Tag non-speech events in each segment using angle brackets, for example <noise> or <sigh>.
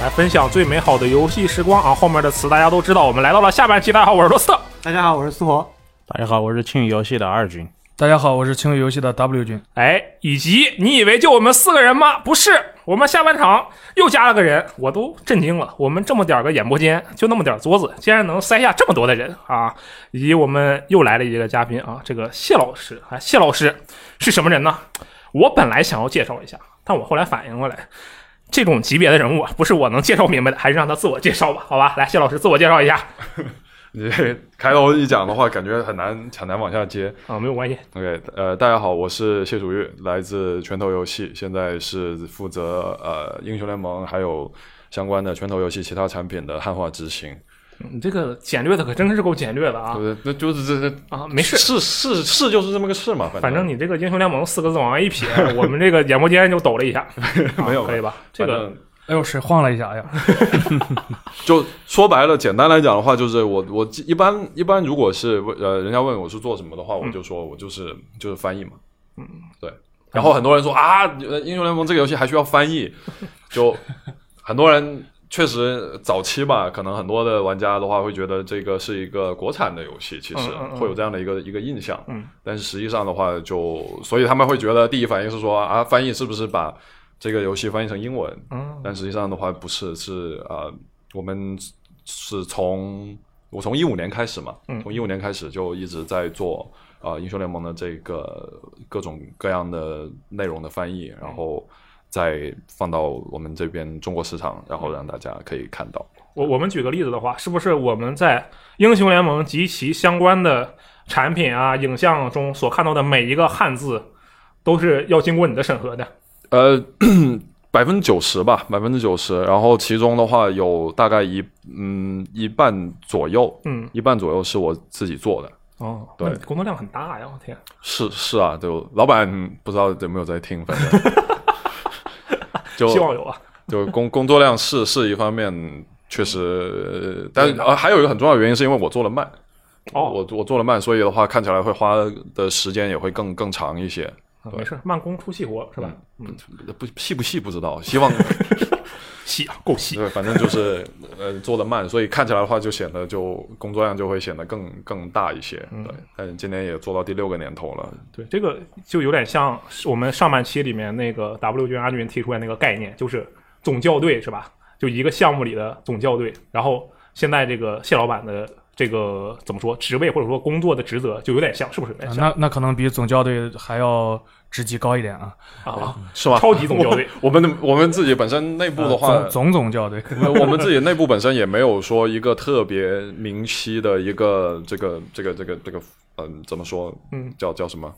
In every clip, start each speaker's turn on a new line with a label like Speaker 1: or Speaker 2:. Speaker 1: 来分享最美好的游戏时光啊！后面的词大家都知道。我们来到了下半期，大家好，我是罗斯特。
Speaker 2: 大家好，我是苏活。
Speaker 3: 大家好，我是庆余游戏的二军。
Speaker 4: 大家好，我是轻游游戏的 W 君。
Speaker 1: 哎，以及你以为就我们四个人吗？不是，我们下半场又加了个人，我都震惊了。我们这么点儿个演播间，就那么点儿桌子，竟然能塞下这么多的人啊！以及我们又来了一个嘉宾啊，这个谢老师啊，谢老师是什么人呢？我本来想要介绍一下，但我后来反应过来，这种级别的人物啊，不是我能介绍明白的，还是让他自我介绍吧，好吧？来，谢老师自我介绍一下
Speaker 5: 你这 <laughs> 开头一讲的话，感觉很难很难往下接。
Speaker 1: 啊，没有关系，
Speaker 5: OK，呃，大家好，我是谢楚玉，来自拳头游戏，现在是负责呃英雄联盟还有相关的拳头游戏其他产品的汉化执行。
Speaker 1: 你嗯这个简略的可真是够简略的啊
Speaker 5: 对不对？那就是这这
Speaker 1: 啊，没事，
Speaker 5: 是是是就是这么个事嘛，反
Speaker 1: 反正
Speaker 5: 正
Speaker 1: 你这个英雄联盟四个字往外一
Speaker 5: <laughs>
Speaker 1: 撇，我们这个演播间就抖了一下，
Speaker 5: 没有
Speaker 1: 啊可以吧？这
Speaker 5: 反
Speaker 1: 个
Speaker 5: 正
Speaker 4: 哎呦，谁晃了一下？哎呀，
Speaker 5: <laughs> 就说白了，简单来讲的话，就是我我一般一般如果是问呃人家问我是做什么的话，
Speaker 1: 嗯
Speaker 5: 我就说我就是就是翻译嘛，嗯，对。然后很多人说啊，呃英雄联盟这个游戏还需要翻译，就很多人确实早期吧，可能很多的玩家的话会觉得这个是一个国产的游戏，其实
Speaker 1: 嗯嗯嗯
Speaker 5: 会有这样的一个一个印象。
Speaker 1: 嗯，
Speaker 5: 但是实际上的话就，所以他们会觉得第一反应是说啊，翻译是不是把这个游戏翻译成英文？
Speaker 1: 嗯，
Speaker 5: 但实际上的话不是，是呃，我们是从我从一五年开始嘛，
Speaker 1: 嗯
Speaker 5: 从一五年开始就一直在做呃英雄联盟的这个各种各样的内容的翻译，
Speaker 1: 嗯
Speaker 5: 然后再放到我们这边中国市场，然后让大家可以看到。
Speaker 1: 我我们举个例子的话，是不是我们在英雄联盟及其相关的产品啊、影像中所看到的每一个汉字，都是要经过你的审核的？
Speaker 5: 呃，百分之九十吧，百分之九十。然后其中的话有大概一嗯一半左右，
Speaker 1: 嗯，
Speaker 5: 一半左右是我自己做的。
Speaker 1: 哦，
Speaker 5: 对
Speaker 1: 那你工作量很大呀！我天，
Speaker 5: 是是啊，就老板不知道有没有在听，反正
Speaker 1: <laughs>
Speaker 5: 就
Speaker 1: 希望有啊。
Speaker 5: 就工工作量是是一方面，确实，呃但是呃还有一个很重要的原因是因为我做的慢，
Speaker 1: 哦，
Speaker 5: 我我做的慢，所以的话看起来会花的时间也会更更长一些，
Speaker 1: 啊没事，慢工出细活是吧？
Speaker 5: 嗯不细不细不知道，
Speaker 1: <laughs>
Speaker 5: 希望
Speaker 1: 细啊，够细。
Speaker 5: 对，反正就是呃做的慢，所以看起来的话就显得就工作量就会显得更更大一些，
Speaker 1: 嗯
Speaker 5: 对，但今年也做到第六个年头了，
Speaker 1: 对，这个就有点像我们上半期里面那个 W 军阿军提出来那个概念，就是总校对是吧？就一个项目里的总校对。然后现在这个谢老板的这个怎么说职位或者说工作的职责就有点像，是不是有点
Speaker 4: 啊
Speaker 1: 像
Speaker 4: 那那可能比总校队还要职级高一点啊。
Speaker 1: 啊？
Speaker 5: 是吗？
Speaker 1: 超级总校对，
Speaker 5: 我们的我们自己本身内部的
Speaker 1: 呃
Speaker 5: 话，
Speaker 4: 总总总校队，
Speaker 5: 呃我们自己内部本身也没有说一个特别明晰的一个这个这个这个这个嗯，怎么说？
Speaker 1: 嗯，
Speaker 5: 叫叫什么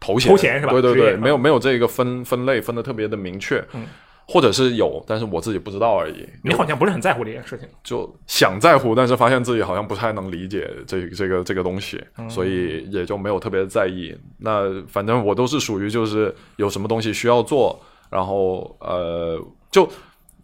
Speaker 5: 头衔？
Speaker 1: 头衔是吧
Speaker 5: 对对
Speaker 1: 职业
Speaker 5: 对，没有没有这个分分类分的特别的明确，
Speaker 1: 嗯
Speaker 5: 或者是有，但是我自己不知道而已。
Speaker 1: 你好像不是很在乎这件事情。
Speaker 5: 就想在乎，但是发现自己好像不太能理解这这个这个东西，所以也就没有特别在意。那反正我都是属于就是有什么东西需要做，然后呃，就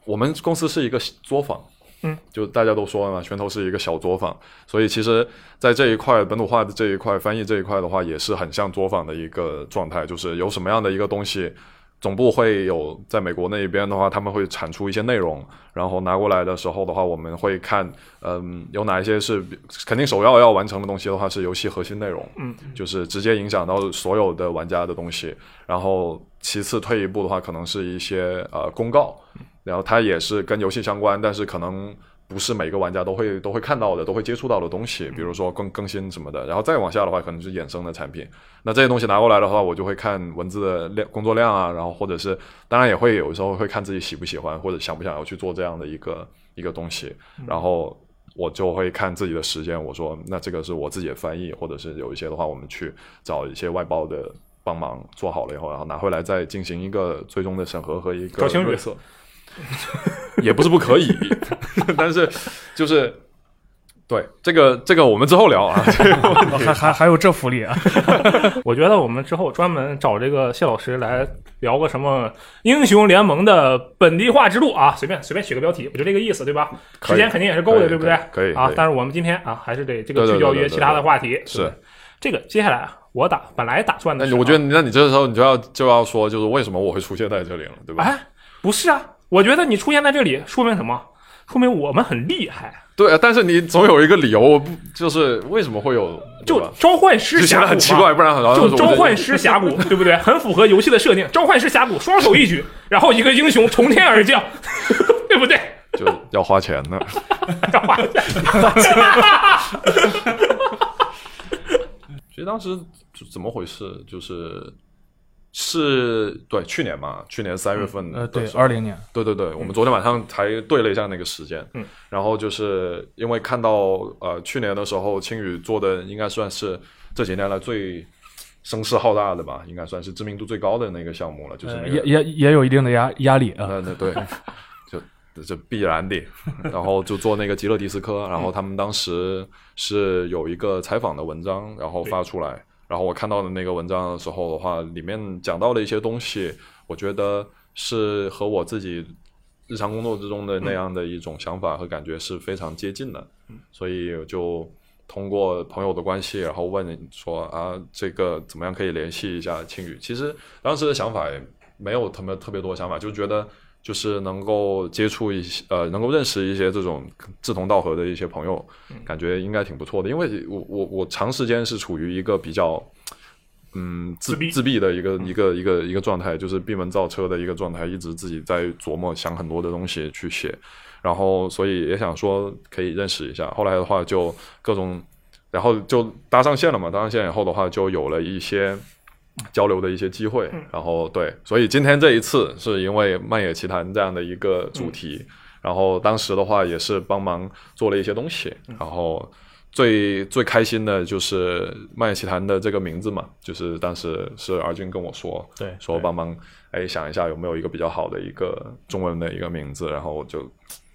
Speaker 5: 我们公司是一个作坊。
Speaker 1: 嗯，
Speaker 5: 就大家都说了嘛，拳头是一个小作坊，所以其实，在这一块本土化的这一块、翻译这一块的话，也是很像作坊的一个状态，就是有什么样的一个东西，总部会有在美国那边的话，他们会产出一些内容，然后拿过来的时候的话，我们会看，嗯，有哪一些是肯定首要要完成的东西的话，是游戏核心内容，
Speaker 1: 嗯，
Speaker 5: 就是直接影响到所有的玩家的东西。然后其次退一步的话，可能是一些呃公告，然后它也是跟游戏相关，但是可能不是每个玩家都会都会看到的、都会接触到的东西，比如说更更新什么的。然后再往下的话，可能是衍生的产品。那这些东西拿过来的话，我就会看文字的量、工作量啊，然后或者是当然也会有时候会看自己喜不喜欢或者想不想要去做这样的一个一个东西，然后。我就会看自己的时间，我说那这个是我自己的翻译，或者是有一些的话，我们去找一些外包的帮忙做好了以后，然后拿回来再进行一个最终的审核和一个
Speaker 1: 找情侣
Speaker 5: 润色，也不是不可以， <laughs> 但是就是对这个这个我们之后聊啊，
Speaker 4: 还还还有这福
Speaker 5: <laughs>
Speaker 4: 利啊！
Speaker 1: 我觉得我们之后专门找这个谢老师来聊个什么英雄联盟的本地化之路啊，随便随便取个标题，我就这个意思，对吧？
Speaker 5: 可以
Speaker 1: 时间肯定也是够
Speaker 5: 可
Speaker 1: 的，
Speaker 5: 以
Speaker 1: 对不对？
Speaker 5: 可以可以
Speaker 1: 啊
Speaker 5: 可以，
Speaker 1: 但是我们今天啊，还是得这个
Speaker 5: 对对
Speaker 1: 聚
Speaker 5: 对
Speaker 1: 焦
Speaker 5: 对
Speaker 1: 于
Speaker 5: 对
Speaker 1: 其他的话题。
Speaker 5: 是
Speaker 1: 对不对这个，接下来啊我打本来打算的
Speaker 5: 那
Speaker 1: 是
Speaker 5: 你
Speaker 1: 啊，
Speaker 5: 我觉得，那你这时候你就要就要
Speaker 1: 哎
Speaker 5: 说，就是为什么我会出现在这里了，对吧？
Speaker 1: 哎，不是啊，我觉得你出现在这里说明什么？说明我们很厉害。
Speaker 5: 对，啊但是你总有一个理由，不就是为什么会有对
Speaker 1: 就
Speaker 5: 吧
Speaker 1: 召唤师
Speaker 5: 就
Speaker 1: 峡谷
Speaker 5: 显得
Speaker 1: 嘛
Speaker 5: 很奇怪，不然很好像
Speaker 1: 就是
Speaker 5: 我
Speaker 1: 召
Speaker 5: 这
Speaker 1: 唤师峡 <laughs> 谷，对不对？很符合游戏的设定。召唤师峡谷，双手一举，然后一个英雄从天而降， <laughs> 对不对？ <laughs>
Speaker 5: 就要花钱的。
Speaker 1: 召唤师
Speaker 5: 其实当时就怎么回事，就是是对去年嘛，去年三月份
Speaker 1: 嗯
Speaker 4: 呃，
Speaker 5: 的
Speaker 4: 对，
Speaker 5: 时候
Speaker 4: 二零年，
Speaker 5: 对对
Speaker 4: 嗯
Speaker 5: 对，我们昨天晚上才对了一下那个时间，
Speaker 1: 嗯，
Speaker 5: 然后就是因为看到呃去年的时候，青宇做的应该算是这几年来最声势浩大的吧，应该算是知名度最高的那个项目了，就是
Speaker 4: 呃
Speaker 5: 那
Speaker 4: 也
Speaker 5: 个
Speaker 4: 也也有一定的压压力啊。
Speaker 5: 那那嗯对，就这必然的。然后就做那个极乐迪斯科，然后他们当时是有一个采访的文章，然后发出来。然后我看到的那个文章的时候的话，里面讲到的一些东西，我觉得是和我自己日常工作之中的那样的一种想法和感觉是非常接近的。所以我就通过朋友的关系，然后问你说啊，这个怎么样可以联系一下青宇？其实当时的想法也没有特别特别多想法，就觉得就是能够接触一些呃，能够认识一些这种志同道合的一些朋友，
Speaker 1: 嗯
Speaker 5: 感觉应该挺不错的。因为我我我长时间是处于一个比较。嗯，自
Speaker 1: 自闭嗯
Speaker 5: 自闭的一个一个一个一个状态，就是闭门造车的一个状态，一直自己在琢磨，想很多的东西去写，然后所以也想说可以认识一下。后来的话就各种，然后就搭上线了嘛，搭上线以后的话就有了一些交流的一些机会。
Speaker 3: 嗯
Speaker 5: 然后对，所以今天这一次是因为《漫野奇谈》这样的一个主题，
Speaker 3: 嗯
Speaker 5: 然后当时的话也是帮忙做了一些东西，
Speaker 3: 嗯
Speaker 5: 然后。最最开心的就是《漫野奇谈》的这个名字嘛，就是当时是尔军跟我说，
Speaker 3: 对
Speaker 5: 说帮忙哎想一下有没有一个比较好的一个中文的一个名字，然后我就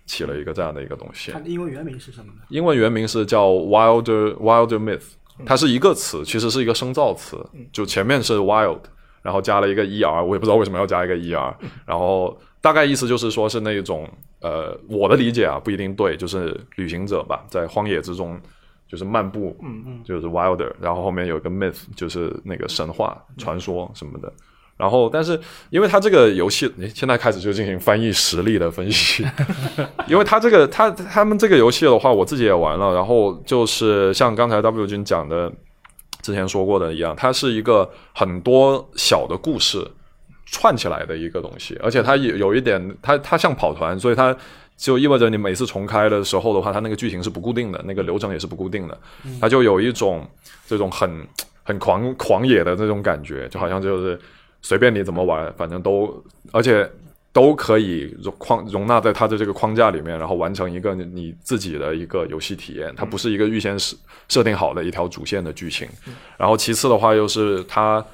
Speaker 5: 起了一个这样的一个东西
Speaker 2: 它。的英文原名是什么呢？
Speaker 5: 英文原名是叫 Wilder Wilder Myth，它是一个词，其实是一个生造词，就前面是 wild，然后加了一个 er，我也不知道为什么要加一个 er，然后大概意思就是说是那种呃，我的理解啊不一定对，就是旅行者吧，在荒野之中就是漫步，嗯嗯，就是 wilder，然后后面有一个 myth，就是那个神话、传说什么的。然后，但是因为它这个游戏，诶现在开始就进行翻译实力的分析，因为他这个他他们这个游戏的话，我自己也玩了，然后就是像刚才 W 君讲的，之前说过的一样，它是一个很多小的故事串起来的一个东西，而且它有有一点，它它像跑团，所以它。就意味着你每次重开的时候的话，它那个剧情是不固定的，那个流程也是不固定的，它就有一种这种很很狂狂野的那种感觉，就好像就是随便你怎么玩，反正都而且都可以容框容纳在它的这个框架里面，然后完成一个你你自己的一个游戏体验。它不是一个预先设设定好的一条主线的剧情。然后其次的话，又是它。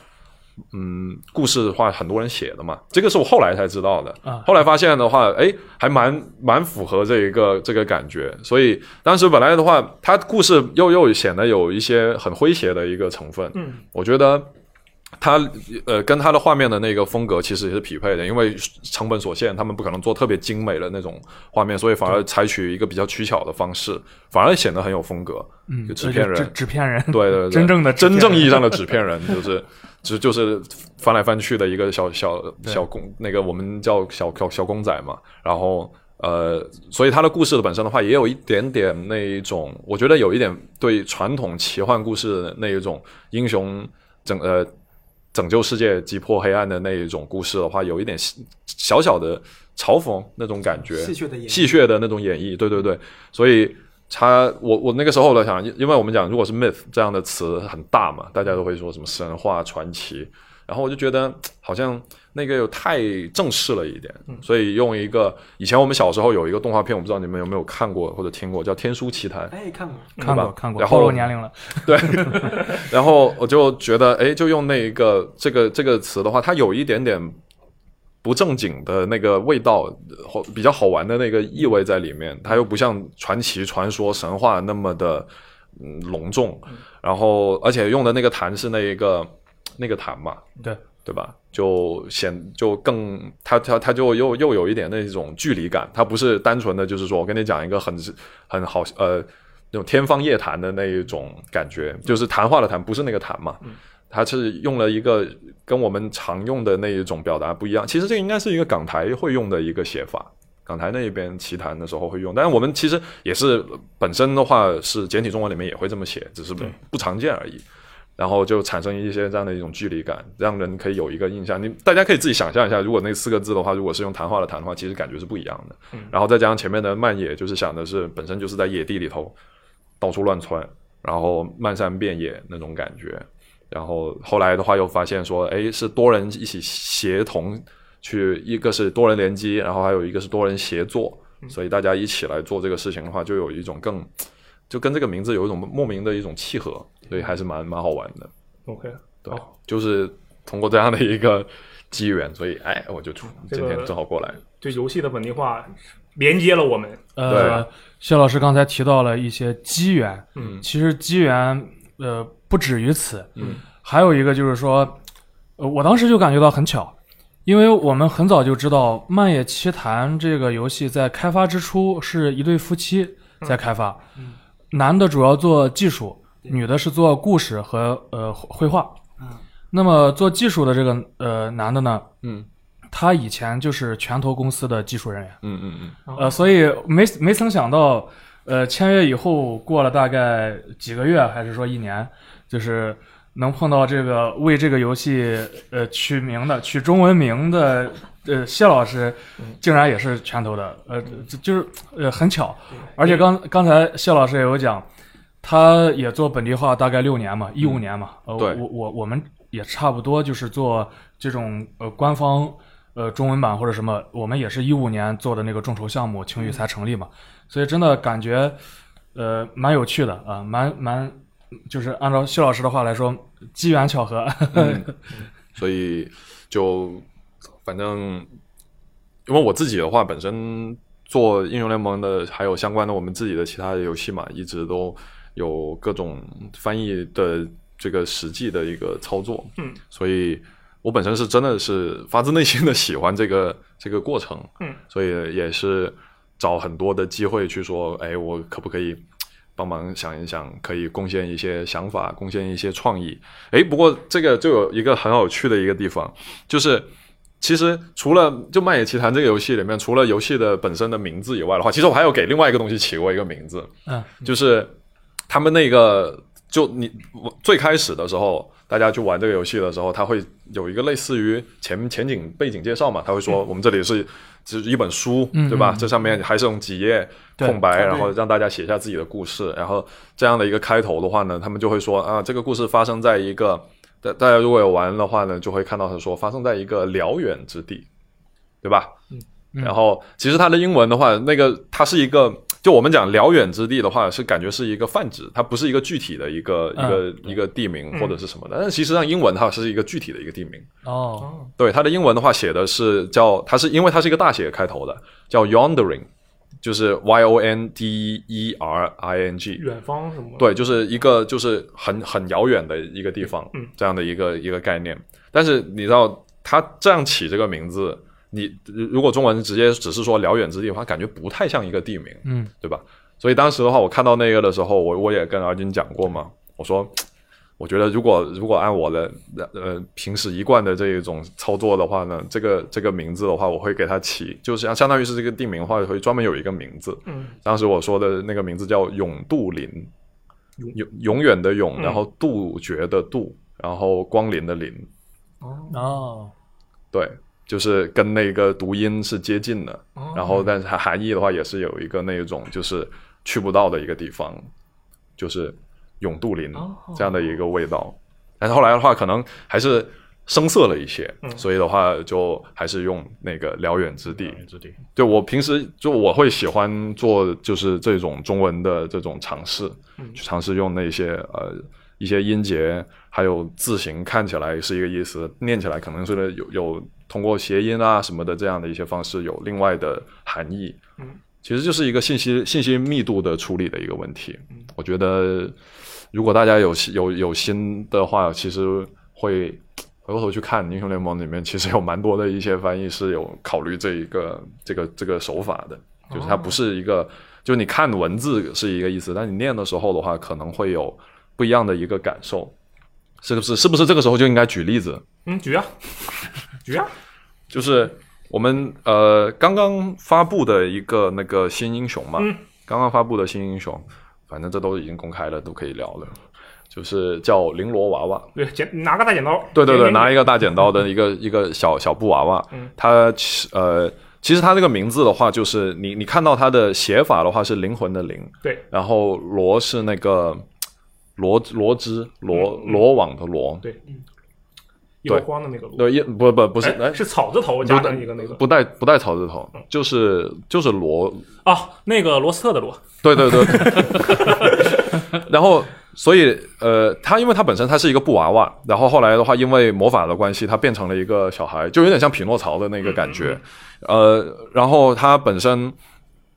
Speaker 5: 嗯，故事的话，很多人写的嘛，这个是我后来才知道的。后来发现的话，哎，还蛮蛮符合这一个这个感觉。所以当时本来的话，它故事又又显得有一些很诙谐的一个成分。嗯，我觉得它呃跟它的画面的那个风格其实也是匹配的，因为成本所限，他们不可能做特别精美的那种画面，所以反而采取一个比较取巧的方式，反而显得很有风格。
Speaker 4: 嗯，
Speaker 5: 就
Speaker 4: 这
Speaker 5: 纸
Speaker 4: 就
Speaker 5: 片人
Speaker 4: 纸纸片人，
Speaker 5: 对对
Speaker 4: <laughs>
Speaker 5: 对，
Speaker 4: 真正的纸片
Speaker 5: 真
Speaker 4: 人
Speaker 5: 正意义上的纸片人，就是就就是翻来翻去的一个小小小公，那个我们叫小小小公仔嘛。然后呃，所以他的故事的本身的话，也有一点点那一种，我觉得有一点对传统奇幻故事的那一种英雄拯呃拯救世界、击破黑暗的那一种故事的话，有一点小小小的嘲讽那种感觉，
Speaker 2: 戏谑的演绎
Speaker 5: 戏谑的那种演绎，对对对，所以他我我那个时候我在想，因因为我们讲如果是 myth 这样的词很大嘛，大家都会说什么神话、传奇，然后我就觉得好像那个又太正式了一点，所以用一个以前我们小时候有一个动画片，我不知道你们有没有看过或者听过，叫《天书奇谭》，
Speaker 2: 哎，看过，
Speaker 4: 看
Speaker 5: 对吧
Speaker 4: 过看过，
Speaker 5: 然后
Speaker 4: 暴露年龄了。
Speaker 5: 对，然后我就觉得，哎，就用那一个这个这个词的话，它有一点点不正经的那个味道，好比较好玩的那个意味在里面。它又不像传奇、传说、神话那么的嗯隆重，然后而且用的那个坛是那一个那个坛嘛，
Speaker 4: 对，
Speaker 5: 对吧？就显就更它它它就又又有一点那种距离感，它不是单纯的就是说我跟你讲一个很很好呃那种天方夜谭的那一种感觉，就是谈话的谈，不是那个谈嘛。它是用了一个跟我们常用的那一种表达不一样，其实这个应该是一个港台会用的一个写法，港台那边奇谈的时候会用，但是我们其实也是本身的话是简体中文里面也会这么写，只是不常见而已。然后就产生一些这样的一种距离感，让人可以有一个印象。你大家可以自己想象一下，如果那四个字的话，如果是用谈话的谈的话，其实感觉是不一样的。然后再加上前面的漫野，就是想的是本身就是在野地里头到处乱窜，然后漫山遍野那种感觉。然后后来的话又发现说，哎，是多人一起协同去，一个是多人联机，然后还有一个是多人协作，
Speaker 1: 嗯
Speaker 5: 所以大家一起来做这个事情的话，就有一种更就跟这个名字有一种莫名的一种契合，所以还是蛮蛮好玩的。
Speaker 1: OK，
Speaker 5: 对，就是通过这样的一个机缘，所以哎，我就出
Speaker 1: 这
Speaker 5: 今
Speaker 1: 个
Speaker 5: 天正好过来。
Speaker 1: 对游戏的本地化连接了我们。
Speaker 4: 呃，谢老师刚才提到了一些机缘，
Speaker 5: 嗯
Speaker 4: 其实机缘呃不止于此，
Speaker 5: 嗯，
Speaker 4: 还有一个就是说，呃，我当时就感觉到很巧，因为我们很早就知道《漫野奇谭》这个游戏在开发之初是一对夫妻
Speaker 5: 嗯
Speaker 4: 在开发，男的主要做技术，女的是做故事和呃绘画，那么做技术的这个呃男的呢，
Speaker 5: 嗯
Speaker 4: 他以前就是拳头公司的技术人员。
Speaker 5: 嗯嗯嗯，
Speaker 4: 呃，所以没没曾想到，呃，签约以后过了大概几个月，还是说一年，就是能碰到这个为这个游戏呃取名的、取中文名的呃谢老师，竟然也是拳头的，呃，就就是呃很巧，而且刚刚才谢老师也有讲，他也做本地化大概六年嘛，一五年嘛，呃，
Speaker 5: 对
Speaker 4: 我我我们也差不多就是做这种呃官方呃中文版或者什么，我们也是一五年做的那个众筹项目青玉才成立嘛，所以真的感觉呃蛮有趣的啊、蛮蛮就是按照谢老师的话来说，机缘巧合，
Speaker 5: 所以就反正，因为我自己的话，本身做英雄联盟的，还有相关的我们自己的其他的游戏嘛，一直都有各种翻译的这个实际的一个操作，
Speaker 1: 嗯，
Speaker 5: 所以我本身是真的是发自内心的喜欢这个这个过程，
Speaker 1: 嗯，
Speaker 5: 所以也是找很多的机会去说，哎，我可不可以？帮忙想一想，可以贡献一些想法，贡献一些创意。哎，不过这个就有一个很有趣的一个地方，就是其实除了就《漫野奇谭》这个游戏里面，除了游戏的本身的名字以外的话，其实我还有给另外一个东西起过一个名字，
Speaker 4: 嗯，
Speaker 5: 就是他们那个就你我最开始的时候，大家去玩这个游戏的时候，他会有一个类似于前前景背景介绍嘛，他会
Speaker 4: 嗯
Speaker 5: 说我们这里是只是一本书，对吧？这上面还是用几页
Speaker 4: 对
Speaker 5: 空白，然后让大家写下自己的故事，然后这样的一个开头的话呢，他们就会说啊，这个故事发生在一个。大大家如果有玩的话呢，就会看到他说发生在一个辽远之地，对吧？然后其实它的英文的话，那个它是一个，就我们讲辽远之地的话，是感觉是一个泛指，它不是一个具体的一个、一个一个地名或者是什么的。但是其实上英文它是一个具体的一个地名。
Speaker 4: <laughs> 哦，
Speaker 5: 对，它的英文的话写的是叫，它是因为它是一个大写开头的，叫 Yondering，就是 Y O N D E R I N G。
Speaker 1: 远方什么？，
Speaker 5: 对，就是一个就是很很遥远的一个地方，
Speaker 1: 嗯
Speaker 5: 这样的一个一个概念。但是你知道，他这样起这个名字，你如果中文直接只是说辽远之地的话，感觉不太像一个地名，
Speaker 4: 嗯，
Speaker 5: 对吧？所以当时的话，我看到那个的时候，我我也跟阿军讲过嘛，我说。我觉得，如果如果按我的呃平时一贯的这一种操作的话呢，这个这个名字的话，我会给它起，就是相相当于是这个地名的话，会专门有一个名字。
Speaker 1: 嗯，
Speaker 5: 当时我说的那个名字叫永渡林，
Speaker 1: 永
Speaker 5: 永永远的永，
Speaker 1: 嗯
Speaker 5: 然后杜绝的杜，然后光临的临，
Speaker 1: 哦，
Speaker 4: 哦，
Speaker 5: 对，就是跟那个读音是接近的。
Speaker 1: 哦
Speaker 5: 然后，但是它含义的话，也是有一个那种就是去不到的一个地方，就是永渡林
Speaker 1: 哦
Speaker 5: 这样的一个味道。但是后来的话，可能还是生涩了一些，
Speaker 1: 嗯
Speaker 5: 所以的话就还是用那个辽远之地
Speaker 3: 之地，
Speaker 5: 对我平时就我会喜欢做就是这种中文的这种尝试，去尝试用那些呃一些音节，还有字形看起来是一个意思，念起来可能是有有通过谐音啊什么的这样的一些方式有另外的含义。
Speaker 1: 嗯，
Speaker 5: 其实就是一个信息信息密度的处理的一个问题。我觉得如果大家有有有心的话，其实会回过头去看英雄联盟里面，其实有蛮多的一些翻译是有考虑这一个这个这个手法的，就是它不是一个，就是你看文字是一个意思，但你念的时候的话，可能会有不一样的一个感受，是不是？是不是这个时候就应该举例子？
Speaker 1: 嗯，举啊，举啊，
Speaker 5: 就是我们呃刚刚发布的一个那个新英雄嘛，
Speaker 1: 嗯
Speaker 5: 刚刚发布的新英雄，反正这都已经公开了，都可以聊了，就是叫绫罗娃娃。
Speaker 1: 对，剪拿个大剪刀，
Speaker 5: 对对对，
Speaker 1: 嗯
Speaker 5: 拿一个大剪刀的一个一个小小布娃娃
Speaker 1: 嗯，
Speaker 5: 它其呃，其实它这个名字的话，就是你你看到它的写法的话是灵魂的灵，
Speaker 1: 对，
Speaker 5: 然后罗是那个罗罗织罗罗网的罗，
Speaker 1: 嗯对，嗯，油光的那个路，
Speaker 5: 对，一不不不是，
Speaker 1: 哎
Speaker 5: 哎，
Speaker 1: 是嗯草字头加上一个那个
Speaker 5: 不带不带草字头，就是就是罗，
Speaker 1: 啊，那个罗斯特的罗，
Speaker 5: 对对 <laughs> 对，然后。所以，呃，它因为它本身它是一个布娃娃，然后后来的话，因为魔法的关系，它变成了一个小孩，就有点像匹诺曹的那个感觉，呃，然后它本身，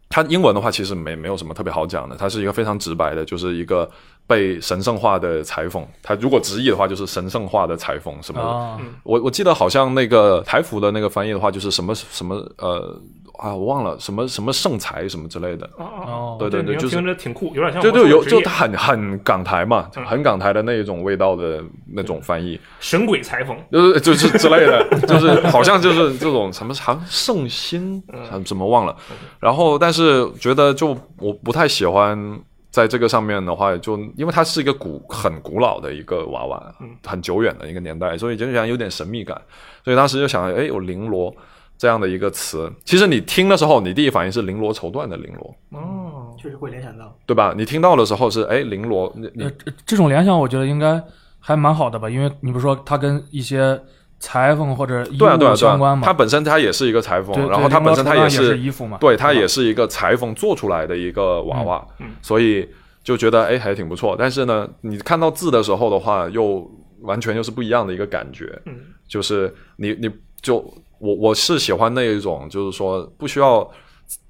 Speaker 5: 它英文的话其实没没有什么特别好讲的，它是一个非常直白的，就是一个被神圣化的裁缝。它如果直译的话，就是神圣化的裁缝什么的。
Speaker 4: 啊，
Speaker 5: 我我记得好像那个台服的那个翻译的话，就是什么什么呃啊，我忘了什么什么圣裁什么之类的。
Speaker 1: 啊啊啊，
Speaker 4: 哦，
Speaker 5: 对对对，
Speaker 1: 你
Speaker 5: 就
Speaker 1: 要
Speaker 5: 是
Speaker 1: 听着挺酷，有点像
Speaker 5: 对
Speaker 1: 魔
Speaker 5: 对
Speaker 1: 兽
Speaker 5: 有
Speaker 1: 职
Speaker 5: 就
Speaker 1: 业嗯
Speaker 5: 它很很港台嘛，很港台的那一种味道的那种翻译，
Speaker 1: 神鬼裁缝，
Speaker 5: 就是就是之类的，就是好像就是这种什么好像圣心，
Speaker 1: 嗯
Speaker 5: 怎么忘了。然后但是觉得就我不太喜欢。在这个上面的话，就因为它是一个古很古老的一个娃娃，
Speaker 1: 嗯
Speaker 5: 很久远的一个年代，所以就想有点神秘感。所以当时就想，哎，有绫罗这样的一个词。其实你听的时候，你第一反应是绫罗绸缎的绫罗，
Speaker 1: 哦，
Speaker 2: 确实会联想到。
Speaker 5: 对吧？你听到的时候是，哎，绫罗，你你
Speaker 4: 呃，这这种联想我觉得应该还蛮好的吧，因为你不是说它跟一些裁缝或者衣
Speaker 5: 对啊，对啊，
Speaker 4: 物
Speaker 5: 对
Speaker 4: 相
Speaker 5: 啊
Speaker 4: 关，嘛，
Speaker 5: 它本身它也是一个裁缝
Speaker 4: 对，
Speaker 5: 然后它本身它
Speaker 4: 对绫罗绸缎也
Speaker 5: 是
Speaker 4: 是衣服嘛嗯
Speaker 5: 对，它
Speaker 4: 对吧
Speaker 5: 也是一个裁缝做出来的一个娃娃，
Speaker 4: 嗯
Speaker 5: 所以就觉得哎还挺不错。但是呢，你看到字的时候的话，又完全又是不一样的一个感觉，
Speaker 1: 嗯
Speaker 5: 就是你你就我我是喜欢那一种，就是说不需要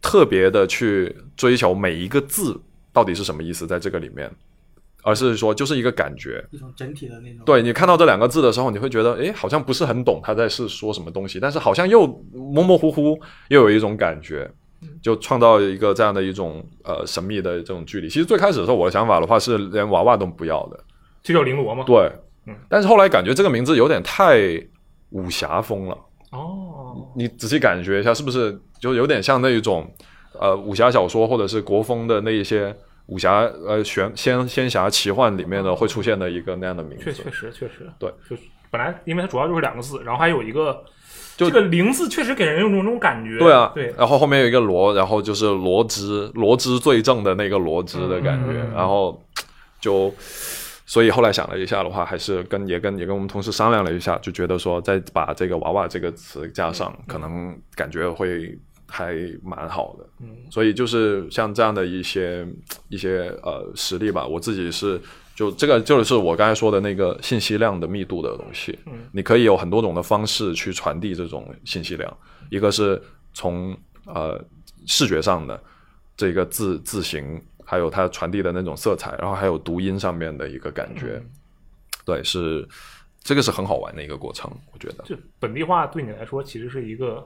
Speaker 5: 特别的去追求每一个字到底是什么意思在这个里面，而是说就是一个感觉，
Speaker 2: 一种整体的那种。
Speaker 5: 对你看到这两个字的时候，你会觉得，诶，好像不是很懂他在是说什么东西，但是好像又模模糊糊，又有一种感觉，
Speaker 1: 嗯
Speaker 5: 就创造一个这样的一种呃神秘的这种距离。其实最开始的时候，我的想法的话是连娃娃都不要的，
Speaker 1: 就叫绫罗嘛，
Speaker 5: 对
Speaker 1: 嗯，
Speaker 5: 但是后来感觉这个名字有点太武侠风了。
Speaker 1: 哦，
Speaker 5: 你仔细感觉一下，是不是就有点像那一种呃武侠小说或者是国风的那一些武侠呃玄仙仙侠奇幻里面的会出现的一个那样的名字？
Speaker 1: 确确实确实，
Speaker 5: 对，
Speaker 1: 就是本来因为它主要就是两个字，然后还有一个。
Speaker 5: 就
Speaker 1: 这个零字确实给人有种那种感觉，
Speaker 5: 对啊，
Speaker 1: 对，
Speaker 5: 然后后面有一个罗，然后就是罗织，罗织罪证的那个罗织的感觉，
Speaker 4: 嗯嗯嗯
Speaker 5: 然后就，所以后来想了一下的话，还是跟也跟也跟我们同事商量了一下，就觉得说再把这个娃娃这个词加上，可能感觉会还蛮好的。
Speaker 1: 嗯，
Speaker 5: 所以就是像这样的一些一些呃实例吧，我自己是就这个就是我刚才说的那个信息量的密度的东西，
Speaker 1: 嗯
Speaker 5: 你可以有很多种的方式去传递这种信息量，一个是从呃视觉上的这个字字形，还有它传递的那种色彩，然后还有读音上面的一个感觉，对，是这个是很好玩的一个过程，我觉得。
Speaker 1: 这本地化对你来说其实是一个，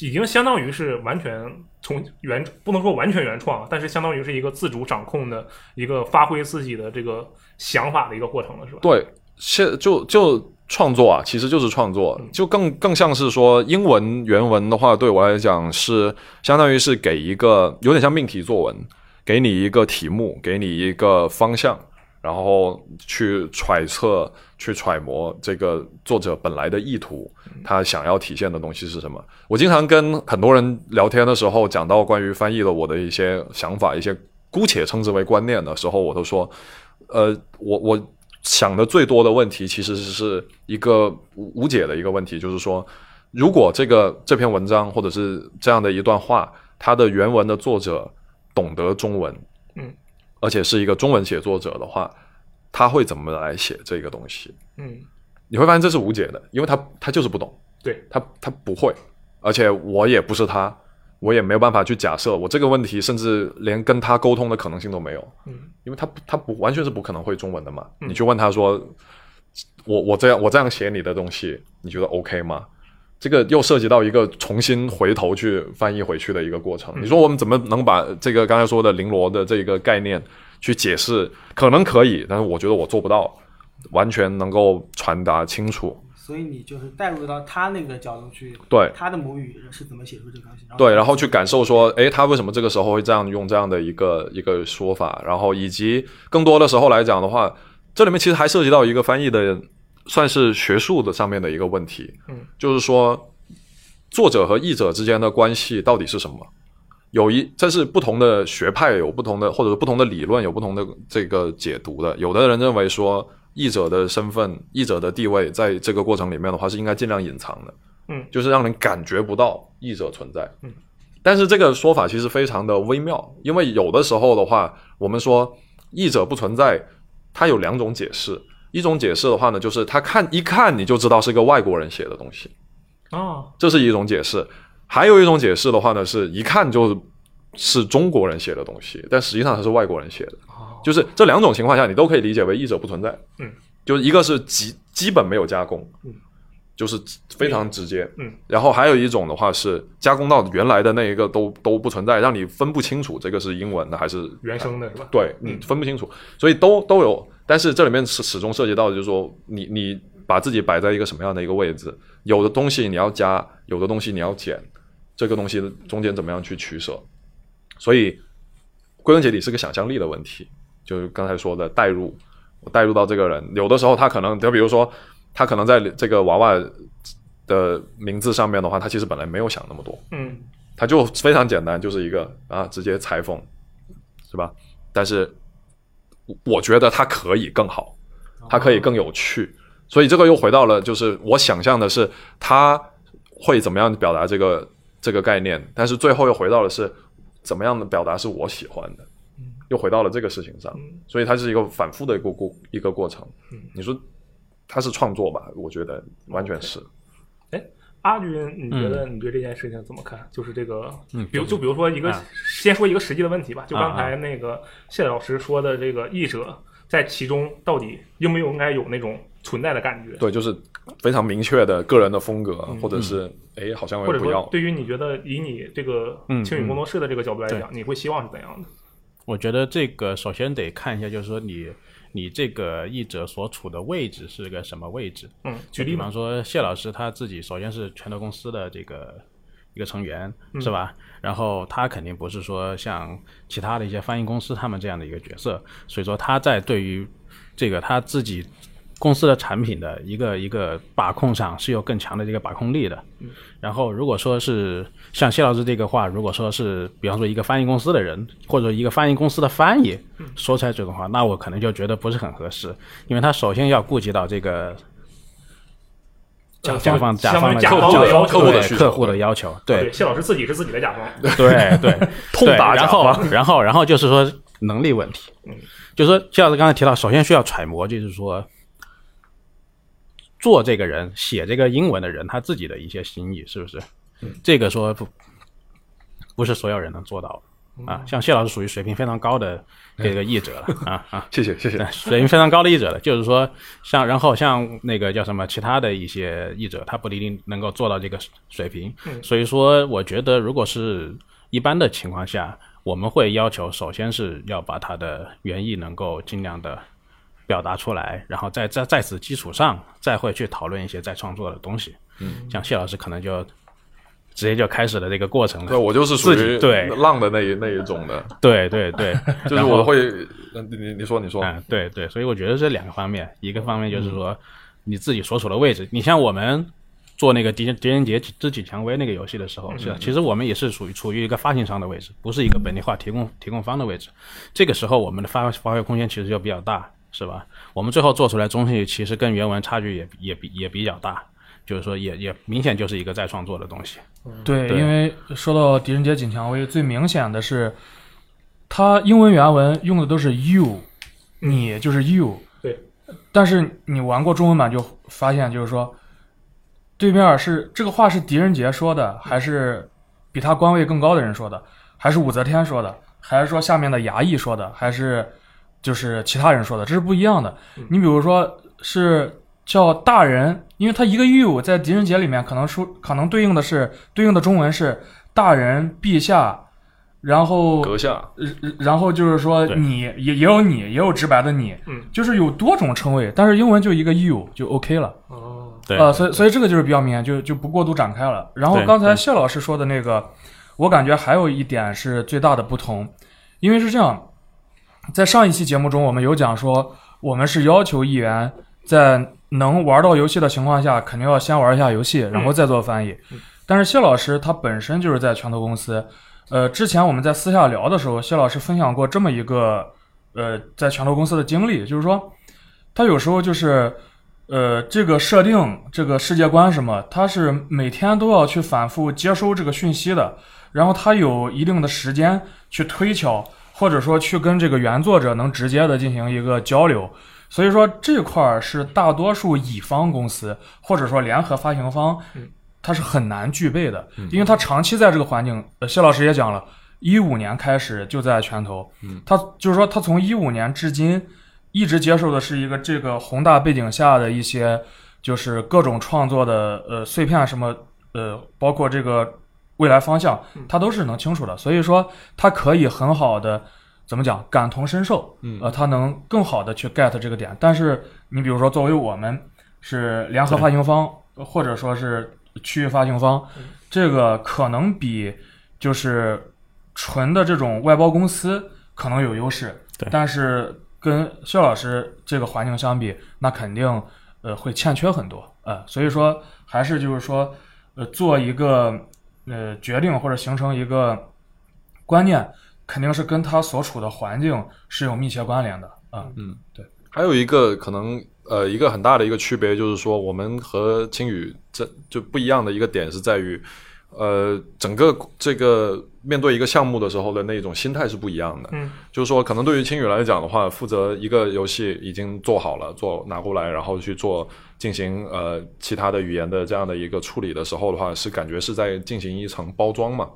Speaker 1: 已经相当于是完全从原不能说完全原创，啊但是相当于是一个自主掌控的一个发挥自己的这个想法的一个过程了，是吧？
Speaker 5: 对，现就就创作啊，其实就是创作，
Speaker 1: 嗯
Speaker 5: 就更更像是说英文原文的话，对我来讲是相当于是给一个有点像命题作文，给你一个题目，给你一个方向，然后去揣测、去揣摩这个作者本来的意图，
Speaker 1: 嗯
Speaker 5: 他想要体现的东西是什么。我经常跟很多人聊天的时候，讲到关于翻译的我的一些想法，一些姑且称之为观念的时候，我都说，呃，我我想的最多的问题其实是一个无无解的一个问题，就是说，如果这个这篇文章或者是这样的一段话，它的原文的作者懂得中文，
Speaker 1: 嗯，
Speaker 5: 而且是一个中文写作者的话，他会怎么来写这个东西？
Speaker 1: 嗯，
Speaker 5: 你会发现这是无解的，因为他他就是不懂，
Speaker 1: 对
Speaker 5: 他他不会，而且我也不是他，我也没有办法去假设，我这个问题甚至连跟他沟通的可能性都没有。
Speaker 1: 嗯，
Speaker 5: 因为他不他不完全是不可能会中文的嘛。
Speaker 1: 嗯
Speaker 5: 你去问他说，我我这样我这样写你的东西，你觉得 OK 吗？这个又涉及到一个重新回头去翻译回去的一个过程。你说我们怎么能把这个刚才说的绫罗的这个概念去解释？可能可以，但是我觉得我做不到完全能够传达清楚。
Speaker 2: 所所以你就是带入到他那个角度去，
Speaker 5: 对
Speaker 2: 他的母语是怎么写出这个东西，然后
Speaker 5: 对，然后去感受说，诶，他为什么这个时候会这样用这样的一个一个说法？然后以及更多的时候来讲的话，这里面其实还涉及到一个翻译的，算是学术的上面的一个问题，
Speaker 1: 嗯，
Speaker 5: 就是说作者和译者之间的关系到底是什么？有一，这是不同的学派有不同的，或者是不同的理论有不同的这个解读的。有的人认为说，译者的身份、译者的地位，在这个过程里面的话是应该尽量隐藏的，
Speaker 1: 嗯，
Speaker 5: 就是让人感觉不到译者存在，嗯。但是这个说法其实非常的微妙，因为有的时候的话，我们说译者不存在，它有两种解释。一种解释的话呢，就是他看一看你就知道是个外国人写的东西，
Speaker 1: 哦，
Speaker 5: 这是一种解释。还有一种解释的话呢，是一看就是中国人写的东西，但实际上它是外国人写的。就是这两种情况下，你都可以理解为译者不存在。
Speaker 1: 哦嗯，
Speaker 5: 就是一个是基基本没有加工，
Speaker 1: 嗯，
Speaker 5: 就是非常直接。
Speaker 1: 嗯，
Speaker 5: 然后还有一种的话是加工到原来的那一个都都不存在，让你分不清楚这个是英文的还是
Speaker 1: 原生的是吧？
Speaker 5: 对，你分不清楚，所以都都有，但是这里面始始终涉及到，就是说你你把自己摆在一个什么样的一个位置，有的东西你要加，有的东西你要减，这个东西中间怎么样去取舍，所以归根结底是个想象力的问题，就是刚才说的代入，我代入到这个人，有的时候他可能，就比如说他可能在这个娃娃的名字上面的话，他其实本来没有想那么多，
Speaker 1: 嗯，
Speaker 5: 他就非常简单，就是一个啊，直接裁缝，是吧？但是我我觉得它可以更好，它可以更有趣，所以这个又回到了就是我想象的是他会怎么样表达这个这个概念，但是最后又回到了是怎么样的表达是我喜欢的，又回到了这个事情上，
Speaker 1: 嗯
Speaker 5: 所以它是一个反复的一个过一个过程。你说它是创作吧？我觉得完全是。
Speaker 1: 阿军，你觉得你对这件事情怎么看？就是这个，
Speaker 3: 嗯
Speaker 1: 比如就比如说一个，
Speaker 3: 啊
Speaker 1: 先说一个实际的问题吧，就
Speaker 3: 啊
Speaker 1: 刚才那个谢老师说的，这个译者在其中到底应没有应该有那种存在的感觉？
Speaker 5: 对，就是非常明确的个人的风格，或者是哎，诶好像我
Speaker 1: 或
Speaker 5: 也
Speaker 1: 者
Speaker 5: 不要
Speaker 1: 说，。对于你觉得以你这个青语工作室的这个角度来讲，你会希望是怎样的？
Speaker 3: 我觉得这个首先得看一下，就是说你你这个译者所处的位置是个什么位置。
Speaker 1: 嗯，举
Speaker 3: 就
Speaker 1: 例
Speaker 3: 比
Speaker 1: 嘛，
Speaker 3: 方说谢老师他自己首先是拳头公司的这个一个成员，是吧？然后他肯定不是说像其他的一些翻译公司他们这样的一个角色，所以说他在对于这个他自己公司的产品的一个一个把控上是有更强的这个把控力的。然后如果说是像谢老师这个话，如果说是比方说一个翻译公司的人，或者一个翻译公司的翻译说出来这种话，那我可能就觉得不是很合适，因为他首先要顾及到这个
Speaker 1: 呃
Speaker 3: 甲
Speaker 1: 相
Speaker 3: 方甲方
Speaker 1: 当于
Speaker 3: 的
Speaker 1: 甲
Speaker 3: 要
Speaker 1: 方的
Speaker 3: 求
Speaker 1: 要求
Speaker 5: 客户的
Speaker 3: 对
Speaker 5: 需求
Speaker 3: 客户的要求，对
Speaker 1: 谢老师自己是自己的甲方，
Speaker 3: 对对，
Speaker 5: 痛
Speaker 3: 对
Speaker 5: 打甲
Speaker 3: 然后 <laughs> 然后然后就是说能力问题，就是说谢老师刚才提到，首先需要揣摩，就是说做这个人写这个英文的人他自己的一些心意，是不是？这个说不不是所有人能做到的啊，像谢老师属于水平非常高的这个译者了啊啊。
Speaker 5: 谢谢谢谢。
Speaker 3: 水平非常高的译者了，就是说像然后像那个叫什么其他的一些译者，他不一定能够做到这个水平。所以说，我觉得如果是一般的情况下，我们会要求首先是要把他的原意能够尽量的表达出来，然后在在在此基础上，再会去讨论一些再创作的东西。嗯，像谢老师可能就直接就开始了这个过程
Speaker 5: 对
Speaker 3: 了。
Speaker 5: 我就是属
Speaker 3: 自
Speaker 5: 于
Speaker 3: 己对
Speaker 5: 浪的那一那一种的，
Speaker 3: 对对对，
Speaker 5: <laughs> 就是我会，嗯你你你说你说，
Speaker 3: 嗯，对对，所以我觉得这两个方面，一个方面就是说你自己所处的位置，你像我们做那个狄仁狄仁杰之举蔷薇那个游戏的时候，是吧其实我们也是属于处于一个发行商的位置，不是一个本地化提供提供方的位置。这个时候我们的发发挥空间其实就比较大，是吧？我们最后做出来东西其实跟原文差距也也比也比较大，就是说也也明显就是一个再创作的东西。
Speaker 5: 嗯
Speaker 4: 对，
Speaker 3: 对
Speaker 4: 因为说到狄仁杰锦蔷薇，最明显的是，它英文原文用的都是 you，你
Speaker 5: 嗯
Speaker 4: 就是 you。
Speaker 1: 对。
Speaker 4: 但是你玩过中文版就发现，就是说，对面是这个话是狄仁杰说的，还是比他官位更高的人说的，还是武则天说的，还是说下面的衙役说的，还是就是其他人说的，这是不一样的。你比如说是叫大人，因为他一个御武在狄仁杰里面可能说可能对应的是对应的中文是大人陛下，然后
Speaker 5: 阁下，
Speaker 4: 然然后就是说
Speaker 3: 对
Speaker 4: 你也也有你也有直白的你，
Speaker 1: 嗯
Speaker 4: 就是有多种称谓，但是英文就一个 you 就 OK 了。
Speaker 1: 哦，
Speaker 3: 对
Speaker 4: 呃，所以所以这个就是比较明显，就就不过度展开了。然后
Speaker 3: 对
Speaker 4: 刚才
Speaker 3: 对
Speaker 4: 谢老师说的那个，我感觉还有一点是最大的不同，因为是这样，在上一期节目中我们有讲说，我们是要求议员在能玩到游戏的情况下，肯定要先玩一下游戏，然后
Speaker 3: 嗯
Speaker 4: 再做翻译。但是谢老师他本身就是在拳头公司，呃，之前我们在私下聊的时候，谢老师分享过这么一个呃，在拳头公司的经历，就是说他有时候就是。呃，这个设定、这个世界观什么，他是每天都要去反复接收这个讯息的，然后他有一定的时间去推敲，或者说去跟这个原作者能直接的进行一个交流。所以说这块儿是大多数乙方公司或者说联合发行方，它是很难具备的，因为它长期在这个环境。呃，谢老师也讲了，一五年开始就在拳头，他就是说他从一五年至今一直接受的是一个这个宏大背景下的一些就是各种创作的呃碎片什么呃，包括这个未来方向，他都是能清楚的。所以说，他可以很好的怎么讲感同身受，
Speaker 3: 嗯
Speaker 4: 呃，他能更好的去 get 这个点。但是你比如说，作为我们是联合发行方，或者说是区域发行方，这个可能比就是纯的这种外包公司可能有优势，
Speaker 3: 对
Speaker 4: 但是跟肖老师这个环境相比，那肯定呃会欠缺很多，呃，所以说还是就是说，呃，做一个呃决定或者形成一个观念，肯定是跟他所处的环境是有密切关联的，啊、
Speaker 5: 还有一个可能，呃，一个很大的一个区别就是说，我们和青宇这就不一样的一个点是在于，呃，整个这个面对一个项目的时候的那种心态是不一样的。
Speaker 1: 嗯，
Speaker 5: 就是说，可能对于青宇来讲的话，负责一个游戏已经做好了，做拿过来，然后去做进行呃其他的语言的这样的一个处理的时候的话，是感觉是在进行一层包装嘛。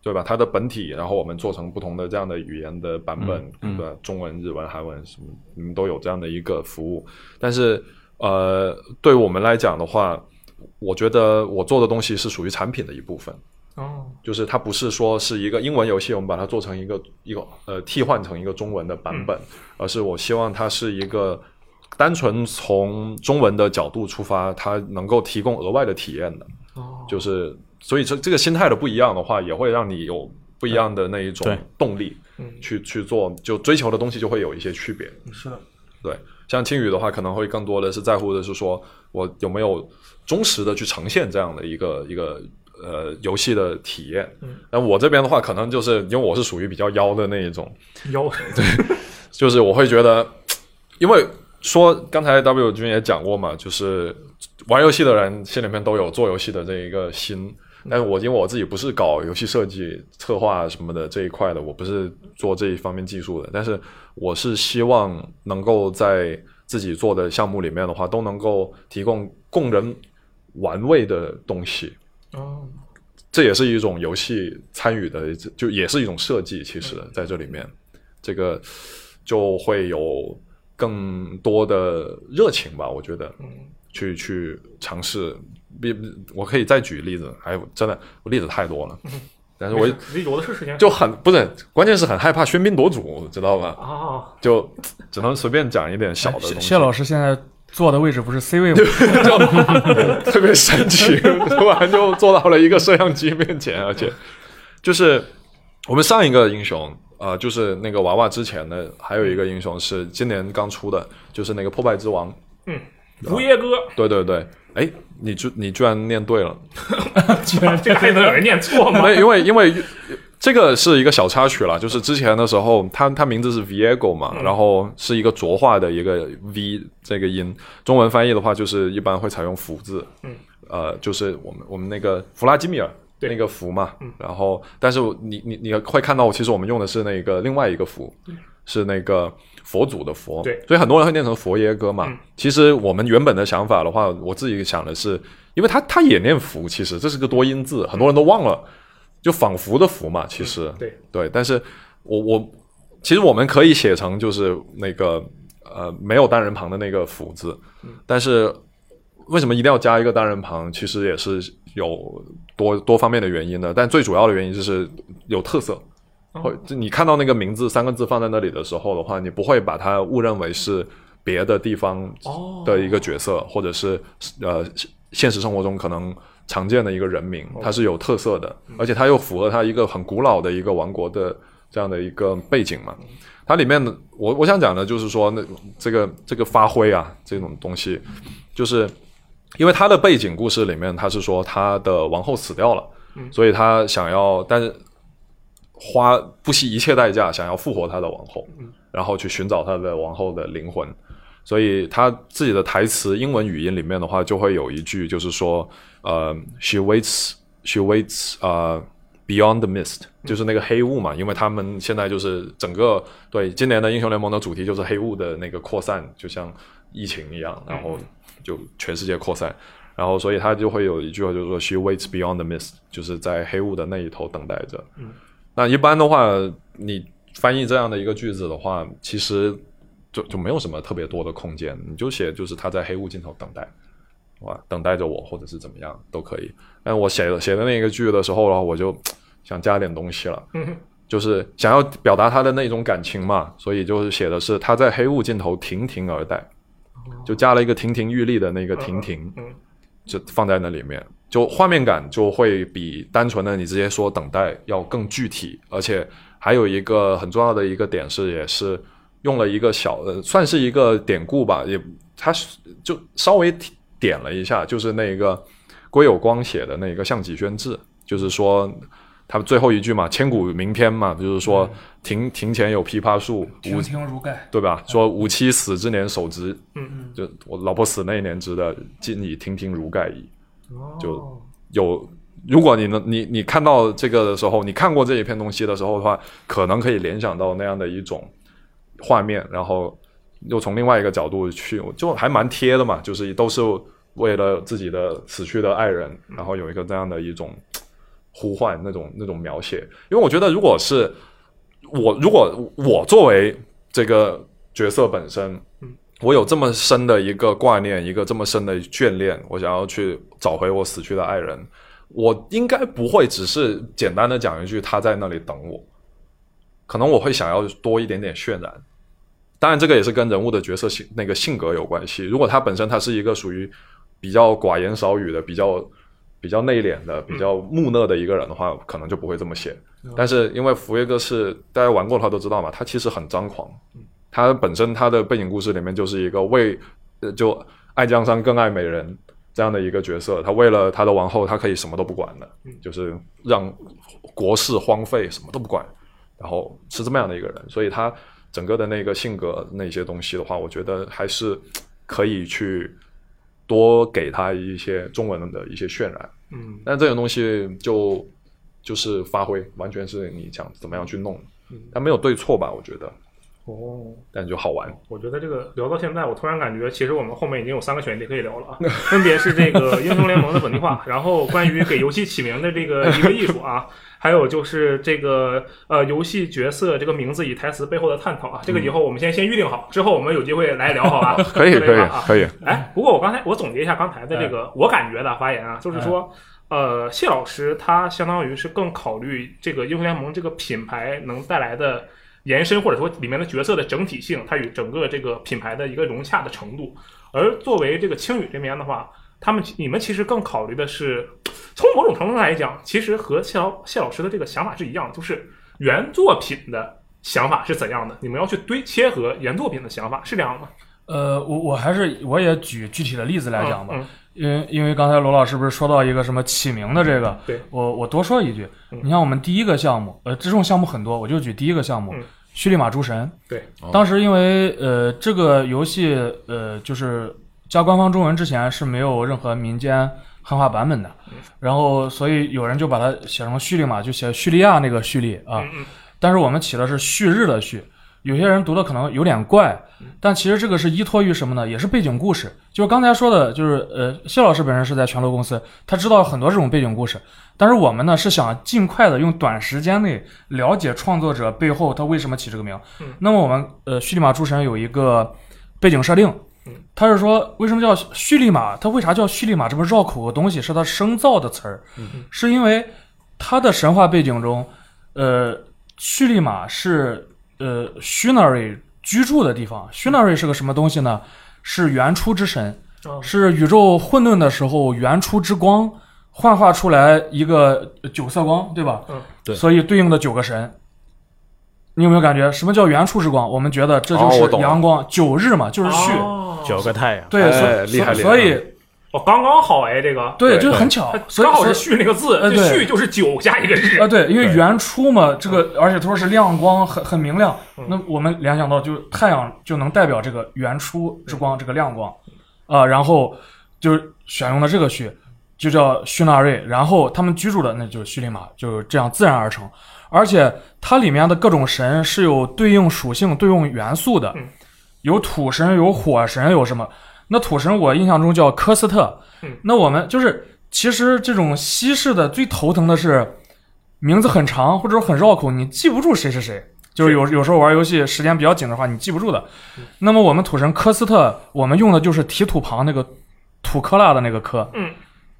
Speaker 5: 对吧？它的本体，然后我们做成不同的这样的语言的版本，
Speaker 3: 嗯嗯
Speaker 5: 对吧？中文、日文、韩文什么，你们都有这样的一个服务。但是，呃，对我们来讲的话，我觉得我做的东西是属于产品的一部分，
Speaker 1: 哦，
Speaker 5: 就是它不是说是一个英文游戏，我们把它做成一个一个呃替换成一个中文的版本，而是我希望它是一个单纯从中文的角度出发，它能够提供额外的体验的。
Speaker 1: 哦，
Speaker 5: 就是所以这这个心态的不一样的话，也会让你有不一样的那一种
Speaker 3: 对
Speaker 5: 动力
Speaker 1: 嗯
Speaker 5: 去去做，就追求的东西就会有一些区别。
Speaker 2: 是的，
Speaker 5: 对，像青宇的话，可能会更多的是在乎的是说我有没有忠实的去呈现这样的一个一个呃游戏的体验。
Speaker 1: 嗯，
Speaker 5: 那我这边的话，可能就是因为我是属于比较妖的那一种，
Speaker 1: 有，
Speaker 5: 就是我会觉得，因为说刚才 W 君也讲过嘛，就是玩游戏的人心里面都有做游戏的这一个心。但是我因为我自己不是搞游戏设计、策划什么的这一块的，我不是做这一方面技术的，但是我是希望能够在自己做的项目里面的话，都能够提供供人玩味的东西。
Speaker 1: 哦，
Speaker 5: 这也是一种游戏参与的，就也是一种设计。其实在这里面，这个就会有更多的热情吧，我觉得，去去尝试。比我可以再举例子，哎，我真的我例子太多了，但是我
Speaker 1: 没事有的是时间
Speaker 5: 就很不是，关键是很害怕喧宾夺主，知道吧？
Speaker 1: 啊，
Speaker 5: 就只能随便讲一点小的
Speaker 4: 哎谢
Speaker 5: 东西
Speaker 4: 谢，老师现在坐的位置不是 C 位吗？
Speaker 5: 特别神奇，突然就坐到了一个摄像机面前，而且就是我们上一个英雄，呃，就是那个娃娃之前的，还有一个英雄是今年刚出的，就是那个破败之王。
Speaker 1: 无耶哥， <laughs>
Speaker 5: 对对对，哎，你居你居然念对了，
Speaker 1: 这还能有人念错吗？
Speaker 5: 那因为因为这个是一个小插曲啦，就是之前的时候，他他名字是 Viego 嘛，然后是一个浊化的一个 V 这个音，中文翻译的话就是一般会采用“福”字，
Speaker 1: 嗯，
Speaker 5: 呃，就是我们我们那个弗拉基米尔。
Speaker 1: 对嗯
Speaker 5: 那个福嘛，然后，但是你你你会看到，其实我们用的是那个另外一个福，是那个佛祖的佛，
Speaker 1: 嗯对
Speaker 5: 所以很多人会念成佛耶哥嘛。
Speaker 1: 嗯
Speaker 5: 其实我们原本的想法的话，我自己想的是，因为他他也念福，其实这是个多音字，很多人都忘了，就仿佛的佛嘛，其实、
Speaker 1: 嗯对
Speaker 5: 对，但是我我其实我们可以写成就是那个呃没有单人旁的那个福字，但是为什么一定要加一个单人旁？其实也是有多多方面的原因的，但最主要的原因就是有特色。会，就你看到那个名字三个字放在那里的时候的话，你不会把它误认为是别的地方的一个角色，或者是呃现实生活中可能常见的一个人名，它是有特色的，而且它又符合它一个很古老的一个王国的这样的一个背景嘛。它里面的我我想讲的就是说，那这个这个发挥啊，这种东西，就是因为它的背景故事里面，它是说他的王后死掉了，所以他想要，但是花不惜一切代价想要复活他的王后，然后去寻找他的王后的灵魂。所以他自己的台词英文语音里面的话，就会有一句就是说，呃，she waits she waits 呃、Beyond the Mist，就是那个黑雾嘛，因为他们现在就是整个对今年的英雄联盟的主题就是黑雾的那个扩散，就像疫情一样，然后就全世界扩散，然后所以他就会有一句话就是说 “She waits beyond the mist”，就是在黑雾的那一头等待着。那一般的话，你翻译这样的一个句子的话，其实就就没有什么特别多的空间，你就写就是他在黑雾尽头等待。哇，等待着我，或者是怎么样都可以。但我写的写的那个剧的时候，然后我就想加点东西了，就是想要表达他的那种感情嘛，所以就是写的是他在黑雾尽头亭亭而待，就加了一个亭亭玉立的那个亭亭，就放在那里面，就画面感就会比单纯的你直接说等待要更具体，而且还有一个很重要的一个点是，也是用了一个小的，算是一个典故吧，也它是就稍微提点了一下，就是那个归有光写的那个《项脊轩志》，就是说他最后一句嘛，千古名篇嘛，就是说庭庭嗯前有枇杷树，
Speaker 4: 亭亭如盖，
Speaker 5: 对吧？说吾妻死之年手植，嗯嗯，就我老婆死那一年植的，今已亭亭如盖矣。哦就有，如果你能你你看到这个的时候，你看过这一篇东西的时候的话，可能可以联想到那样的一种画面，然后又从另外一个角度去，就还蛮贴的嘛，就是都是为了自己的死去的爱人，然后有一个这样的一种呼唤，那种那种描写。因为我觉得，如果是我，如果我作为这个角色本身，我有这么深的一个挂念，一个这么深的眷恋，我想要去找回我死去的爱人，我应该不会只是简单的讲一句他在那里等我，可能我会想要多一点点渲染。当然，这个也是跟人物的角色性那个性格有关系。如果他本身他是一个属于比较寡言少语的、比较比较内敛的、比较木讷的一个人的话，可能就不会这么写。但是因为福耶哥是大家玩过他都知道嘛，他其实很张狂。他本身他的背景故事里面就是一个为呃就爱江山更爱美人这样的一个角色，他为了他的王后，他可以什么都不管的，就是让国事荒废，什么都不管。然后是这么样的一个人，所以他整个的那个性格那些东西的话，我觉得还是可以去多给他一些中文的一些渲染。
Speaker 1: 嗯，
Speaker 5: 但这种东西就就是发挥，完全是你想怎么样去弄，它没有对错吧？我觉得，
Speaker 1: 哦，
Speaker 5: 但就好玩。
Speaker 1: 我觉得这个聊到现在，我突然感觉，其实我们后面已经有三个选题可以聊了啊，分别是这个英雄联盟的本地化，然后关于给游戏起名的这个一个艺术啊，还有就是这个呃游戏角色这个名字与台词背后的探讨啊，这个以后我们先先预定好，之后我们有机会来聊好吧？
Speaker 5: <laughs> 可以，可
Speaker 1: 吧
Speaker 5: 以
Speaker 1: 啊，。
Speaker 5: 可以。
Speaker 1: 哎，不过我刚才我总结一下刚才的这个，我感觉的发言啊，就是说，呃，谢老师他相当于是更考虑这个英雄联盟这个品牌能带来的延伸，或者说里面的角色的整体性，它与整个这个品牌的一个融洽的程度。而作为这个青宇这边的话，他们你们其实更考虑的是，从某种程度上来讲，其实和谢老谢老师的这个想法是一样，就是原作品的想法是怎样的，你们要去堆切合原作品的想法，是这样吗？
Speaker 4: 呃，我我还是我也举具体的例子来讲吧，
Speaker 1: 嗯嗯
Speaker 4: 因为因为刚才罗老师不是说到一个什么起名的这个，
Speaker 1: 对嗯
Speaker 4: 我我多说一句，你像我们第一个项目，呃，这种项目很多，我就举第一个项目
Speaker 1: 嗯
Speaker 4: ——叙利马诸神。
Speaker 1: 对，
Speaker 4: 当时因为呃这个游戏呃就是加官方中文之前是没有任何民间汉化版本的，
Speaker 1: 嗯
Speaker 4: 然后所以有人就把它写成叙利马，就写叙利亚那个叙利啊，
Speaker 1: 嗯
Speaker 4: 但是我们起的是旭日的旭。有些人读的可能有点怪，但其实这个是依托于什么呢？也是背景故事。就是刚才说的，就是呃，谢老师本身是在全罗公司，他知道很多这种背景故事。但是我们呢是想尽快的用短时间内了解创作者背后他为什么起这个名。那么我们呃，叙利马诸神有一个背景设定，他是说为什么叫叙利马？他为啥叫叙利马？这么绕口的东西是他生造的词儿，
Speaker 1: 嗯
Speaker 4: 是因为他的神话背景中，呃，叙利马是呃 s h u n a r i 居住的地方。虚纳瑞是个什么东西呢？是原初之神，
Speaker 1: 哦
Speaker 4: 是宇宙混沌的时候原初之光幻化出来一个九色光，对吧？
Speaker 1: 嗯，
Speaker 3: 对
Speaker 4: 所以对应的九个神。你有没有感觉什么叫原初之光？我们觉得这就
Speaker 5: 哦我
Speaker 4: 是
Speaker 5: 懂了
Speaker 4: 阳光，九日嘛，就是序。
Speaker 1: 哦
Speaker 3: 九个太阳，
Speaker 4: 对，
Speaker 5: 哎
Speaker 4: 所
Speaker 5: 厉害
Speaker 4: 所
Speaker 5: 厉害
Speaker 4: 所以
Speaker 1: 哦，刚刚好哎，这个
Speaker 4: 对，
Speaker 5: 对
Speaker 4: 就是很巧，所以
Speaker 1: 刚好是“
Speaker 4: 所
Speaker 1: 旭”那个字，
Speaker 4: 呃
Speaker 1: 这“
Speaker 4: 对
Speaker 1: 旭”就是九加一个
Speaker 4: 以
Speaker 1: 日
Speaker 4: 啊，，对，因为
Speaker 3: 对
Speaker 4: 原初嘛，这
Speaker 5: 嗯
Speaker 4: 个而且他说是亮光，很很明亮
Speaker 1: 嗯。
Speaker 4: 那我们联想到就是太阳就能代表这个原初之光，这个亮光啊，然后就是选用了这个序，就叫叙纳瑞，然后他们居住的那就是叙利马，就是这样自然而成。而且它里面的各种神是有对应属性、对应元素的
Speaker 1: 嗯，
Speaker 4: 有土神、有火神、有什么？那土神我印象中叫科斯特
Speaker 1: 嗯。
Speaker 4: 那我们就是其实这种西式的最头疼的是名字很长或者很绕口，你记不住谁是谁。就是有有时候玩游戏时间比较紧的话，你记不住的。那么我们土神科斯特，我们用的就是提土旁那个土科拉的那个科，
Speaker 1: 嗯，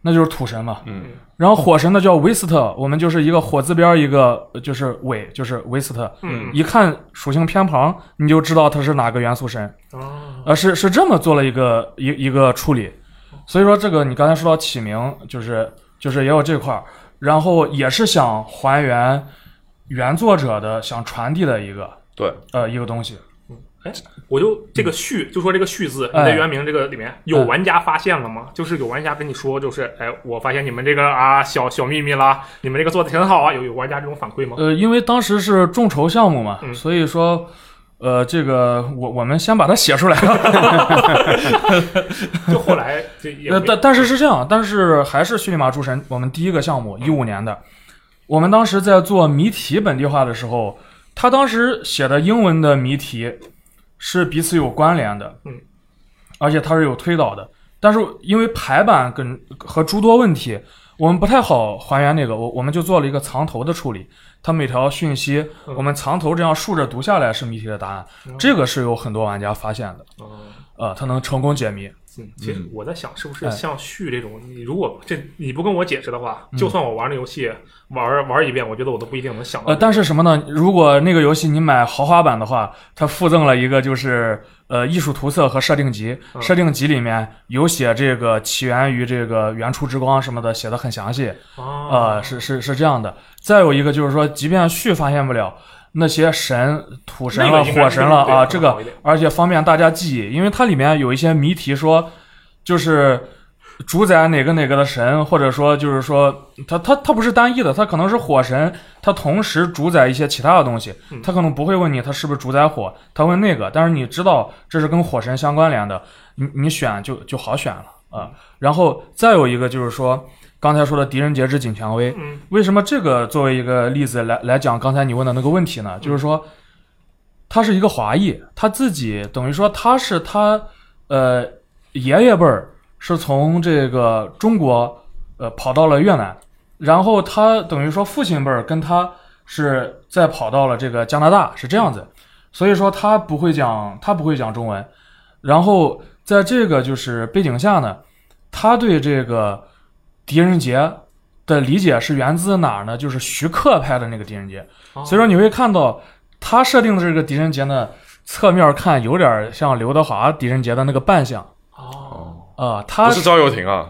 Speaker 4: 那就是土神嘛。
Speaker 5: 嗯，
Speaker 4: 然后火神呢叫维斯特，我们就是一个火字边儿一个呃就是韦，就是维斯特。
Speaker 1: 嗯，
Speaker 4: 一看属性偏旁，你就知道他是哪个元素神。
Speaker 1: 哦，
Speaker 4: 呃，是是这么做了一个一一个处理。所以说这个你刚才说到起名，就是就是也有这块儿，然后也是想还原原作者的想传递的一个
Speaker 5: 对，
Speaker 4: 呃一个东西。
Speaker 1: 我就这个“旭”，就说这个“旭”字，你
Speaker 4: 哎
Speaker 1: 的原名这个里面有玩家发现了吗？就是有玩家跟你说，就是哎，我发现你们这个啊小小秘密啦，你们这个做的挺好啊，有有玩家这种反
Speaker 4: <laughs>
Speaker 1: 馈吗？
Speaker 4: 呃，因为当时是众筹项目嘛，
Speaker 1: 嗯
Speaker 4: 所以说。呃，这个我我们先把它写出来，
Speaker 1: 就后来这也
Speaker 4: 呃，
Speaker 1: 没
Speaker 4: 但但是是这样，但是还是虚拟马诸神，我们第一个项目，一五年的，我们当时在做谜题本地化的时候，他当时写的英文的谜题是彼此有关联的，
Speaker 1: 嗯，
Speaker 4: 而且它是有推导的，但是因为排版跟和诸多问题，我们不太好还原那个，我我们就做了一个藏头的处理，它每条讯息
Speaker 1: 嗯
Speaker 4: 我们藏头这样竖着读下来是谜题的答案，
Speaker 1: 哦
Speaker 4: 这个是有很多玩家发现的，
Speaker 1: 哦
Speaker 4: 呃，他能成功解谜，
Speaker 1: 嗯，其实我在想，是不是
Speaker 4: 哎
Speaker 1: 像续这种，你如果这你不跟我解释的话，
Speaker 4: 嗯
Speaker 1: 就算我玩那游戏玩玩一遍，我觉得我都不一定能想到。
Speaker 4: 呃，但是什么呢？如果那个游戏你买豪华版的话，它附赠了一个就是呃艺术涂色和设定集，
Speaker 1: 嗯
Speaker 4: 设定集里面有写这个起源于这个原初之光什么的，写的很详细。
Speaker 1: 啊，
Speaker 4: 呃，是是是这样的。再有一个就是说，即便续发现不了那些神、土神
Speaker 1: 那
Speaker 4: 了、
Speaker 1: 个应该
Speaker 4: 火神了
Speaker 1: 对
Speaker 4: 啊，
Speaker 1: 更
Speaker 4: 这个
Speaker 1: 好一点
Speaker 4: 而且方便大家记忆，因为它里面有一些谜题说，就是主宰哪个哪个的神，或者说就是说它它它不是单一的，它可能是火神，它同时主宰一些其他的东西
Speaker 1: 嗯，
Speaker 4: 它可能不会问你它是不是主宰火，它问那个，但是你知道这是跟火神相关联的，你你选就就好选了
Speaker 1: 嗯
Speaker 4: 啊。然后再有一个就是说。刚才说的狄仁杰之锦蔷薇，
Speaker 1: 嗯
Speaker 4: 为什么这个作为一个例子来来讲刚才你问的那个问题呢？就是说，他是一个华裔，他自己等于说他是他呃爷爷辈儿是从这个中国呃跑到了越南，然后他等于说父亲辈儿跟他是再跑到了这个加拿大，是这样子，所以说他不会讲他不会讲中文，然后在这个就是背景下呢，他对这个狄仁杰的理解是源自哪儿呢？就是徐克拍的那个狄仁杰，
Speaker 1: 哦
Speaker 4: 所以说你会看到他设定的这个狄仁杰呢，侧面看有点像刘德华狄仁杰的那个扮相
Speaker 1: 哦，
Speaker 4: 啊、他
Speaker 5: 不是赵又廷啊，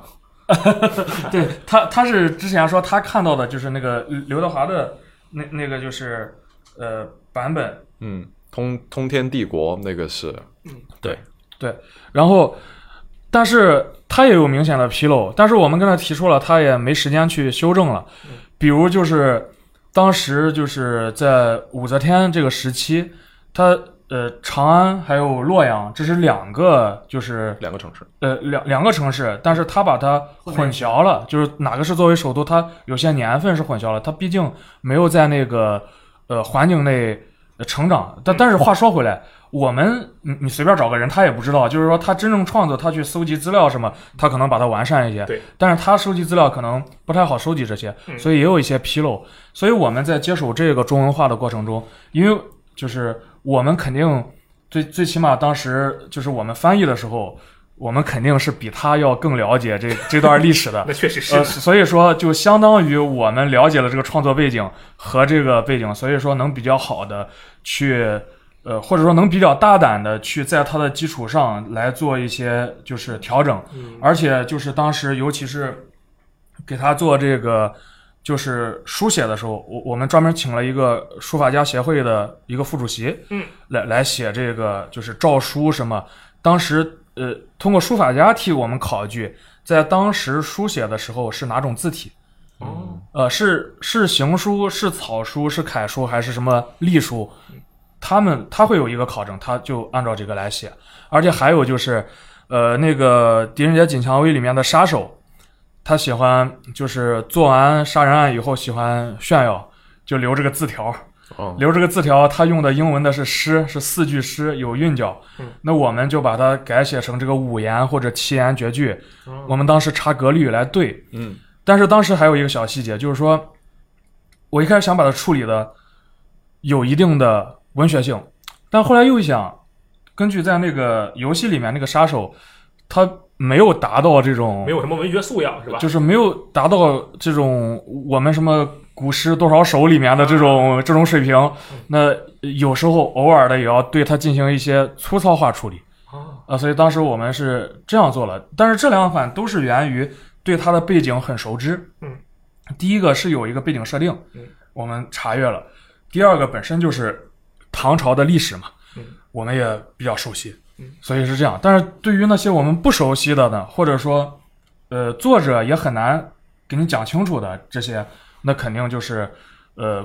Speaker 4: 对他，他是之前说他看到的就是那个刘德华的那那个就是呃版本，
Speaker 5: 嗯，通通天帝国那个是，
Speaker 4: 然后但是他也有明显的纰漏，但是我们跟他提出了，他也没时间去修正了。
Speaker 5: 嗯
Speaker 4: 比如就是当时就是在武则天这个时期，他呃长安还有洛阳，这是两个就是
Speaker 5: 两个城市，
Speaker 4: 呃两两个城市，但是他把它混淆了，就是哪个是作为首都，它有些年份是混淆了，它毕竟没有在那个呃环境内呃成长。但但是话说回来，我们你你随便找个人，他也不知道，就是说他真正创作，他去搜集资料什么，他可能把它完善一些，
Speaker 1: 对，
Speaker 4: 但是他收集资料可能不太好收集这些，
Speaker 1: 嗯
Speaker 4: 所以也有一些纰漏。所以我们在接手这个中文化的过程中，因为就是我们肯定最最起码当时就是我们翻译的时候，我们肯定是比他要更了解这这段历史的。
Speaker 1: 那确实是
Speaker 4: 呃，所以说就相当于我们了解了这个创作背景和这个背景，所以说能比较好的去呃，或者说能比较大胆的去在它的基础上来做一些就是调整，而且就是当时尤其是给他做这个就是书写的时候，我我们专门请了一个书法家协会的一个副主席，
Speaker 1: 嗯，
Speaker 4: 来来写这个就是诏书什么。当时呃，通过书法家替我们考据，在当时书写的时候是哪种字体。
Speaker 1: 哦，
Speaker 4: 呃，是是行书、是草书、是楷书还是什么隶书？他们他会有一个考证，他就按照这个来写。而且还有就是，呃，那个《狄仁杰锦蔷薇》里面的杀手，他喜欢就是做完杀人案以后喜欢炫耀，就留这个字条。
Speaker 1: 嗯
Speaker 5: 哦
Speaker 4: 留这个字条，他用的英文的是诗，是四句诗，有韵脚。
Speaker 1: 嗯
Speaker 4: 那我们就把它改写成这个五言或者七言绝句。
Speaker 1: 嗯
Speaker 4: 我们当时查格律来对，
Speaker 5: 嗯
Speaker 4: 但是当时还有一个小细节，就是说，我一开始想把它处理的有一定的文学性，但后来又一想，根据在那个游戏里面那个杀手，他没有达到这种
Speaker 1: 没有什么文学素养是吧？
Speaker 4: 就是没有达到这种我们什么古诗多少首里面的这种、这种水平。那有时候偶尔的也要对它进行一些粗糙化处理。
Speaker 1: 哦
Speaker 4: 啊，所以当时我们是这样做了，但是这两款都是源于对它的背景很熟知。
Speaker 1: 嗯，
Speaker 4: 第一个是有一个背景设定，
Speaker 1: 嗯
Speaker 4: 我们查阅了；第二个本身就是唐朝的历史嘛，
Speaker 1: 嗯
Speaker 4: 我们也比较熟悉，
Speaker 1: 嗯
Speaker 4: 所以是这样。但是对于那些我们不熟悉的呢，或者说，呃，作者也很难给你讲清楚的这些，那肯定就是，呃，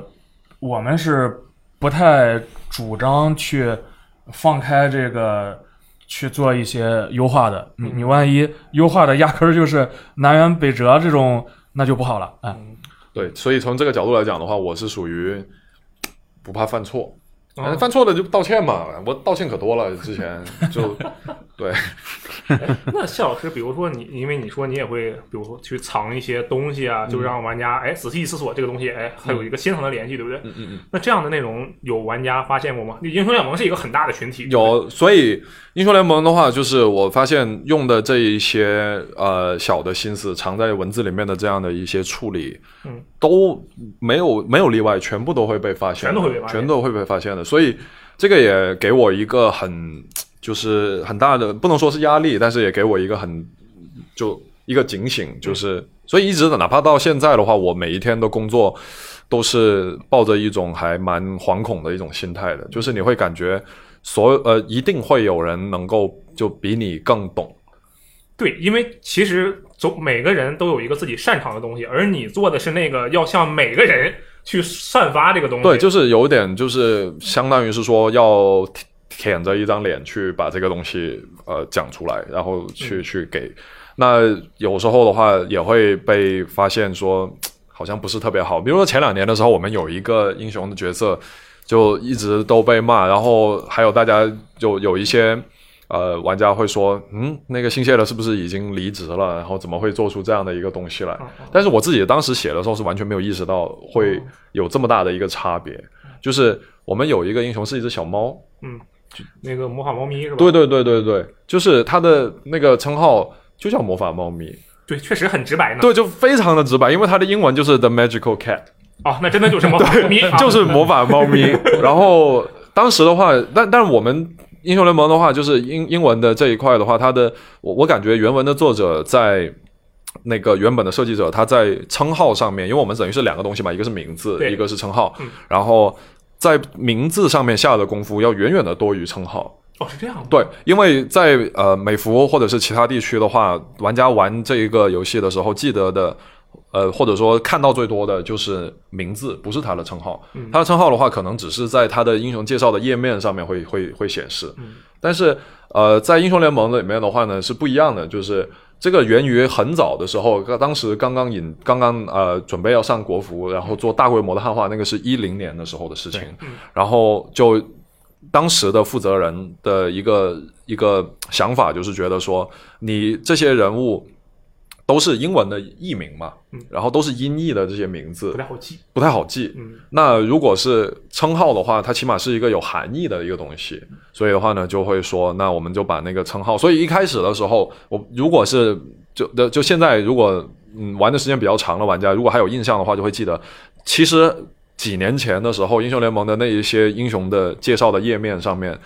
Speaker 4: 我们是不太主张去放开这个去做一些优化的。
Speaker 5: 嗯
Speaker 4: 你你万一优化的压根儿就是南辕北辙这种，那就不好了。哎，
Speaker 5: 对，所以从这个角度来讲的话，我是属于不怕犯错，哎犯错了就道歉嘛。我道歉可多了，之前就对，
Speaker 1: 那谢老师，比如说你，因为你说你也会，比如说去藏一些东西
Speaker 5: 嗯
Speaker 1: 啊，就让玩家哎仔细一思索这个东西，哎，还有一个深层的联系，对不对？
Speaker 5: 嗯嗯嗯。
Speaker 1: 那这样的内容有玩家发现过吗？那英雄联盟是一个很大的群体，
Speaker 5: 有，所以英雄联盟的话，就是我发现用的这一些呃小的心思藏在文字里面的这样的一些处理，
Speaker 1: 嗯，
Speaker 5: 都没有没有例外，全部都会被发现的，
Speaker 1: 全都会被发现
Speaker 5: 全都会被发现的。所以这个也给我一个很就是很大的，不能说是压力，但是也给我一个很就一个警醒，就是、
Speaker 1: 嗯
Speaker 5: 所以一直的，哪怕到现在的话，我每一天的工作都是抱着一种还蛮惶恐的一种心态的，就是你会感觉所有呃一定会有人能够就比你更懂，
Speaker 1: 对，因为其实总每个人都有一个自己擅长的东西，而你做的是那个要向每个人去散发这个东西，
Speaker 5: 对，就是有点就是相当于是说要舔舔着一张脸去把这个东西呃讲出来，然后去、
Speaker 1: 嗯
Speaker 5: 去给。那有时候的话也会被发现说好像不是特别好，比如说前两年的时候，我们有一个英雄的角色就一直都被骂，然后还有大家就有一些。呃，玩家会说，嗯，那个新谢勒是不是已经离职了？然后怎么会做出这样的一个东西来？
Speaker 1: 啊
Speaker 5: 但是我自己当时写的时候是完全没有意识到会有这么大的一个差别，就是我们有一个英雄是一只小猫，
Speaker 1: 那个魔法猫咪是吧？
Speaker 5: 对对对对对，就是它的那个称号就叫魔法猫咪，
Speaker 1: 对，确实很直白呢。
Speaker 5: 对，就非常的直白，因为它的英文就是 The Magical Cat，
Speaker 1: 哦，那真的就是魔法猫咪， <laughs> 啊
Speaker 5: 就是魔法猫
Speaker 1: <laughs>
Speaker 5: 咪。然后当时的话，但但我们英雄联盟的话，就是英英文的这一块的话，它的我我感觉原文的作者在。那个原本的设计者，他在称号上面，因为我们等于是两个东西嘛，一个是名字，
Speaker 1: 对
Speaker 5: 一个是称号，
Speaker 1: 嗯
Speaker 5: 然后在名字上面下的功夫要远远的多于称号。
Speaker 1: 哦，是这样的。
Speaker 5: 对，因为在呃美服或者是其他地区的话，玩家玩这一个游戏的时候，记得的。呃，或者说看到最多的就是名字，不是他的称号。他的称号的话，可能只是在他的英雄介绍的页面上面会会会显示。但是呃，在英雄联盟里面的话呢是不一样的，就是这个源于很早的时候，当时刚刚引刚刚呃准备要上国服，然后做大规模的汉化，那个是一零年的时候的事情，然后就当时的负责人的一个一个想法就是觉得说，你这些人物都是英文的译名嘛，然后都是音译的这些名字
Speaker 1: 不太好记，
Speaker 5: 不太好记，
Speaker 1: 嗯，
Speaker 5: 那如果是称号的话，它起码是一个有含义的一个东西，所以的话呢，就会说，那我们就把那个称号。所以一开始的时候，我如果是就就就现在如果嗯玩的时间比较长的玩家，如果还有印象的话，就会记得，其实几年前的时候，英雄联盟的那一些英雄的介绍的页面上
Speaker 1: 嗯
Speaker 5: 面，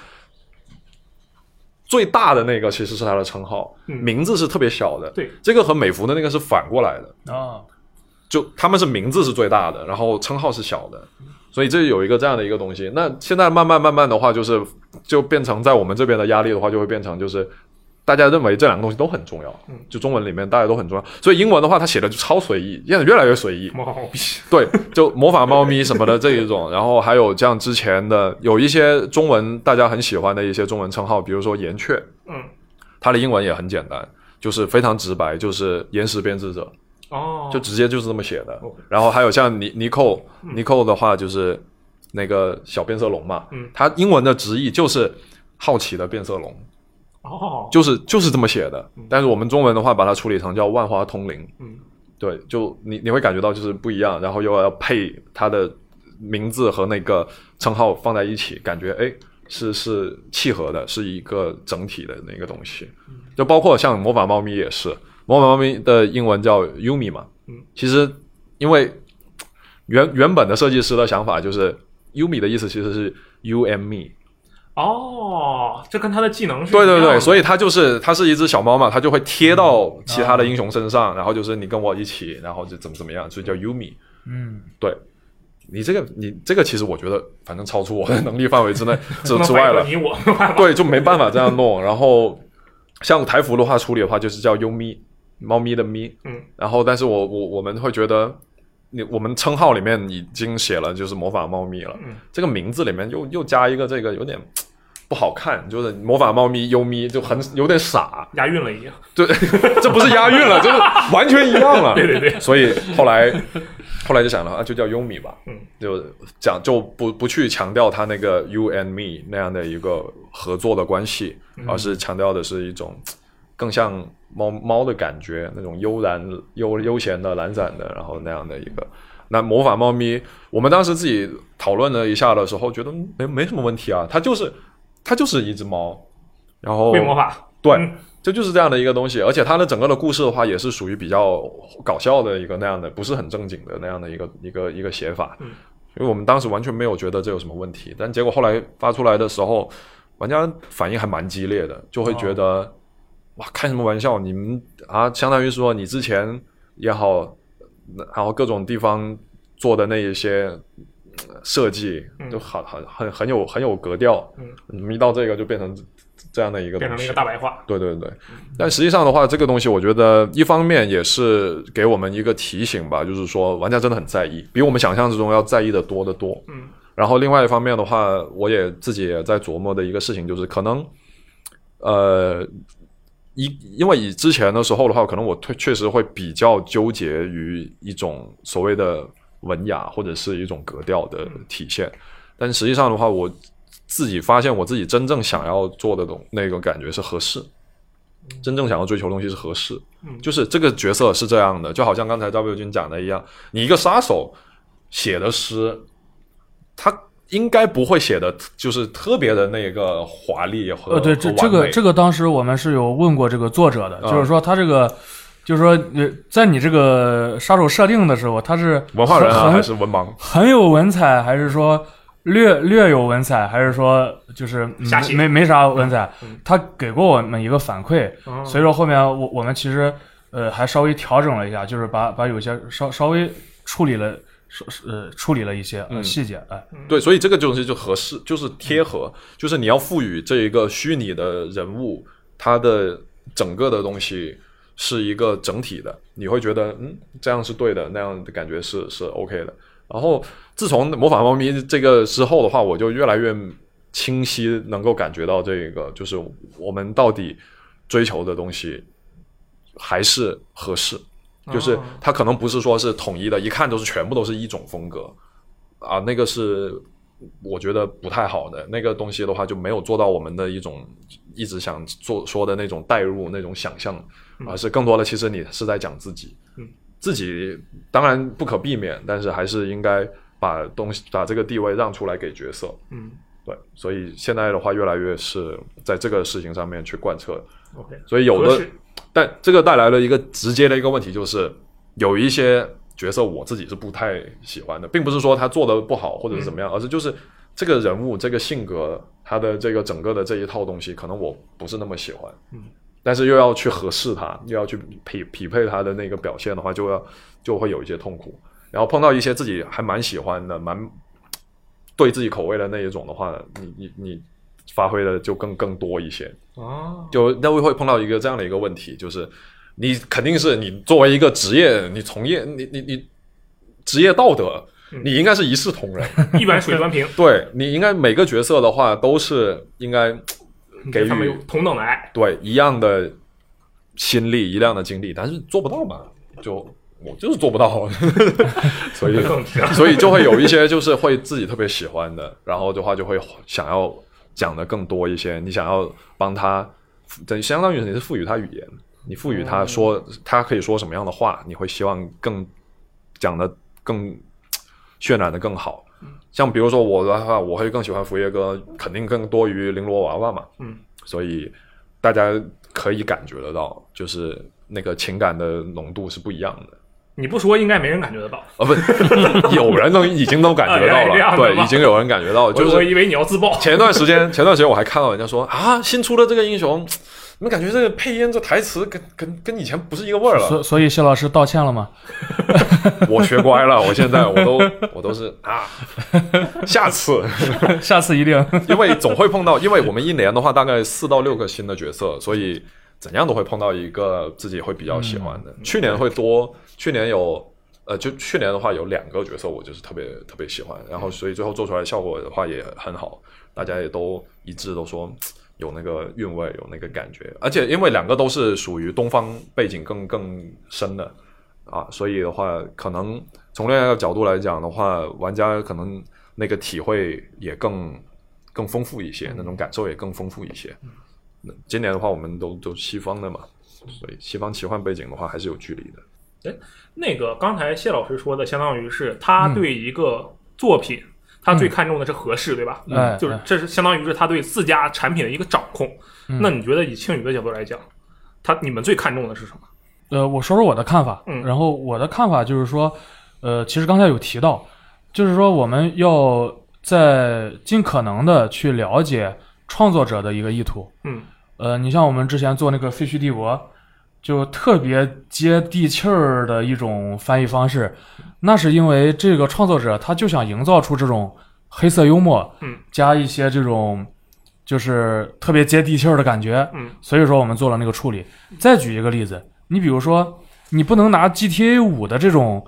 Speaker 5: 最大的那个其实是他的称号，
Speaker 1: 嗯
Speaker 5: 名字是特别小的。
Speaker 1: 对，
Speaker 5: 这个和美服的那个是反过来的，
Speaker 4: 啊，
Speaker 5: 就他们是名字是最大的，然后称号是小的，所以这有一个这样的一个东西。那现在慢慢慢慢的话，就是就变成在我们这边的压力的话，就会变成就是大家认为这两个东西都很重要，就中文里面大家都很重要，所以英文的话，它写的就超随意，现在越来越随意。
Speaker 1: 猫逼，
Speaker 5: 对，就模仿猫咪什么的这一种，然后还有像之前的有一些中文大家很喜欢的一些中文称号，比如说岩雀，
Speaker 1: 嗯，
Speaker 5: 它的英文也很简单，就是非常直白，就是岩石编织者，
Speaker 1: 哦，
Speaker 5: 就直接就是这么写的
Speaker 1: OK。
Speaker 5: 然后还有像尼尼寇尼寇的话，就是那个小变色龙嘛
Speaker 1: 嗯，
Speaker 5: 它英文的直译就是好奇的变色龙，
Speaker 1: 哦，
Speaker 5: 就是就是这么写的。但是我们中文的话，把它处理成叫万花通灵。
Speaker 1: 嗯，
Speaker 5: 对，就你你会感觉到就是不一样，然后又要配它的名字和那个称号放在一起，感觉哎是是契合的，是一个整体的那个东西。
Speaker 1: 嗯
Speaker 5: 就包括像魔法猫咪也是，魔法猫咪的英文叫 Yumi 嘛。
Speaker 1: 嗯，
Speaker 5: 其实因为原原本的设计师的想法就是 Yumi 的意思其实是 You and Me。
Speaker 1: 哦，这跟他的技能是
Speaker 5: 对对对，
Speaker 1: 以
Speaker 5: 所以它就是它是一只小猫嘛，它就会贴到其他的英雄身
Speaker 1: 嗯
Speaker 5: 上，然后就是你跟我一起，然后就怎么怎么样，所以叫 Yumi。
Speaker 4: 嗯，
Speaker 5: 对你这个你这个其实我觉得反正超出我的能力范
Speaker 1: <laughs>
Speaker 5: 围之内之
Speaker 1: 能
Speaker 5: 之外
Speaker 1: 摆脱
Speaker 5: 了，
Speaker 1: 你我没办法
Speaker 5: 对，就没办法这样
Speaker 1: <laughs>
Speaker 5: 弄。然后像台服的话处理的话，就是叫 Yumi，猫咪的咪。
Speaker 1: 嗯，
Speaker 5: 然后但是我我我们会觉得。你我们称号里面已经写了就是魔法猫咪了，
Speaker 1: 嗯
Speaker 5: 这个名字里面又又加一个这个有点不好看，就是魔法猫咪优咪就很有点傻，
Speaker 1: 押韵了已经，
Speaker 5: 对，这 <laughs> 不是押韵了，这是完全一样了。
Speaker 1: <laughs> 对对对，
Speaker 5: 所以后来后来就想了啊，就叫优米吧，
Speaker 1: 嗯，
Speaker 5: 就讲就不不去强调他那个 you and me 那样的一个合作的关系，
Speaker 1: 嗯
Speaker 5: 而是强调的是一种更像猫猫的感觉，那种悠然悠悠闲的懒散的，然后那样的一个。那魔法猫咪，我们当时自己讨论了一下的时候，觉得没没什么问题啊，它就是它就是一只猫，然后
Speaker 1: 会魔法，
Speaker 5: 哦对，
Speaker 1: 嗯
Speaker 5: 这就是这样的一个东西，而且它的整个的故事的话，也是属于比较搞笑的一个那样的，不是很正经的那样的一个一个一个写法。
Speaker 1: 嗯，
Speaker 5: 因为我们当时完全没有觉得这有什么问题，但结果后来发出来的时候，玩家反应还蛮激烈的，就会觉得、
Speaker 1: 哦
Speaker 5: 哇，开什么玩笑？你们啊，相当于说你之前也好，然后各种地方做的那一些呃设计，
Speaker 1: 嗯
Speaker 5: 就很很很很有很有格调。
Speaker 1: 嗯，
Speaker 5: 你们一到这个就变成这样的一个
Speaker 1: 变成
Speaker 5: 东
Speaker 1: 了一
Speaker 5: 西
Speaker 1: 个。大白话，
Speaker 5: 对对对，但实际上的话，这个东西我觉得一方面也是给我们一个提醒吧，就是说玩家真的很在意，比我们想象之中要在意的多得多。
Speaker 1: 嗯，
Speaker 5: 然后另外一方面的话，我也自己也在琢磨的一个事情就是，可能呃，一因为以之前的时候的话，可能我确确实会比较纠结于一种所谓的文雅或者是一种格调的
Speaker 4: 嗯
Speaker 5: 体现，但实际上的话，我自己发现我自己真正想要做的东那个感觉是合适，
Speaker 4: 嗯
Speaker 5: 真正想要追求的东西是合适，
Speaker 1: 嗯
Speaker 5: 就是这个角色是这样的，就好像刚才 W 君讲的一样，你一个杀手写的诗，他。应该不会写的，就是特别的那个华丽和
Speaker 4: 呃，对，这这个这
Speaker 5: 个
Speaker 4: 个当时我们是有问过这个作者的，
Speaker 5: 嗯
Speaker 4: 就是说他这个，就是说呃，在你这个杀手设定的时候，他是
Speaker 5: 文化人啊，
Speaker 4: 很
Speaker 5: 还
Speaker 4: 很
Speaker 5: 是文盲？
Speaker 4: 很有文采，还是说略略有文采，还是说就是嗯
Speaker 1: 瞎写
Speaker 4: 没没啥文采
Speaker 1: 嗯？
Speaker 4: 他给过我们一个反馈，
Speaker 1: 嗯
Speaker 4: 所以说后面我我们其实呃还稍微调整了一下，就是把把有些稍稍微处理了。稍呃，处理了一些、呃、
Speaker 5: 嗯
Speaker 4: 细节，哎，
Speaker 5: 对，所以这个东西就合适，就是贴合，
Speaker 4: 嗯
Speaker 5: 就是你要赋予这一个虚拟的人物，它的整个的东西是一个整体的，你会觉得嗯，这样是对的，那样的感觉是是 OK 的。然后自从《魔法猫咪》这个之后的话，我就越来越清晰能够感觉到这个，就是我们到底追求的东西还是合适，就是
Speaker 1: 哦
Speaker 5: 它可能不是说是统一的，一看都是全部都是一种风格啊，那个是我觉得不太好的那个东西的话，就没有做到我们的一种一直想做说的那种代入那种想象，而是更多的其实你是在讲自己，
Speaker 1: 嗯
Speaker 5: 自己当然不可避免，但是还是应该把东西把这个地位让出来给角色，
Speaker 1: 嗯
Speaker 5: 对，所以现在的话越来越是在这个事情上面去贯彻，
Speaker 1: ，OK，
Speaker 5: 所以有
Speaker 1: 合
Speaker 5: 的
Speaker 1: 适
Speaker 5: 但这个带来了一个直接的一个问题，就是有一些角色我自己是不太喜欢的，并不是说他做的不好或者是怎么样，而是就是这个人物这个性格他的这个整个的这一套东西，可能我不是那么喜欢。嗯，但是又要去合适他，又要去匹匹配他的那个表现的话，就要就会有一些痛苦。然后碰到一些自己还蛮喜欢的、蛮对自己口味的那一种的话，你你你发挥的就更更多一些。
Speaker 1: 哦，
Speaker 5: 就那会会碰到一个这样的一个问题，就是你肯定是你作为一个职业，你从业，你你你职业道德，你应该是一视同仁，
Speaker 1: <laughs>
Speaker 5: <laughs>
Speaker 1: 一碗水端平，
Speaker 5: 对你应该每个角色的话都是应该给
Speaker 1: 他们有
Speaker 5: 予
Speaker 1: 同等的爱。
Speaker 5: 对一样的心力、一样的精力，但是做不到嘛，就我就是做不到， <laughs> 所以
Speaker 1: 更 <laughs>
Speaker 5: <laughs>
Speaker 1: 知道
Speaker 5: 所以就会有一些就是会自己特别喜欢的，然后的话就会想要讲的更多一些。你想要帮他，等于相当于你是赋予他语言，你赋予他说、他可以说什么样的话，你会希望更讲的更呃渲染的更好。像比如说我的话，我会更喜欢福耶哥，肯定更多于绫罗娃娃嘛。
Speaker 1: 嗯，
Speaker 5: 所以大家可以感觉得到，就是那个情感的浓度是不一样的。
Speaker 1: 你不说，应该没人感觉得到。
Speaker 5: 啊，不，有人能已经能感觉
Speaker 1: 啊原
Speaker 5: 到
Speaker 1: 来这
Speaker 5: 了，
Speaker 1: 样的
Speaker 5: 对，
Speaker 1: 吗
Speaker 5: 已经有人感觉到了， <laughs> 就
Speaker 1: 我我
Speaker 5: 是
Speaker 1: 以为你要自爆，
Speaker 5: 前段时间，前段时间我还看到人家说啊，新出的这个英雄，怎么感觉这个配音这台词跟跟跟以前不是一个味儿了？
Speaker 4: 所所以谢老师道歉了
Speaker 1: <laughs>
Speaker 4: 吗？
Speaker 5: 我学乖了，我现在我都我都是啊，下次，
Speaker 4: 下次一定。
Speaker 5: 因为总会碰到，因为我们一年的话大概四到六个新的角色，所以怎样都会碰到一个自己会比较喜欢的。去年会多，去年有。呃，就去年的话，有两个角色我就是特别特别喜欢，然后所以最后做出来的效果的话也很好，大家也都一致都说嘖有那个韵味，有那个感觉，而且因为两个都是属于东方背景更更深的啊，所以的话，可能从另外一个角度来讲的话，玩家可能那个体会也更更丰富一些，那种感受也更丰富一些。那今年的话，我们都都西方的嘛，所以西方奇幻背景的话还是有距离的。
Speaker 1: 那个刚才谢老师说的，相当于是他对一个作品，
Speaker 5: 嗯
Speaker 1: 他最看重的是合适，对吧？
Speaker 4: 哎嗯
Speaker 1: 就是这是相当于是他对自家产品的一个掌控。那你觉得以庆宇的角度来讲，他你们最看重的是什么？
Speaker 4: 呃，我说说我的看法，
Speaker 1: 嗯
Speaker 4: 然后我的看法就是说，呃，其实刚才有提到，就是说我们要在尽可能的去了解创作者的一个意图。
Speaker 1: 嗯，
Speaker 4: 呃，你像我们之前做那个《废墟帝国》，就特别接地气儿的一种翻译方式，那是因为这个创作者他就想营造出这种黑色幽默，
Speaker 1: 嗯，
Speaker 4: 加一些这种就是特别接地气儿的感觉，
Speaker 1: 嗯，
Speaker 4: 所以说我们做了那个处理。再举一个例子，你比如说，你不能拿 GTA 五的这种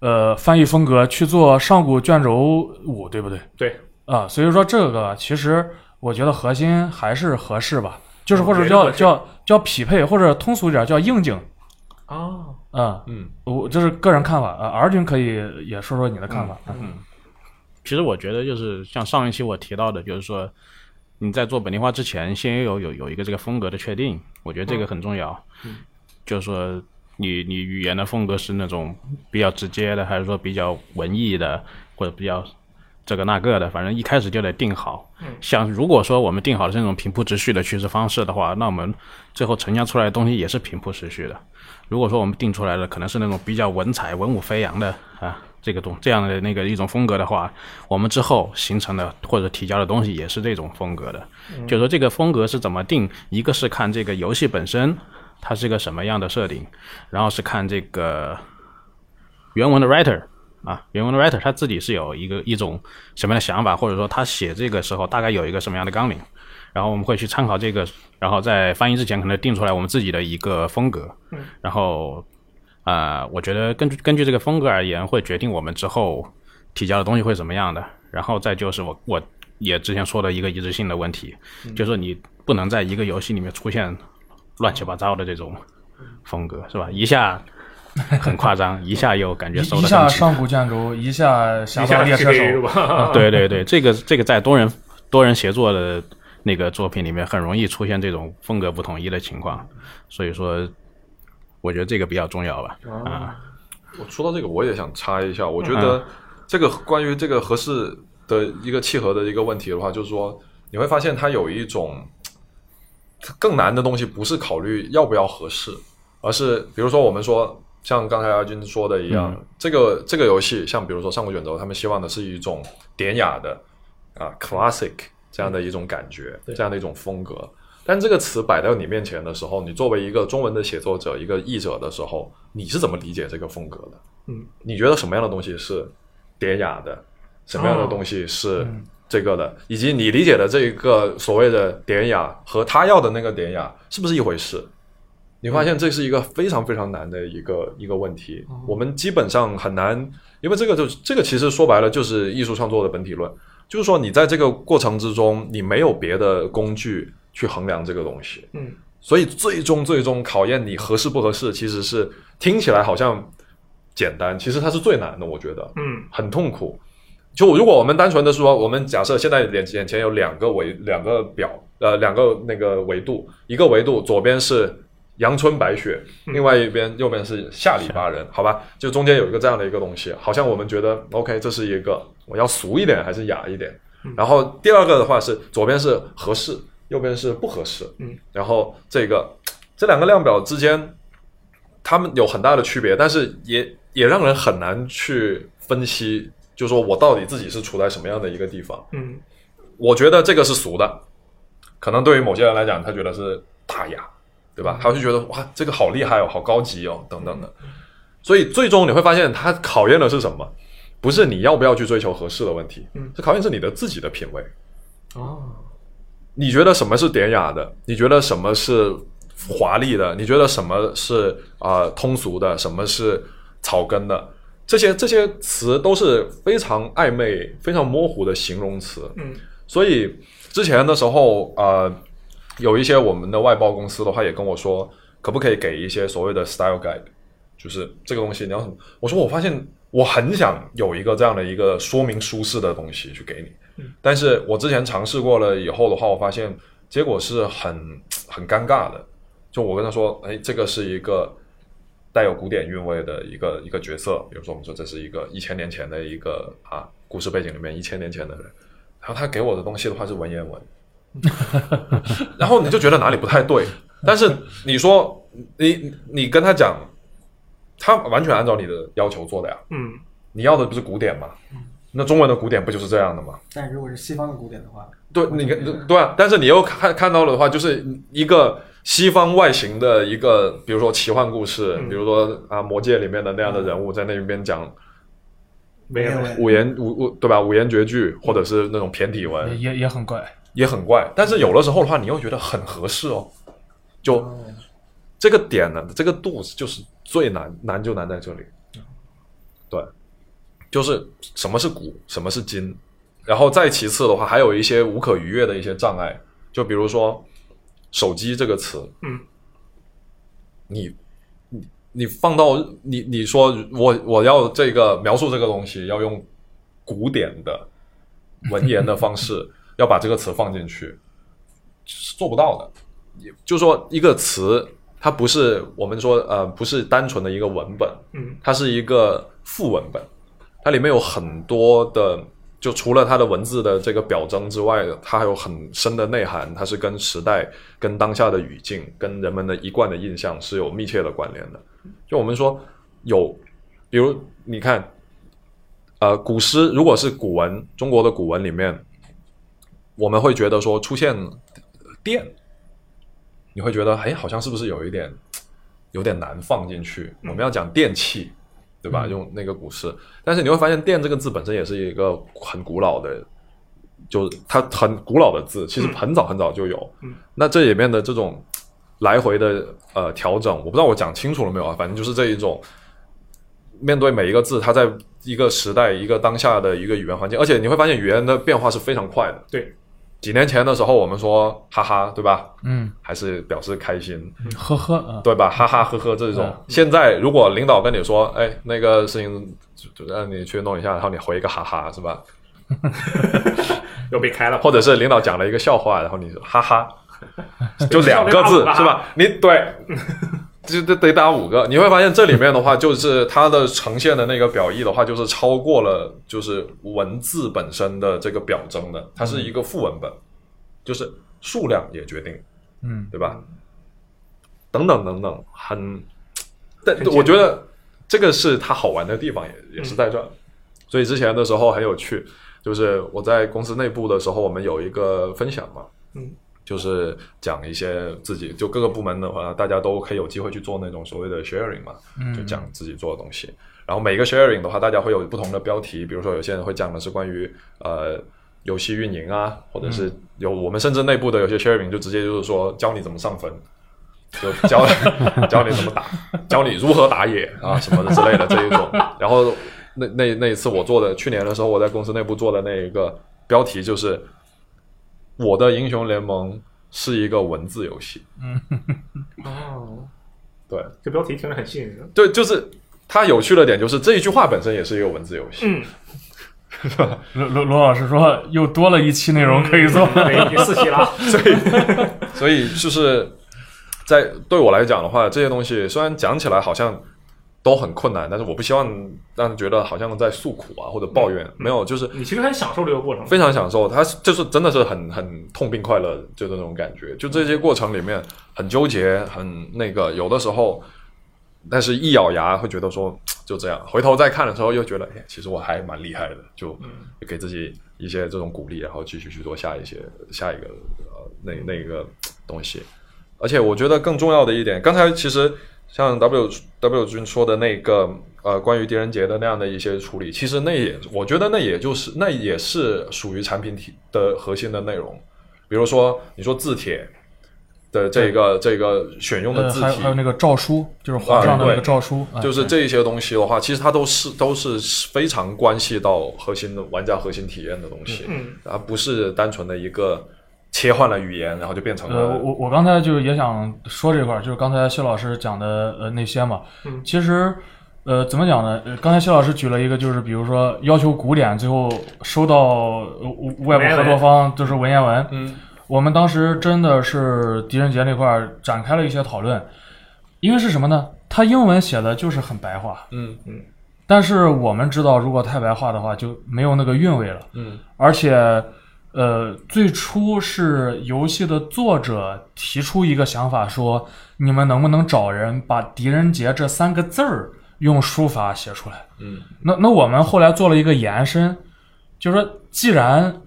Speaker 4: 呃翻译风格去做上古卷轴五，对不对？
Speaker 1: 对
Speaker 4: 啊，所以说这个其实我觉得核心还是合适吧，就是或
Speaker 1: 嗯我
Speaker 4: 者
Speaker 1: 觉得
Speaker 4: 叫
Speaker 1: 合适
Speaker 4: 叫叫匹配，或者通俗一点叫应景
Speaker 1: 啊，
Speaker 4: 啊。
Speaker 5: 嗯，
Speaker 4: 我这是个人看法啊，尔君可以也说说你的
Speaker 1: 嗯
Speaker 4: 看法。啊
Speaker 3: 其实我觉得就是像上一期我提到的，就是说你在做本地化之前，先有有有一个这个风格的确定，我觉得这个很重要。就是说你你语言的风格是那种比较直接的，还是说比较文艺的，或者比较这个那个的，反正一开始就得定好。像如果说我们定好了这种平铺直叙的叙事方式的话，那我们最后呈现出来的东西也是平铺直叙的。如果说我们定出来的可能是那种比较文采、文武飞扬的啊，这个东这样的那个一种风格的话，我们之后形成的或者提交的东西也是这种风格的。就说这个风格是怎么定，一个是看这个游戏本身它是一个什么样的设定，然后是看这个原文的 writer 啊，原文的 writer 他自己是有一个一种什么样的想法，或者说他写这个时候大概有一个什么样的纲领，然后我们会去参考这个，然后在翻译之前可能定出来我们自己的一个风格，然后啊、呃我觉得根据根据这个风格而言，会决定我们之后提交的东西会怎么样的，然后再就是我我也之前说的一个一致性的问题，就是你不能在一个游戏里面出现乱七八糟的这种风格，是吧？一下。很夸张，一下又感觉
Speaker 4: 一
Speaker 3: 收
Speaker 4: 一
Speaker 3: 的
Speaker 4: 下上古卷轴，一下侠
Speaker 1: 一
Speaker 4: 盗
Speaker 1: 下
Speaker 4: 猎车
Speaker 1: GTA 是
Speaker 4: 手， <laughs>
Speaker 1: 吧？
Speaker 3: 对对对，这个这个在多人多人协作的那个作品里面，很容易出现这种风格不统一的情况，所以说，我觉得这个比较重要吧。啊，
Speaker 5: 我说到这个，我也想插一下，我觉得这个关于这个合适的一个契合的一个问题的话，就是说你会发现它有一种它更难的东西，不是考虑要不要合适，而是比如说我们说像刚才阿军说的一样，这个这个游戏，像比如说《上古卷轴》，他们希望的是一种典雅的啊 classic 这样的一种感觉，
Speaker 1: 嗯对
Speaker 5: 这样的一种风格。但这个词摆到你面前的时候，你作为一个中文的写作者、一个译者的时候，你是怎么理解这个风格的？
Speaker 1: 嗯，
Speaker 5: 你觉得什么样的东西是典雅的？什么样的
Speaker 1: 哦
Speaker 5: 东西是这个的？以及你理解的这一个所谓的典雅和他要的那个典雅是不是一回事？你发现这是一个非常非常难的一个一个问题，
Speaker 1: 哦
Speaker 5: 我们基本上很难，因为这个就这个其实说白了就是艺术创作的本体论，就是说你在这个过程之中，你没有别的工具去衡量这个东西，
Speaker 1: 嗯，
Speaker 5: 所以最终最终考验你合适不合适，其实是听起来好像简单，其实它是最难的，我觉得，
Speaker 1: 嗯
Speaker 5: 很痛苦。就如果我们单纯的说，我们假设现在眼眼前有两个维两个表，呃，两个那个维度，一个维度左边是阳春白雪，另外一边右边是下里巴人，好吧？就中间有一个这样的一个东西，好像我们觉得 OK，这是一个我要俗一点还是雅一点？然后第二个的话是左边是合适，右边是不合适，
Speaker 1: 嗯，
Speaker 5: 然后这个这两个量表之间他们有很大的区别，但是也也让人很难去分析，就说我到底自己是处在什么样的一个地方。
Speaker 1: 嗯
Speaker 5: 我觉得这个是俗的，可能对于某些人来讲，他觉得是大雅，对
Speaker 1: 嗯
Speaker 5: 吧？他就觉得哇，这个好厉害哦，好高级哦，等等的。所以最终你会发现，它考验的是什么？不是你要不要去追求合适的问题，
Speaker 1: 嗯
Speaker 5: 这考验是你的自己的品味。
Speaker 1: 哦，
Speaker 5: 你觉得什么是典雅的？你觉得什么是华丽的？你觉得什么是啊、呃通俗的？什么是草根的？这些这些词都是非常暧昧、非常模糊的形容词。
Speaker 1: 嗯
Speaker 5: 所以之前的时候，呃，有一些我们的外包公司的话也跟我说，可不可以给一些所谓的 style guide，就是这个东西你要什么？我说我发现我很想有一个这样的一个说明书式的东西去给你，但是我之前尝试过了以后的话，我发现结果是很很尴尬的。就我跟他说，哎，这个是一个带有古典韵味的一个一个角色，比如说我们说这是一个一千年前的一个啊故事背景里面一千年前的人，然后他给我的东西的话是文言文， <laughs> 然后你就觉得哪里不太对，但是你说你你跟他讲，他完全按照你的要求做的呀，
Speaker 1: 嗯
Speaker 5: 你要的不是古典吗？那中文的古典不就是这样的吗？
Speaker 2: 但如果是西方的古典的话，
Speaker 5: 对，你跟对啊，但是你又看看到了的话，就是一个西方外形的一个，比如说奇幻故事，比如说啊《魔戒》里面的那样的人物在那边讲
Speaker 1: 没有
Speaker 2: 没有
Speaker 5: 五言五五对吧？五言绝句，或者是那种骈体文，
Speaker 4: 也也也很怪。
Speaker 5: 也很怪。但是有的时候的话，你又觉得很合适哦，就这个点呢，这个度就是最难，难就难在这里。对，就是什么是古，什么是今，然后再其次的话，还有一些无可逾越的一些障碍，就比如说“手机”这个词，
Speaker 1: 嗯，
Speaker 5: 你你你放到你你说我我要这个描述这个东西，要用古典的文言的方式，要把这个词放进去，是做不到的。也就是说，一个词它不是我们说呃不是单纯的一个文本，
Speaker 1: 嗯，
Speaker 5: 它是一个副文本，它里面有很多的，就除了它的文字的这个表征之外，它还有很深的内涵，它是跟时代、跟当下的语境、跟人们的一贯的印象是有密切的关联的。就我们说有，比如你看，呃，古诗如果是古文，中国的古文里面，我们会觉得说出现电，你会觉得哎，好像是不是有一点有点难放进去？我们要讲电器，对吧？用那个古诗，但是你会发现“电”这个字本身也是一个很古老的，就是它很古老的字，其实很早很早就有。
Speaker 1: 嗯
Speaker 5: 那这里面的这种来回的呃调整，我不知道我讲清楚了没有啊？反正就是这一种，面对每一个字，它在一个时代、一个当下的一个语言环境，而且你会发现语言的变化是非常快的。
Speaker 1: 对，
Speaker 5: 几年前的时候，我们说哈哈，对吧？
Speaker 4: 嗯，
Speaker 5: 还是表示开心，
Speaker 1: 嗯
Speaker 4: 呵呵啊，
Speaker 5: 对吧？哈哈呵呵这种
Speaker 4: 嗯。
Speaker 5: 现在如果领导跟你说，哎，那个事情就就让你去弄一下，然后你回一个哈哈，是吧？
Speaker 1: 又被开了，
Speaker 5: 或者是领导讲了一个笑话，然后你说哈哈，就两个字
Speaker 1: 笑
Speaker 5: 是吧？你对， <laughs> 就得得打五个。你会发现这里面的话，就是它的呈现的那个表意的话，就是超过了就是文字本身的这个表征的，它是一个副文本，就是数量也决定，
Speaker 4: 嗯，
Speaker 5: 对吧？等等等等，很，但
Speaker 1: 很简单嗯
Speaker 5: 我觉得这个是它好玩的地方也也是在这儿。所以之前的时候很有趣，就是我在公司内部的时候，我们有一个分享嘛，
Speaker 1: 嗯，
Speaker 5: 就是讲一些自己就各个部门的话，大家都可以有机会去做那种所谓的 sharing 嘛，
Speaker 1: 嗯
Speaker 5: 就讲自己做的东西。然后每个 sharing 的话，大家会有不同的标题，比如说有些人会讲的是关于呃游戏运营啊，或者是有我们甚至内部的有些 sharing 就直接就是说教你怎么上分，就教 <laughs> 教你怎么打，教你如何打野啊 <laughs> 什么的之类的这一种。然后那那那一次我做的，去年的时候我在公司内部做的那一个标题就是我的英雄联盟是一个文字游戏，
Speaker 1: 哦，
Speaker 5: 对
Speaker 1: 这标题听着很吸引人。
Speaker 5: 对，就是它有趣的点就是这一句话本身也是一个文字游戏。
Speaker 1: 嗯，
Speaker 4: 罗罗罗老师说又多了一期内容可以做，
Speaker 1: 对，第嗯四期了。 <laughs>
Speaker 5: 所以所以就是在对我来讲的话，这些东西虽然讲起来好像都很困难，但是我不希望让人觉得好像在诉苦啊或者抱怨，没有，就是
Speaker 1: 你其实很享受这个过程，
Speaker 5: 非常享受，它是就是真的是很很痛并快乐，就这种感觉。就这些过程里面很纠结，很那个，有的时候，但是一咬牙会觉得说就这样，回头再看的时候又觉得，哎，其实我还蛮厉害的，就给自己一些这种鼓励，然后继续去做下一些下一个呃那那个东西。而且我觉得更重要的一点，刚才其实像 W W 君说的那个呃，关于狄仁杰的那样的一些处理，其实那也我觉得那也就是那也是属于产品体的核心的内容。比如说你说字帖的这个这个选用的
Speaker 4: 呃
Speaker 5: 字
Speaker 4: 还有
Speaker 5: 体
Speaker 4: 还，有那个诏书，就是皇上的那个诏书，啊
Speaker 5: 就是这一些东西的话，其实它都是都是非常关系到核心的玩家核心体验的东西，
Speaker 1: 嗯，
Speaker 5: 而不是单纯的一个切换了语言，然后就变成
Speaker 4: 呃，
Speaker 5: 了
Speaker 4: 我我刚才就是也想说这块儿，就是刚才薛老师讲的呃那些嘛，
Speaker 1: 嗯
Speaker 4: 其实呃怎么讲呢？呃刚才薛老师举了一个，就是比如说要求古典，最后收到呃外
Speaker 1: 文言
Speaker 4: 部合
Speaker 1: 文
Speaker 4: 作方就是文言文。嗯，我们当时真的是狄仁杰那块儿展开了一些讨论，因为是什么呢？他英文写的就是很白话，
Speaker 5: 嗯
Speaker 4: 但是我们知道，如果太白话的话，就没有那个韵味了。
Speaker 5: 嗯，
Speaker 4: 而且，呃，最初是游戏的作者提出一个想法说，你们能不能找人把“狄仁杰”这三个字儿用书法写出来？
Speaker 5: 嗯
Speaker 4: 那那我们后来做了一个延伸，就是说，既然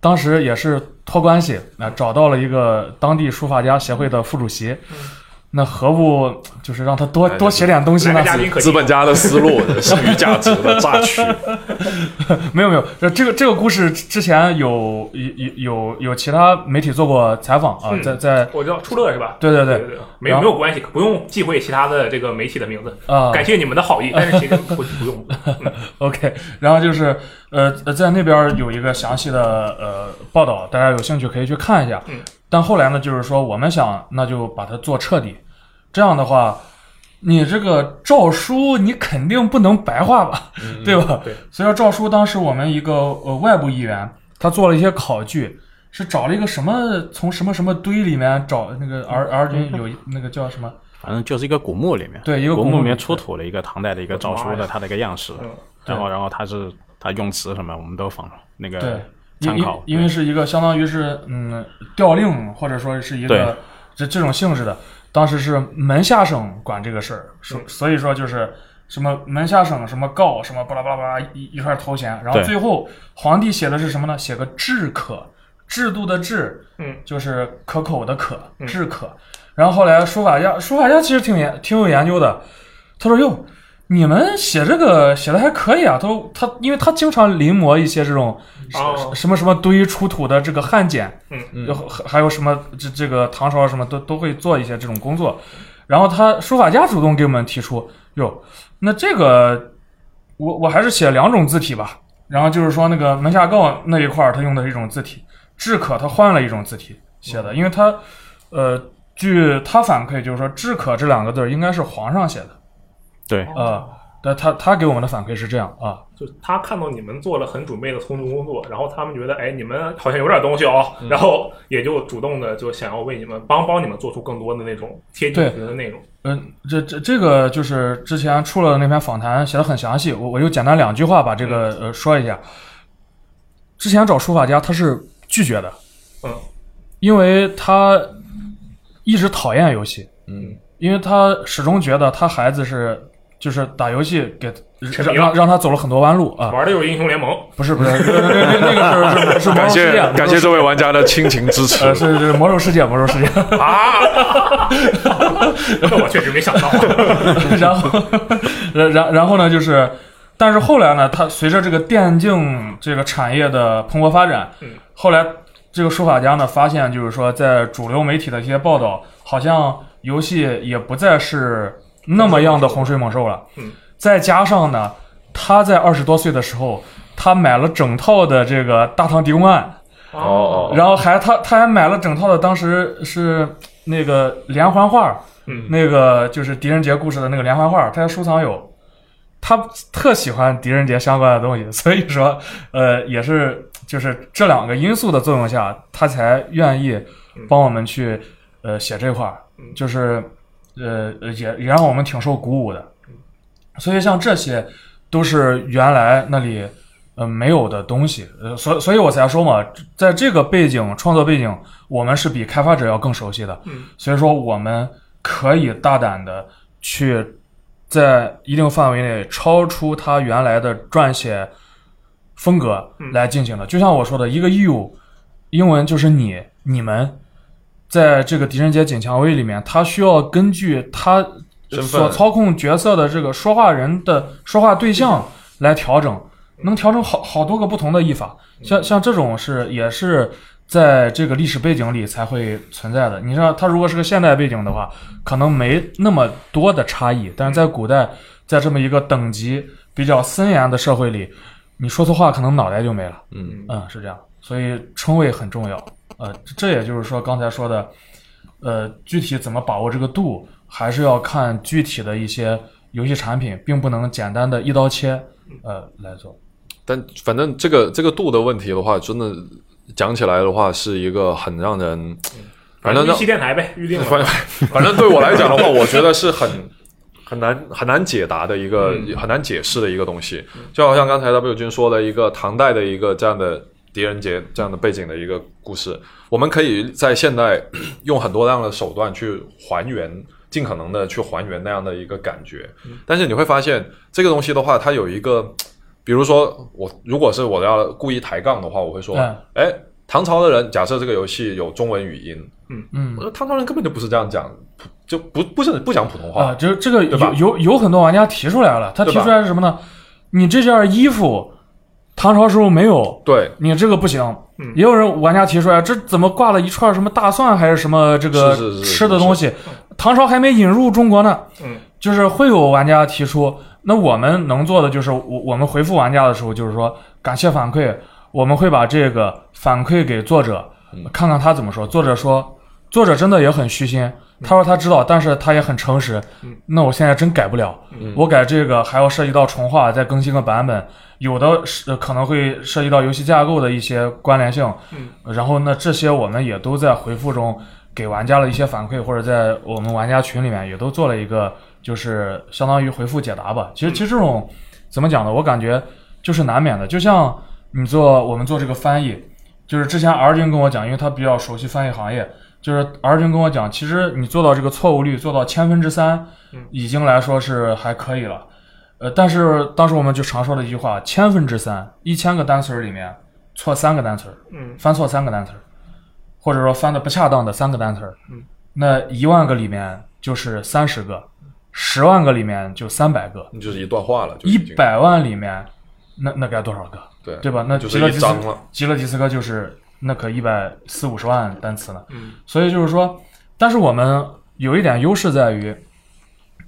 Speaker 4: 当时也是托关系，那、找到了一个当地书法家协会的副主席，
Speaker 1: 嗯
Speaker 4: 那何不就是让他多
Speaker 5: 哎
Speaker 4: 多写点东西
Speaker 1: 来
Speaker 4: 呢
Speaker 1: 个？嘉宾可以
Speaker 5: 资本家的思路、剩余价值的榨取。
Speaker 4: 哦没有没有，这这个这个故事之前有有有有其他媒体做过采访啊，
Speaker 1: 嗯
Speaker 4: 在在
Speaker 1: 我知道出乐是吧？
Speaker 4: 对对对
Speaker 1: 对，没有
Speaker 4: 然
Speaker 1: 没
Speaker 4: 后
Speaker 1: 有关系，不用忌讳其他的这个媒体的名字。
Speaker 4: 啊
Speaker 1: 感谢你们的好意，但是其实不不用。
Speaker 4: OK，然后就是呃呃在那边有一个详细的呃报道，大家有兴趣可以去看一下。
Speaker 1: 嗯
Speaker 4: 但后来呢，就是说我们想那就把它做彻底，这样的话，你这个诏书你肯定不能白话吧，对吧？
Speaker 1: 嗯对。
Speaker 4: 所以说诏书当时我们一个呃外部议员，他做了一些考据。是找了一个什么从什么什么堆里面找那个 R R
Speaker 1: 嗯
Speaker 4: 君有一那个叫什么
Speaker 3: 反正就是一个古墓里面，
Speaker 4: 对一个古
Speaker 3: 古
Speaker 4: 墓
Speaker 3: 墓里面出土了一个唐代的一个诏书
Speaker 1: 我的妈
Speaker 3: 的
Speaker 1: 呀
Speaker 3: 它的一个样式，然后然后它是它用词什么我们都仿那
Speaker 4: 对
Speaker 3: 个，
Speaker 4: 因
Speaker 3: 参
Speaker 4: 因
Speaker 3: 考，
Speaker 4: 因为是一个相当于是嗯调令或者说是一
Speaker 3: 对
Speaker 4: 个这这种性质的。当时是门下省管这个事儿，
Speaker 3: 嗯
Speaker 4: 所所以说就是什么门下省什么告什么巴拉巴拉巴拉一一串头衔，然后
Speaker 3: 对
Speaker 4: 最后皇帝写的是什么呢？写个制可，制度的制，
Speaker 1: 嗯，
Speaker 4: 就是可口的可，
Speaker 3: 嗯
Speaker 4: 制可。然后后来书法家，书法家其实挺研挺有研究的，他说哟。你们写这个写的还可以啊，他说他因为他经常临摹一些这种
Speaker 1: 哦
Speaker 4: 什么什么堆出土的这个汉简，
Speaker 1: 嗯
Speaker 5: 嗯
Speaker 4: 然后还还有什么这这个唐朝什么都都会做一些这种工作，然后他书法家主动给我们提出，哟，那这个我我还是写两种字体吧，然后就是说那个门下告那一块儿他用的是一种字体，智可他换了一种字体写
Speaker 1: 嗯
Speaker 4: 的，因为他呃据他反馈就是说智可这两个字儿应该是皇上写的，
Speaker 3: 对
Speaker 4: <laughs> 啊，但他他给我们的反馈是这样啊，
Speaker 1: 就是他看到你们做了很准备的从众工作，然后他们觉得，哎，你们好像有点东西哦，
Speaker 5: 嗯
Speaker 1: 然后也就主动的就想要为你们帮帮你们做出更多的那种贴近
Speaker 4: 对
Speaker 1: 你们的内容。
Speaker 4: 嗯，这这这个就是之前出了那篇访谈，写的很详细，我我就简单两句话把这个、
Speaker 5: 嗯
Speaker 4: 呃说一下。之前找书法家他是拒绝的，
Speaker 1: 嗯，
Speaker 4: 因为他一直讨厌游戏，
Speaker 5: 嗯，
Speaker 4: 因为他始终觉得他孩子是就是打游戏给
Speaker 1: 沉迷
Speaker 4: 让
Speaker 1: 了
Speaker 4: 让让他走了很多弯路啊，
Speaker 1: 玩的就是英雄联盟，
Speaker 4: 不是不是，那个那个是是是魔
Speaker 5: 感
Speaker 4: 兽世
Speaker 5: 谢
Speaker 4: 界，
Speaker 5: 感谢这位玩家的亲情支持
Speaker 4: 呃是是魔兽世界魔兽世界，
Speaker 1: 那我确实没想到啊。
Speaker 4: <laughs>
Speaker 1: <laughs>
Speaker 4: 然后，然然然后呢，就是，但是后来呢，它随着这个电竞这个产业的蓬勃发展，
Speaker 1: 嗯
Speaker 4: 后来这个书法家呢发现，就是说在主流媒体的一些报道，好像游戏也不再是那么样的洪水猛兽了。
Speaker 1: 嗯，
Speaker 4: 再加上呢，他在二十多岁的时候，他买了整套的这个《大唐狄公案》。
Speaker 5: 哦 <laughs> 哦，
Speaker 4: 然后还他他还买了整套的，当时是那个连环画，
Speaker 1: 嗯
Speaker 4: 那个就是狄仁杰故事的那个连环画，他收藏有。他特喜欢狄仁杰相关的东西，所以说，呃，也是就是这两个因素的作用下，他才愿意帮我们去呃写这块儿
Speaker 1: 嗯，
Speaker 4: 就是呃也也让我们挺受鼓舞的。所以像这些都是原来那里呃没有的东西，呃，所所以我才说嘛，在这个背景创作背景，我们是比开发者要更熟悉的，
Speaker 1: 嗯，
Speaker 4: 所以说我们可以大胆的去在一定范围内超出他原来的撰写风格来进行的，就像我说的，一个 you，英文就是你你们。在这个狄仁杰锦蔷薇里面，他需要根据他
Speaker 5: 身份
Speaker 4: 所操控角色的这个说话人的说话对象来调整，能调整好好多个不同的译法。
Speaker 5: 嗯
Speaker 4: 像像这种是也是在这个历史背景里才会存在的。你像它如果是个现代背景的话，可能没那么多的差异，但是在古代，在这么一个等级比较森严的社会里，你说错话可能脑袋就没了。
Speaker 5: 嗯
Speaker 4: 嗯，是这样，所以称谓很重要。呃，这这也就是说刚才说的，呃，具体怎么把握这个度，还是要看具体的一些游戏产品，并不能简单的一刀切，呃，来做。
Speaker 5: 但反正这个这个度的问题的话，真的讲起来的话，是一个很让人，反正
Speaker 1: 一
Speaker 5: 让
Speaker 1: 期电台呗，预定了。
Speaker 5: 反反正对我来讲的话，我觉得是很很难很难解答的一个、
Speaker 1: 嗯
Speaker 5: 很难解释的一个东西。就好像刚才 W 君说的一个唐代的一个这样的狄仁杰这样的背景的一个故事，我们可以在现代用很多样的手段去还原。尽可能的去还原那样的一个感觉，
Speaker 1: 嗯
Speaker 5: 但是你会发现这个东西的话，它有一个，比如说我如果是我要故意抬杠的话，我会说，
Speaker 4: 嗯
Speaker 5: 哎，唐朝的人假设这个游戏有中文语音，
Speaker 4: 嗯
Speaker 5: 我，说唐朝人根本就不是这样讲，普就不不是不讲普通
Speaker 4: 啊，
Speaker 5: 话。
Speaker 4: 这这个
Speaker 5: 对吧
Speaker 4: 有有有很多玩家提出来了，他提
Speaker 5: 对吧
Speaker 4: 出来是什么呢？你这件衣服唐朝时候没有，
Speaker 5: 对，
Speaker 4: 你这个不行。
Speaker 1: 嗯
Speaker 4: 也有人玩家提出来，这怎么挂了一串什么大蒜还是什么这个
Speaker 5: 是是是是
Speaker 4: 吃的东西？唐朝还没引入中国呢。
Speaker 1: 嗯，
Speaker 4: 就是会有玩家提出，那我们能做的就是，我我们回复玩家的时候，就是说感谢反馈，我们会把这个反馈给作者，
Speaker 5: 嗯
Speaker 4: 看看他怎么说。作者说，作者真的也很虚心，他说他知道，但是他也很诚实。那我现在真改不了，我改这个还要涉及到重画，再更新个版本，有的是呃可能会涉及到游戏架构的一些关联性。然后那这些我们也都在回复中给玩家了一些反馈，或者在我们玩家群里面也都做了一个，就是相当于回复解答吧。其实其实这种怎么讲呢？我感觉就是难免的，就像你做我们做这个翻译，就是之前 R 君跟我讲，因为他比较熟悉翻译行业，就是 R 君跟我讲，其实你做到这个错误率做到千分之三，已经来说是还可以了。呃，但是当时我们就常说的一句话，千分之三，一千个单词儿里面错三个单词儿，
Speaker 1: 嗯
Speaker 4: 翻错三个单词儿，或者说翻的不恰当的三个单词儿，
Speaker 1: 嗯，
Speaker 4: 那一万个里面就是三十个，十万个里面就三百个，
Speaker 5: 就是一段话了，就已
Speaker 4: 一
Speaker 5: 经
Speaker 4: 百万里面，那那该多少个？
Speaker 5: 对
Speaker 4: 对吧？那
Speaker 5: 就
Speaker 4: 吉
Speaker 5: 是
Speaker 4: 勒
Speaker 5: 一
Speaker 4: 吉斯
Speaker 5: 张了。
Speaker 4: 吉勒吉斯科就是那可一百四五十万单词呢。
Speaker 1: 嗯，
Speaker 4: 所以就是说，但是我们有一点优势在于，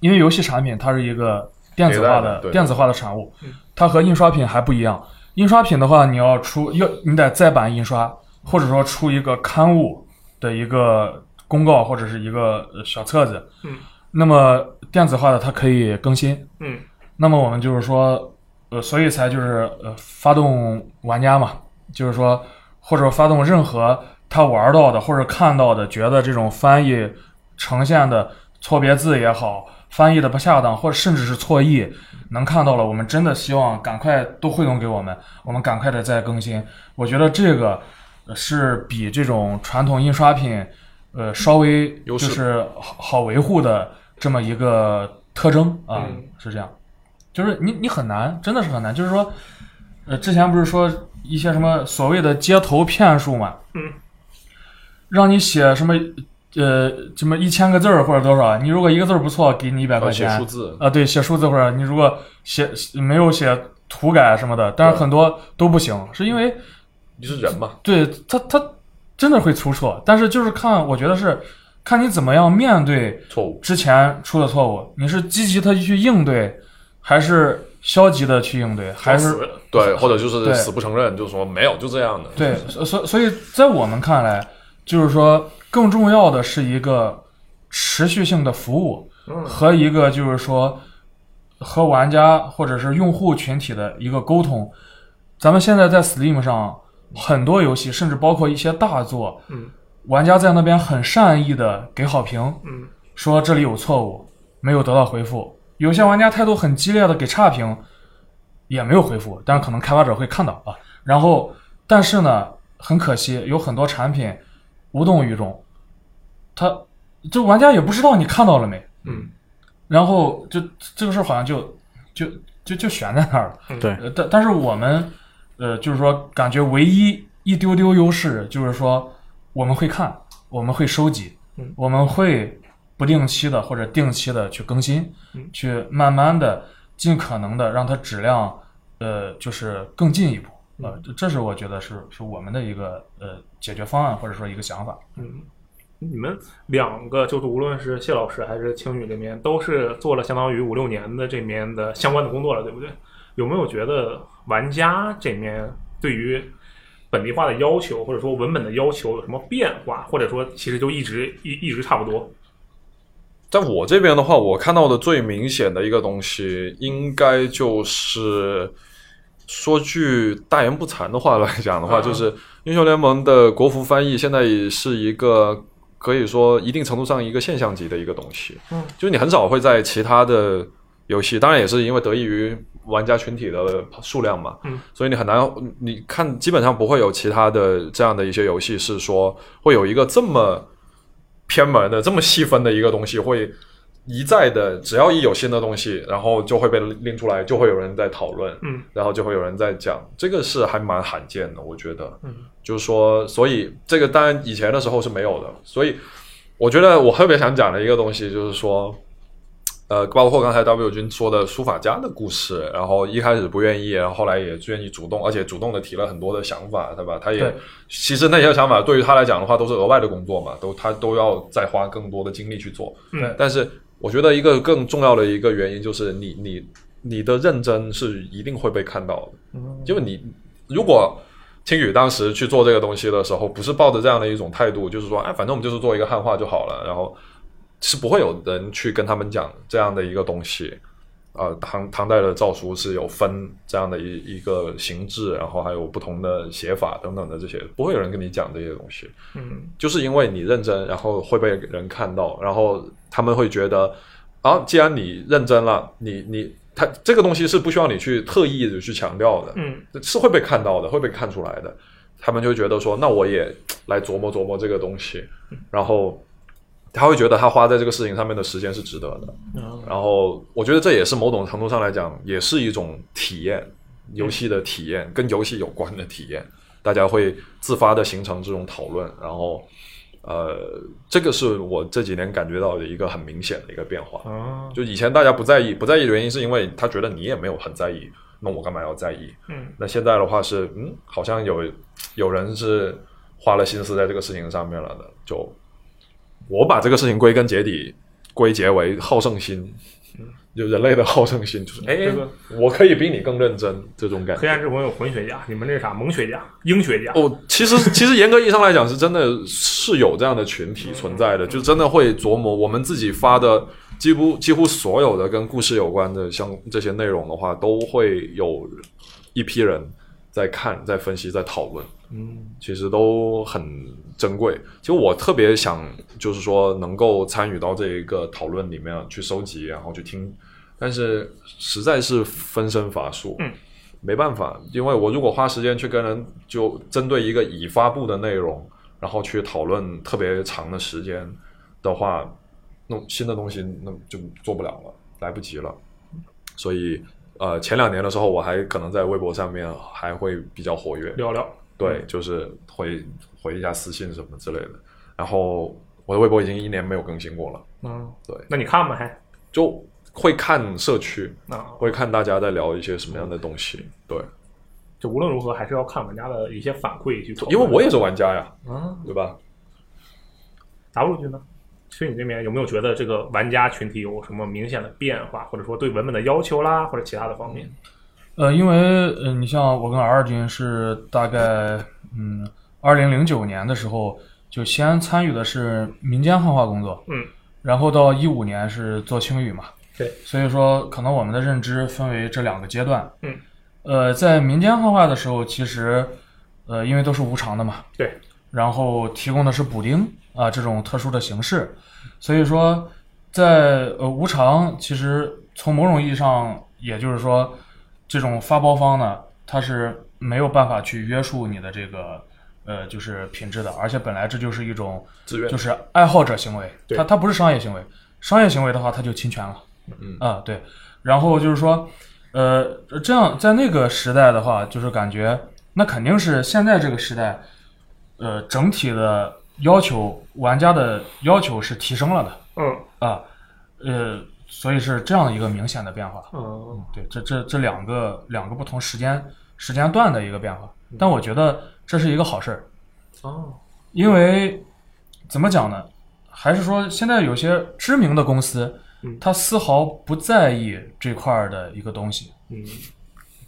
Speaker 4: 因为游戏产品它是一个电子化
Speaker 5: 迭代
Speaker 4: 的
Speaker 5: 的对
Speaker 4: 电子化的产物
Speaker 1: 嗯，
Speaker 4: 它和印刷品还不一样。印刷品的话，你要出要你得再版印刷，或者说出一个刊物的一个公告或者是一个呃小册子。
Speaker 1: 嗯，
Speaker 4: 那么电子化的它可以更新。
Speaker 1: 嗯，
Speaker 4: 那么我们就是说，呃，所以才就是呃发动玩家嘛，就是说或者发动任何他玩到的或者看到的，觉得这种翻译呈现的错别字也好，翻译的不恰当，或者甚至是错译，能看到了，我们真的希望赶快都汇总给我们，我们赶快的再更新。我觉得这个呃是比这种传统印刷品，呃，稍微
Speaker 5: 优
Speaker 4: 就
Speaker 5: 势
Speaker 4: 是好好维护的这么一个特征啊、
Speaker 2: 嗯
Speaker 4: 是这样，就是你你很难，真的是很难，就是说，呃，之前不是说一些什么所谓的街头骗术嘛，
Speaker 1: 嗯，
Speaker 4: 让你写什么呃什么一千个字儿或者多少，你如果一个字儿不错，给你一百块
Speaker 5: 而且
Speaker 4: 钱，
Speaker 5: 呃哦数字，
Speaker 4: 啊，对，写数字或者你如果写没有写涂改什么的，但是
Speaker 5: 对
Speaker 4: 很多都不行，是因为
Speaker 5: 你是人嘛？
Speaker 4: 对他他真的会出错，但是就是看我觉得是看你怎么样面对
Speaker 5: 错误，
Speaker 4: 之前出的错误，你是积极的去应对，还是消极的去应对，还是
Speaker 1: 死
Speaker 5: 对，或者就
Speaker 4: 对
Speaker 5: 是死不承认，就是说没有，就这样的。
Speaker 4: 对，所所所以在我们看来，就是说更重要的是一个持续性的服务
Speaker 1: 嗯
Speaker 4: 和一个就是说和玩家或者是用户群体的一个沟通。咱们现在在 Steam 上很多游戏，甚至包括一些大作，
Speaker 1: 嗯，
Speaker 4: 玩家在那边很善意的给好评，
Speaker 1: 嗯，
Speaker 4: 说这里有错误，没有得到回复。有些玩家态度很激烈的给差评，也没有回复，但是可能开发者会看到啊。然后，但是呢，很可惜，有很多产品无动于衷，他就玩家也不知道你看到了没，
Speaker 1: 嗯，
Speaker 4: 然后就这个事儿好像就就就就悬在那儿了。
Speaker 3: 对
Speaker 4: 呃但但是我们呃，就是说感觉唯一一丢丢优势就是说我们会看，我们会收集，
Speaker 1: 嗯
Speaker 4: 我们会不定期的或者定期的去更新，
Speaker 1: 嗯
Speaker 4: 去慢慢的尽可能的让它质量呃就是更进一步。呃，
Speaker 1: 嗯
Speaker 4: 这这是我觉得是是我们的一个呃解决方案或者说一个想法。
Speaker 1: 嗯，你们两个就是无论是谢老师还是青宇这边，都是做了相当于五六年的这面的相关的工作了，对不对？有没有觉得玩家这面对于本地化的要求，或者说文本的要求有什么变化，或者说其实就一直一一直差不多？
Speaker 5: 在我这边的话，我看到的最明显的一个东西，应该就是说句大言不惭的话来
Speaker 1: <laughs>
Speaker 5: 讲的话，
Speaker 1: 嗯
Speaker 5: 就是英雄联盟的国服翻译现在也是一个可以说一定程度上一个现象级的一个东西。
Speaker 1: 嗯，
Speaker 5: 就是你很少会在其他的游戏，当然也是因为得益于玩家群体的数量嘛。
Speaker 1: 嗯，
Speaker 5: 所以你很难，你看基本上不会有其他的这样的一些游戏是说会有一个这么偏门的、这么细分的一个东西会。一再的，只要一有新的东西，然后就会被拎出来，就会有人在讨论。
Speaker 1: 嗯
Speaker 5: 然后就会有人在讲，这个是还蛮罕见的，我觉得，
Speaker 1: 嗯，
Speaker 5: 就是说，所以这个当然以前的时候是没有的，所以我觉得我特别想讲的一个东西就是说，呃，包括刚才 W 君说的书法家的故事，然后一开始不愿意，然后后来也愿意主动，而且主动的提了很多的想法，对吧？他也
Speaker 4: 对
Speaker 5: 其实那些想法对于他来讲的话都是额外的工作嘛，都他都要再花更多的精力去做，
Speaker 1: 嗯
Speaker 5: 但是我觉得一个更重要的一个原因就是你你你的认真是一定会被看到的，就你如果。青宇当时去做这个东西的时候，不是抱着这样的一种态度，就是说，哎，反正我们就是做一个汉化就好了，然后是不会有人去跟他们讲这样的一个东西。呃，唐唐代的诏书是有分这样的一一个形制，然后还有不同的写法等等的这些，不会有人跟你讲这些东西。
Speaker 1: 嗯
Speaker 5: 就是因为你认真，然后会被人看到，然后他们会觉得，啊，既然你认真了，你你他这个东西是不需要你去特意的去强调的，
Speaker 1: 嗯
Speaker 5: 是会被看到的，会被看出来的。他们就会觉得说，那我也来琢磨琢磨这个东西，然后他会觉得他花在这个事情上面的时间是值得的。然后我觉得这也是某种程度上来讲，也是一种体验，游戏的体验，跟游戏有关的体验，大家会自发的形成这种讨论，然后。呃，这个是我这几年感觉到的一个很明显的一个变化。
Speaker 1: 啊
Speaker 5: 就以前大家不在意，不在意的原因是因为他觉得你也没有很在意，那我干嘛要在意？
Speaker 1: 嗯
Speaker 5: 那现在的话是，嗯，好像有有人是花了心思在这个事情上面了的。就我把这个事情归根结底归结为好胜心，就人类的好胜心，就是哎，
Speaker 1: 这个
Speaker 5: 我可以比你更认真这种感觉
Speaker 1: 黑。暗之魂有混血家，你们这是啥？萌血家、鹰血家？
Speaker 5: 哦，其实其实严格意义上来讲，是真的是有这样的群体存在的，就真的会琢磨我们自己发的几乎几乎所有的跟故事有关的像这些内容的话，都会有一批人在看、在分析、在讨论。
Speaker 1: 嗯
Speaker 5: 其实都很珍贵。其实我特别想，就是说能够参与到这一个讨论里面去收集，然后去听，但是实在是分身乏术，
Speaker 1: 嗯，
Speaker 5: 没办法，因为我如果花时间去跟人就针对一个已发布的内容，然后去讨论特别长的时间的话，那新的东西那就做不了了。来不及了。所以，呃，前两年的时候，我还可能在微博上面还会比较活跃，
Speaker 1: 聊聊，嗯
Speaker 5: 对，就是回回一下私信什么之类的。然后我的微博已经一年没有更新过了，
Speaker 1: 嗯，
Speaker 5: 对，
Speaker 1: 那你看吧，还
Speaker 5: 就会看社区，
Speaker 1: 啊，
Speaker 5: 会看大家在聊一些什么样的东西，对，
Speaker 1: 就无论如何还是要看玩家的一些反馈去讨论
Speaker 5: 因为我也是玩家呀，
Speaker 1: 啊
Speaker 5: 对吧？
Speaker 1: ，W 君呢？所以你这边有没有觉得这个玩家群体有什么明显的变化，或者说对文本的要求啦，或者其他的方面？
Speaker 4: 呃，因为呃，你像我跟 R 君是大概嗯，二零零九年的时候就先参与的是民间汉化工作，
Speaker 1: 嗯，
Speaker 4: 然后到一五年是做青语嘛，
Speaker 1: 对，
Speaker 4: 所以说可能我们的认知分为这两个阶段，
Speaker 1: 嗯，
Speaker 4: 呃，在民间汉化的时候，其实呃，因为都是无偿的嘛，
Speaker 1: 对，
Speaker 4: 然后提供的是补丁啊、这种特殊的形式，所以说在呃无偿，其实从某种意义上，也就是说，这种发包方呢，它是没有办法去约束你的这个呃就是品质的，而且本来这就是一种
Speaker 5: 自愿
Speaker 4: 就是爱好者行为，
Speaker 1: 对
Speaker 4: 它它不是商业行为，商业行为的话，它就侵权了。
Speaker 5: 嗯
Speaker 4: 啊，对，然后就是说，呃，这样在那个时代的话，就是感觉那肯定是现在这个时代，呃，整体的要求玩家的要求是提升了的
Speaker 1: 嗯
Speaker 4: 啊，呃，所以是这样一个明显的变化。
Speaker 1: 嗯，
Speaker 4: 对，这这这两个两个不同时间时间段的一个变化，但我觉得这是一个好事儿，
Speaker 1: 哦，
Speaker 4: 因为怎么讲呢？还是说现在有些知名的公司
Speaker 1: 嗯，
Speaker 4: 它丝毫不在意这块儿的一个东西，
Speaker 1: 嗯，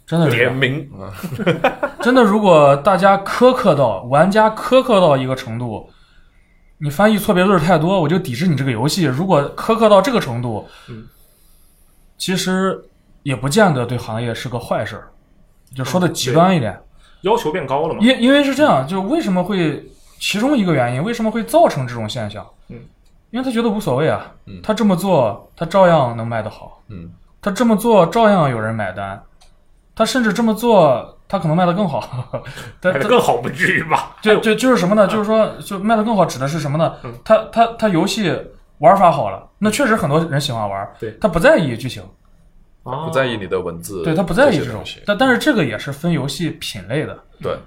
Speaker 4: 真的是这
Speaker 5: 联
Speaker 4: 样
Speaker 5: 名啊，
Speaker 4: 真的。如果大家苛刻到玩家苛刻到一个程度，你翻译错别字儿太多，我就抵制你这个游戏。如果苛刻到这个程度，
Speaker 1: 嗯
Speaker 4: 其实也不见得对行业是个坏事儿。就说
Speaker 1: 嗯
Speaker 4: 的极端一点，
Speaker 1: 要求变高了嘛？
Speaker 4: 因因为是这样，就为什么会其中一个原因，为什么会造成这种现象？
Speaker 1: 嗯，
Speaker 4: 因为他觉得无所谓啊，
Speaker 5: 嗯
Speaker 4: 他这么做，他照样能卖得好，
Speaker 5: 嗯，
Speaker 4: 他这么做照样有人买单，他甚至这么做，他可能卖得更好，他
Speaker 1: 卖
Speaker 4: 他
Speaker 1: 的更好不至于 <laughs> 吧？
Speaker 4: 就就就是什么呢？就是说，就卖得更好指的是什么呢
Speaker 1: 嗯？
Speaker 4: 他他他游戏玩法好了，那确实很多人喜欢玩，
Speaker 1: 对
Speaker 4: 他不在意剧情，
Speaker 1: 不
Speaker 5: 不在意你的文字，
Speaker 4: 对他不在意
Speaker 5: 这
Speaker 4: 这
Speaker 5: 些
Speaker 4: 种
Speaker 5: 东西，，
Speaker 4: 但但是这个也是分游戏品类的，
Speaker 5: 对，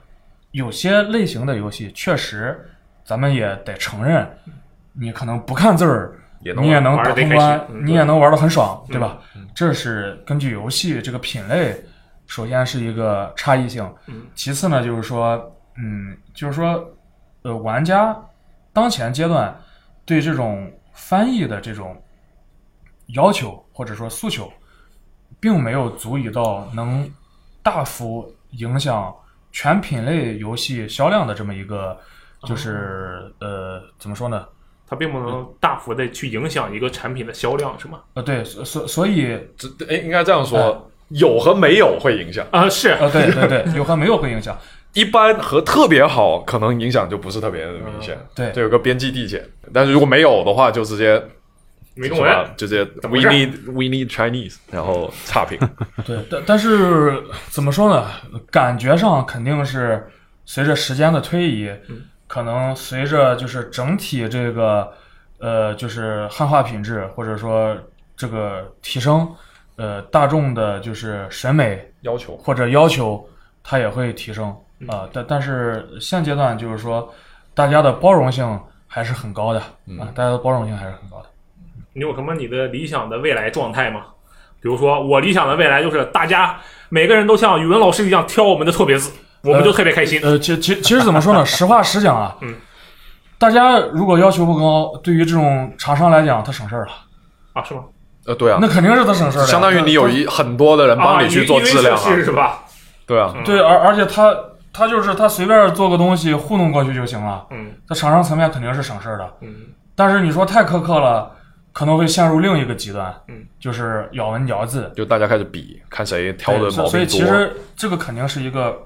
Speaker 4: 有些类型的游戏确实，咱们也得承认，你可能不看字儿，
Speaker 5: 也能
Speaker 4: 你也
Speaker 5: 玩
Speaker 4: 能
Speaker 1: 玩
Speaker 4: 打
Speaker 1: 得
Speaker 4: 通
Speaker 1: 开
Speaker 4: 关
Speaker 1: 心，嗯
Speaker 4: 你也能玩得很爽，对吧？这是根据游戏这个品类，首先是一个差异性，
Speaker 1: 嗯
Speaker 4: 其次呢就是说，嗯，就是说，呃，玩家当前阶段对这种翻译的这种要求或者说诉求，并没有足以到能大幅影响全品类游戏销量的这么一个，就是、呃，怎么说呢？
Speaker 1: 它并不能嗯大幅的去影响一个产品的销量，是吗？
Speaker 4: 呃，对，所所所以，
Speaker 5: 这哎应该这样说，有和没有会影响，
Speaker 1: 啊，是，
Speaker 4: 呃，对对对，有和没有会影响，
Speaker 5: 一般和特别好可能影响就不是特别的明显，
Speaker 4: 对
Speaker 5: 这有个边际递减，但是如果没有的话，就直接
Speaker 1: 没中
Speaker 5: 什么
Speaker 1: 文，
Speaker 5: 直接
Speaker 1: 怎
Speaker 5: we
Speaker 1: 么回事
Speaker 5: need we need Chinese，然后差评，
Speaker 4: 对，但但是怎么说呢？感觉上肯定是随着时间的推移，可能随着就是整体这个呃，就是汉化品质或者说这个提升，呃，大众的就是审美
Speaker 5: 要求
Speaker 4: 或者要求，它也会提升
Speaker 5: 嗯
Speaker 4: 啊、但但是现阶段就是说，大家的包容性还是很高的啊、
Speaker 5: 嗯
Speaker 4: 大家的包容性还是很高的。
Speaker 1: 你有什么你的理想的未来状态吗？比如说，我理想的未来就是大家每个人都像语文老师一样挑我们的错别字，我们就特别开
Speaker 5: 嗯
Speaker 1: 心。
Speaker 4: 呃，其其其实怎么
Speaker 5: <laughs>
Speaker 4: 说呢？实话实讲啊，
Speaker 1: 嗯，
Speaker 4: 大家如果要求不高，对于这种厂商来讲，他省事儿了，
Speaker 1: 啊，是吗？
Speaker 5: 呃对啊
Speaker 4: 那，肯定是他省事儿了呀。
Speaker 5: 相当于你有一很多的人帮你去做质量
Speaker 1: 啊，
Speaker 5: 啊
Speaker 1: 是，是吧？
Speaker 5: 对啊，
Speaker 4: 对，而而且他他就是他随便做个东西糊弄过去就行了，
Speaker 1: 嗯
Speaker 4: 在厂商层面肯定是省事儿的。
Speaker 1: 嗯
Speaker 4: 但是你说太苛刻了，可能会陷入另一个极端，
Speaker 1: 嗯，
Speaker 4: 就是咬文嚼字，
Speaker 5: 就大家开始比，看谁挑的
Speaker 4: 对所
Speaker 5: 毛
Speaker 4: 所以
Speaker 5: 病
Speaker 4: 其
Speaker 5: 多，
Speaker 4: 实这个肯定是一个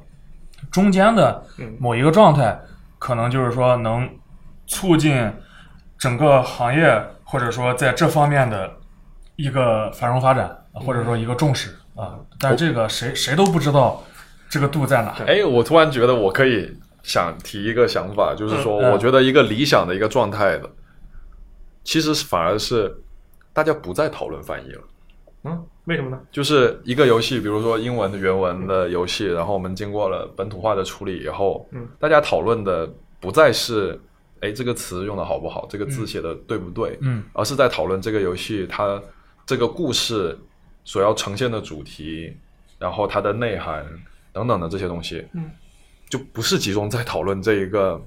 Speaker 4: 中间的
Speaker 1: 嗯
Speaker 4: 某一个状态，可能就是说能促进整个行业或者说在这方面的一个繁荣发展，或者说一个重视啊。但这个谁谁都不知道这个度在哪。
Speaker 5: 哎，我突然觉得我可以想提一个想法，就是说，
Speaker 4: 嗯
Speaker 5: 我觉得一个理想的一个状态的，其实是反而是大家不再讨论翻译了。
Speaker 1: 嗯，为什么呢？
Speaker 5: 就是一个游戏，比如说英文原文的游戏，然后我们经过了本土化的处理以后，
Speaker 1: 嗯，
Speaker 5: 大家讨论的不再是哎这个词用的好不好，这个字写的对不对，
Speaker 4: 嗯，
Speaker 5: 而是在讨论这个游戏它这个故事所要呈现的主题，然后它的内涵等等的这些东西，
Speaker 1: 嗯，
Speaker 5: 就不是集中在讨论这一个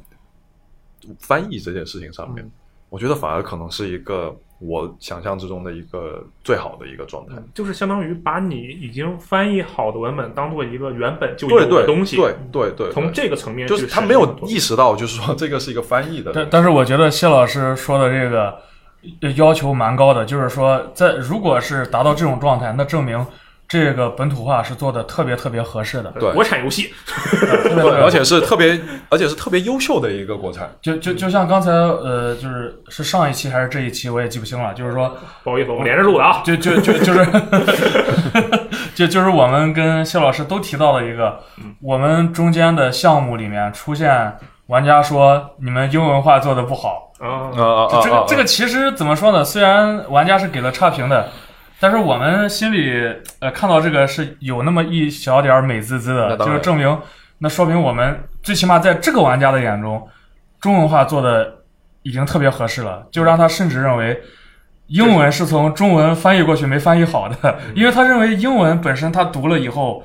Speaker 5: 翻译这件事情上
Speaker 1: 嗯
Speaker 5: 面，我觉得反而可能是一个我想象之中的一个最好的一个状态。
Speaker 1: 就是相当于把你已经翻译好的文本当做一个原本就
Speaker 5: 对
Speaker 1: 有
Speaker 5: 对
Speaker 1: 的东西，
Speaker 5: 对对对，
Speaker 1: 从
Speaker 5: 对
Speaker 1: 这个层面
Speaker 5: 就
Speaker 1: 去
Speaker 5: 是他
Speaker 1: 审
Speaker 5: 没
Speaker 1: 视
Speaker 5: 有
Speaker 1: 它
Speaker 5: 意识到，就是说这个是一个翻译的东
Speaker 4: 但
Speaker 5: 西，
Speaker 4: 但是我觉得谢老师说的这个呃要求蛮高的，就是说在如果是达到这种状态，那证明这个本土化是做的特别特别合适的。
Speaker 5: 对
Speaker 1: 国产游戏，
Speaker 4: 对
Speaker 5: 对，而且是特别，而且是特别优秀的一个国产。
Speaker 4: 就就就像刚才呃，就是是上一期还是这一期，我也记不清了。就是说，
Speaker 1: 不好意思，我们连着录的啊。
Speaker 4: 就就就就是 <laughs> 就就是我们跟谢老师都提到了一个，
Speaker 5: 嗯
Speaker 4: 我们中间的项目里面出现玩家说你们英文化做的不好，
Speaker 1: 啊
Speaker 5: 啊，啊啊！
Speaker 4: 这个
Speaker 5: 啊
Speaker 4: 这个其实怎么说呢？虽然玩家是给了差评的，但是我们心里呃看到这个是有那么一小点儿美滋滋
Speaker 5: 那
Speaker 4: 的，
Speaker 5: 当
Speaker 4: 就
Speaker 5: 然
Speaker 4: 是证明那说明我们最起码在这个玩家的眼中，中文化做的已经特别合适
Speaker 5: 嗯
Speaker 4: 了，就让他甚至认为。英文是从中文翻译过去没翻译好的，<laughs>
Speaker 5: 嗯
Speaker 4: 因为他认为英文本身他读了以后，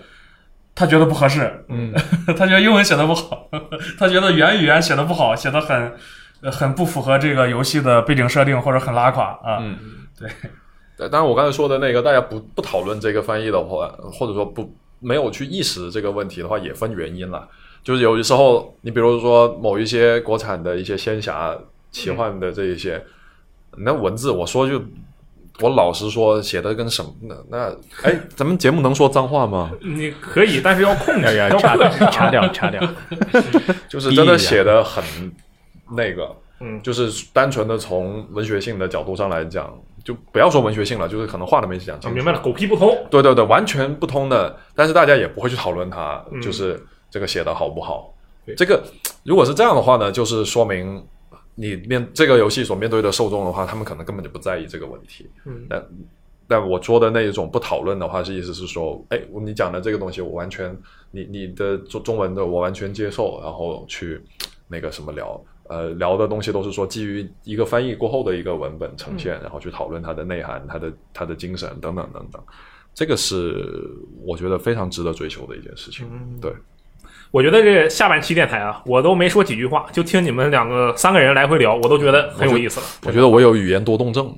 Speaker 4: 他觉得不合适，
Speaker 5: 嗯，
Speaker 4: <laughs> 他觉得英文写的不好， <laughs> 他觉得原语言写的不好，写的很呃很不符合这个游戏的背景设定或者很拉垮啊。
Speaker 5: 嗯对当然我刚才说的那个，大家不不讨论这个翻译的话，或者说不没有去意识这个问题的话，也分原因了。就是有的时候，你比如说某一些国产的一些仙侠、奇幻的这一些，那文字我说就。我老实说，写的跟什么那那哎，咱们节目能说脏话吗？
Speaker 1: 你可以，但是要控
Speaker 3: 要
Speaker 1: 制，
Speaker 3: 要
Speaker 1: 要
Speaker 3: 哎
Speaker 4: <laughs>
Speaker 3: 掐
Speaker 1: 克
Speaker 3: 掉
Speaker 1: 制啊，
Speaker 3: 掐掉掐掉，
Speaker 5: 就是真的写的很那个，
Speaker 1: 嗯
Speaker 5: 就是单纯的从文学性的角度上来讲，就不要说文学性了，就是可能话都没讲
Speaker 1: 啊
Speaker 5: 清楚。
Speaker 1: 明白了，狗屁不通。
Speaker 5: 对对对，完全不通的，但是大家也不会去讨论它，
Speaker 1: 嗯
Speaker 5: 就是这个写的好不好
Speaker 1: 对。
Speaker 5: 这个如果是这样的话呢，就是说明你面这个游戏所面对的受众的话，他们可能根本就不在意这个问题。
Speaker 1: 嗯
Speaker 5: 但但我说的那一种不讨论的话，是意思是说，哎，你讲的这个东西，我完全，你你的中中文的我完全接受，然后去那个什么聊，呃，聊的东西都是说基于一个翻译过后的一个文本呈现，
Speaker 1: 嗯
Speaker 5: 然后去讨论它的内涵、它的它的精神等等等等，这个是我觉得非常值得追求的一件事情。对，
Speaker 1: 我觉得这下半期电台啊，我都没说几句话，就听你们两个三个人来回聊，我都觉得很有意思了。 <laughs>
Speaker 5: 我觉得我有语言多动症，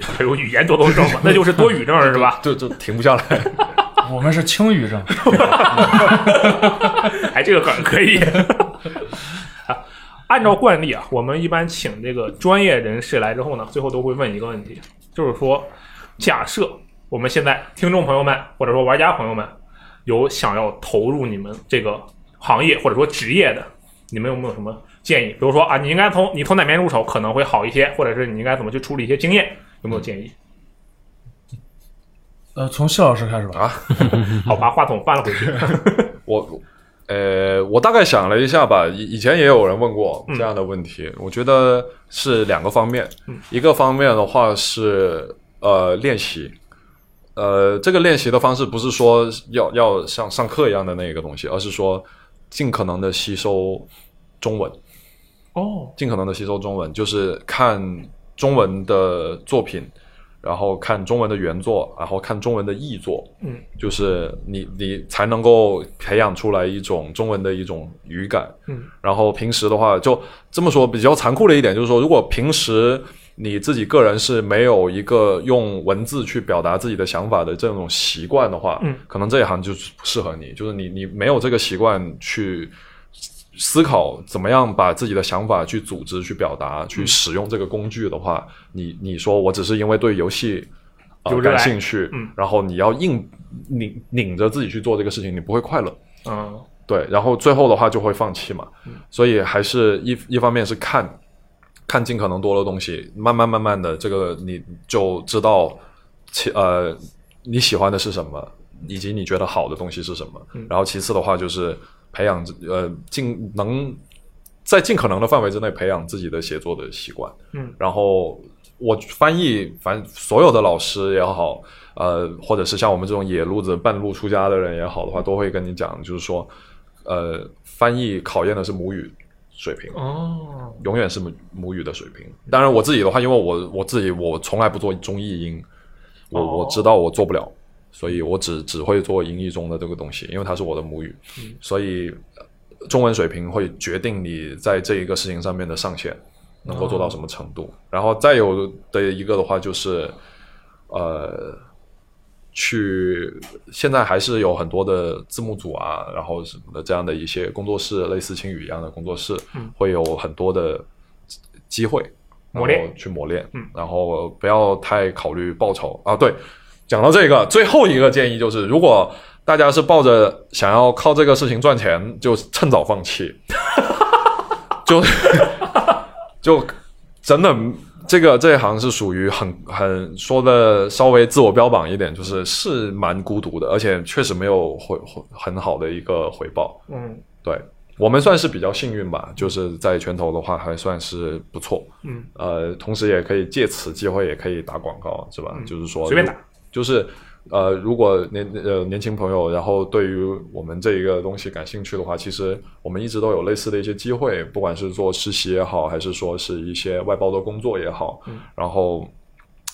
Speaker 1: 还有语言多动症嘛，那就是多语症是吧？
Speaker 5: 就就停不下来。
Speaker 4: 我们是轻语症，
Speaker 1: 哎，这个梗可以。 <laughs> 啊按照惯例啊，我们一般请这个专业人士来之后呢，最后都会问一个问题，就是说，假设我们现在听众朋友们或者说玩家朋友们有想要投入你们这个行业或者说职业的，你们有没有什么建议？比如说啊，你应该从你从哪边入手可能会好一些，或者是你应该怎么去处理一些经验，有没有建议？
Speaker 4: 呃，从谢老师开始吧。
Speaker 1: <laughs> 好，把话筒翻了回
Speaker 4: <laughs>
Speaker 1: 去。
Speaker 5: 我，呃，我大概想了一下吧，以以前也有人问过这样的问题，我觉得是两个方面，一个方面的话是呃练习，呃，这个练习的方式不是说要要像上课一样的那个东西，而是说尽可能的吸收中文，
Speaker 1: 哦，
Speaker 5: 尽可能的吸收中文，就是看中文的作品，然后看中文的原作，然后看中文的译作，
Speaker 1: 嗯，
Speaker 5: 就是你你才能够培养出来一种中文的一种语感，
Speaker 1: 嗯，
Speaker 5: 然后平时的话就这么说比较残酷的一点就是说，如果平时你自己个人是没有一个用文字去表达自己的想法的这种习惯的话，
Speaker 1: 嗯，
Speaker 5: 可能这一行就是不适合你，就是你你没有这个习惯去。思考怎么样把自己的想法去组织、去表达、
Speaker 1: 嗯
Speaker 5: 去使用这个工具的话，你你说我只是因为对游戏啊、呃
Speaker 1: 有热爱
Speaker 5: 感兴趣，
Speaker 1: 嗯
Speaker 5: 然后你要硬拧拧着自己去做这个事情，你不会快乐。
Speaker 1: 嗯
Speaker 5: 对，然后最后的话就会放弃嘛，所以还是一一方面是看，看尽可能多的东西，慢慢慢慢的这个你就知道其呃你喜欢的是什么，以及你觉得好的东西是什么。然后其次的话就是培养自呃尽能在尽可能的范围之内培养自己的写作的习惯，
Speaker 1: 嗯
Speaker 5: 然后我翻译，反正所有的老师也好，呃，或者是像我们这种野路子、半路出家的人也好的话，都会跟你讲，就是说，呃，翻译考验的是母语水平。
Speaker 1: 哦，
Speaker 5: 永远是母母语的水平。当然，我自己的话，因为我我自己我从来不做中译英，我
Speaker 1: 哦
Speaker 5: 我知道我做不了，所以我只只会做英译中的这个东西，因为它是我的母语，所以呃中文水平会决定你在这一个事情上面的上限能够做到什么程度。然后再有的一个的话就是，呃。去，现在还是有很多的字幕组啊，然后什么的这样的一些工作室，类似青语一样的工作室，会有很多的机机会
Speaker 1: 嗯磨练
Speaker 5: 然后去磨练，
Speaker 1: 嗯
Speaker 5: 然后不要太考虑报酬啊。对，讲到这个，最后一个建议就是，如果大家是抱着想要靠这个事情赚钱，就趁早
Speaker 1: <laughs>
Speaker 5: 放弃，就就真的。这个这一行是属于很很说的稍微自我标榜一点，就是是蛮孤独的，而且确实没有回回很好的一个回报。
Speaker 1: 嗯
Speaker 5: 对我们算是比较幸运吧，就是在拳头的话还算是不错。
Speaker 1: 嗯，
Speaker 5: 呃，同时也可以借此机会也可以打广告，是吧？就是说
Speaker 1: 嗯随便打，
Speaker 5: 就是呃，如果年呃年轻朋友，然后对于我们这一个东西感兴趣的话，其实我们一直都有类似的一些机会，不管是做实习也好，还是说是一些外包的工作也好，然后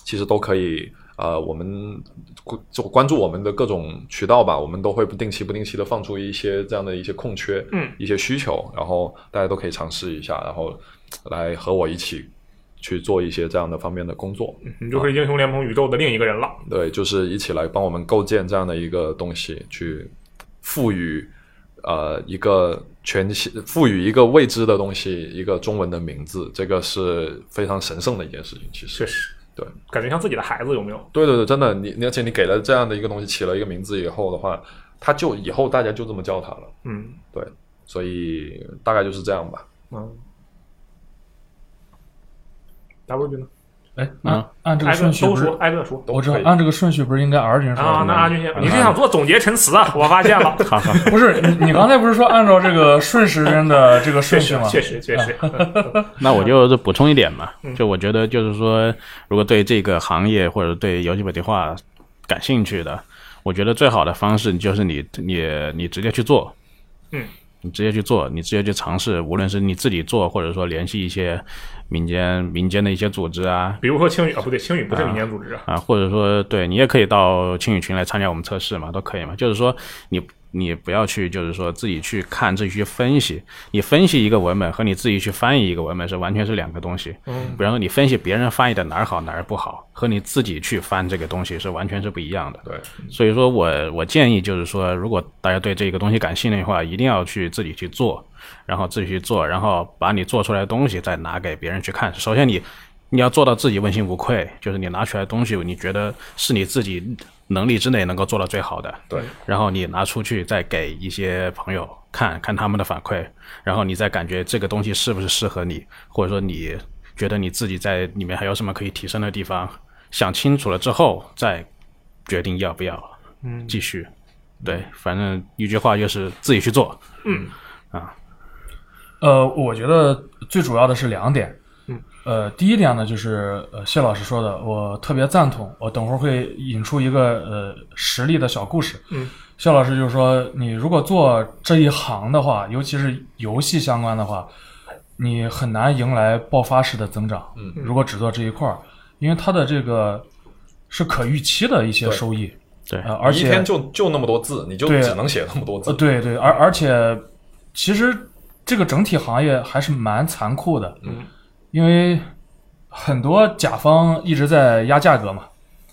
Speaker 5: 其实都可以。呃，我们关就关注我们的各种渠道吧，我们都会不定期、不定期的放出一些这样的一些空缺，
Speaker 1: 嗯，
Speaker 5: 一些需求，然后大家都可以尝试一下，然后来和我一起去做一些这样的方面的工作。
Speaker 1: 嗯你就是英雄联盟宇宙的另一个人了。
Speaker 5: 对，就是一起来帮我们构建这样的一个东西，去赋予呃一个全新、赋予一个未知的东西一个中文的名字，这个是非常神圣的一件事情。其实，
Speaker 1: 确实，
Speaker 5: 对，
Speaker 1: 感觉像自己的孩子，有没有？
Speaker 5: 对对对，真的，你你而且你给了这样的一个东西起了一个名字以后的话，它就以后大家就这么叫它了。
Speaker 1: 嗯
Speaker 5: 对，所以大概就是这样吧。
Speaker 1: 嗯。W 君呢？
Speaker 4: 哎，那
Speaker 3: 啊
Speaker 4: 按这个
Speaker 1: 挨个
Speaker 4: 顺序
Speaker 1: 都
Speaker 4: 不是
Speaker 1: 说，，挨个说。
Speaker 5: 都
Speaker 4: 我知道
Speaker 5: 可以
Speaker 4: 按这个顺序不是应该 R 军说
Speaker 1: 啊，那
Speaker 4: 吗？
Speaker 1: 阿军先，你是想做总结陈词啊？我发现
Speaker 4: <laughs>
Speaker 1: 了，
Speaker 3: 好好，
Speaker 4: 不是你，你刚才不是说按照这个顺时针的这个顺
Speaker 1: 确
Speaker 4: 序
Speaker 1: 实
Speaker 4: 吗，？啊
Speaker 1: 确实，确实。
Speaker 3: 那我就是补充一点嘛，就我觉得就是说，如果对这个行业或者对游戏本地化感兴趣的，我觉得最好的方式就是你你你直接去做，
Speaker 1: 嗯，
Speaker 3: 你直接去做，你直接去尝试，无论是你自己做，或者说联系一些民间民间的一些组织啊。
Speaker 1: 比如说青宇啊，不对，青宇不是民间组织啊。
Speaker 3: 啊，或者说，对你也可以到青语群来参加我们测试嘛，都可以嘛。就是说你，你不要去，就是说自己去看，自己去分析。你分析一个文本和你自己去翻译一个文本是完全是两个东西。比方说你分析别人翻译的哪儿好哪儿不好，和你自己去翻这个东西是完全是不一样的。
Speaker 5: 对，
Speaker 3: 所以说我我建议就是说，如果大家对这个东西感兴趣的话，一定要去自己去做，然后自己去做，然后把你做出来的东西再拿给别人去看。首先你你要做到自己问心无愧，就是你拿出来的东西，你觉得是你自己能力之内能够做到最好的。
Speaker 5: 对，
Speaker 3: 然后你拿出去再给一些朋友看看他们的反馈，然后你再感觉这个东西是不是适合你，或者说你觉得你自己在里面还有什么可以提升的地方，想清楚了之后再决定要不要继续。对，反正一句话就是自己去做。
Speaker 4: 呃，我觉得最主要的是两点。嗯，呃，第一点呢，就是呃谢老师说的，我特别赞同。我等会儿会引出一个呃实例的小故事。嗯，谢老师就是说，你如果做这一行的话，尤其是游戏相关的话，你很难迎来爆发式的增长。嗯，如果只做这一块儿，因为它的这个是可预期的一些收益。
Speaker 3: 对
Speaker 4: 呃而
Speaker 5: 你一
Speaker 4: 且
Speaker 5: 天就就那么多字，你就
Speaker 4: 对
Speaker 5: 只能写那么多字
Speaker 4: 呃，。对对，而而且其实这个整体行业还是蛮残酷的，嗯，因为很多甲方一直在压价格嘛，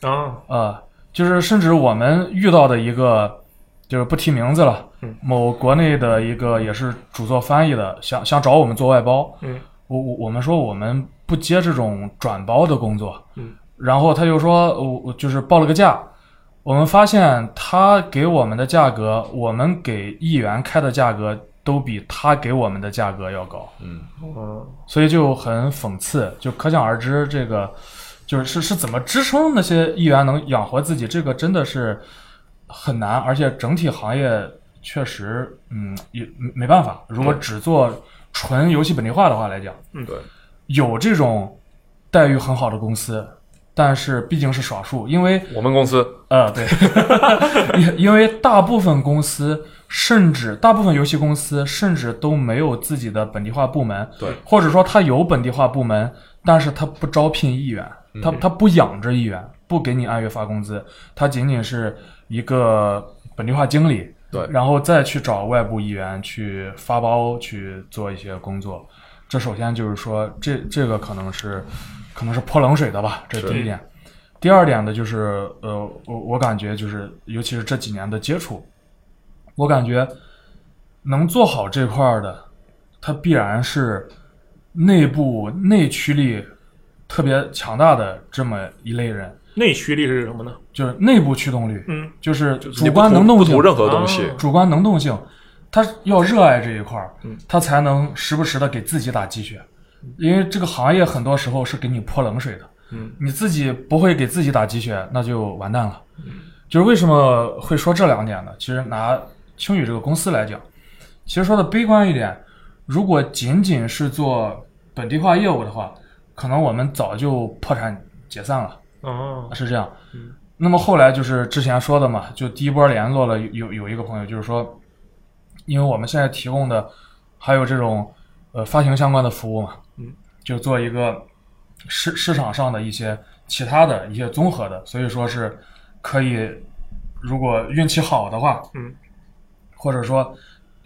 Speaker 1: 啊，
Speaker 4: 啊、就是甚至我们遇到的一个，就是不提名字了，
Speaker 1: 嗯
Speaker 4: 某国内的一个也是主做翻译的，想想找我们做外包，
Speaker 1: 嗯，
Speaker 4: 我我我们说我们不接这种转包的工作，
Speaker 1: 嗯，
Speaker 4: 然后他就说，我我就是报了个价，我们发现他给我们的价格，我们给议员开的价格都比他给我们的价格要高，
Speaker 1: 嗯，
Speaker 4: 所以就很讽刺，就可想而知，这个就是是是怎么支撑那些议员能养活自己，这个真的是很难，而且整体行业确实，嗯，也没没办法。如果只做纯游戏本地化的话来讲，
Speaker 5: 对，
Speaker 4: 有这种待遇很好的公司，但是毕竟是少数，因为
Speaker 5: 我们公司
Speaker 4: 呃，
Speaker 5: <laughs>
Speaker 4: 对，因因为大部分公司甚至大部分游戏公司甚至都没有自己的本地化部门，
Speaker 5: 对，
Speaker 4: 或者说他有本地化部门，但是他不招聘议员，
Speaker 5: 嗯
Speaker 4: 他他不养着议员，不给你按月发工资，他仅仅是一个本地化经理，
Speaker 5: 对
Speaker 4: 然后再去找外部议员去发包去做一些工作，这首先就是说这这个可能是可能是泼冷水的吧，这是第一点。第二点呢，就是呃，我我感觉就是，尤其是这几年的接触，我感觉能做好这块儿的，它必然是内部内驱力特别强大的这么一类人，
Speaker 1: 内驱力是什么呢？
Speaker 4: 就是内部驱动力，
Speaker 1: 嗯，
Speaker 4: 就是
Speaker 5: 你
Speaker 4: 主
Speaker 5: 不
Speaker 4: 观
Speaker 5: 图
Speaker 4: 能动
Speaker 5: 不
Speaker 4: 性
Speaker 5: 图，任何东西，
Speaker 1: 啊
Speaker 4: 主观能动性，他要热爱这一块儿
Speaker 1: 嗯，
Speaker 4: 他才能时不时的给自己打鸡血，因为这个行业很多时候是给你泼冷水的，
Speaker 1: 嗯，
Speaker 4: 你自己不会给自己打鸡血，那就完蛋了。
Speaker 1: 嗯
Speaker 4: 就是为什么会说这两点呢？其实拿青宇这个公司来讲，其实说的悲观一点，如果仅仅是做本地化业务的话，可能我们早就破产解散了。
Speaker 1: 哦，
Speaker 4: 是这样
Speaker 1: 嗯。
Speaker 4: 那么后来就是之前说的嘛，就第一波联络了有有一个朋友，就是说，因为我们现在提供的还有这种呃发行相关的服务嘛，
Speaker 1: 嗯，
Speaker 4: 就做一个市市场上的一些其他的一些综合的，所以说是可以，如果运气好的话，
Speaker 1: 嗯，
Speaker 4: 或者说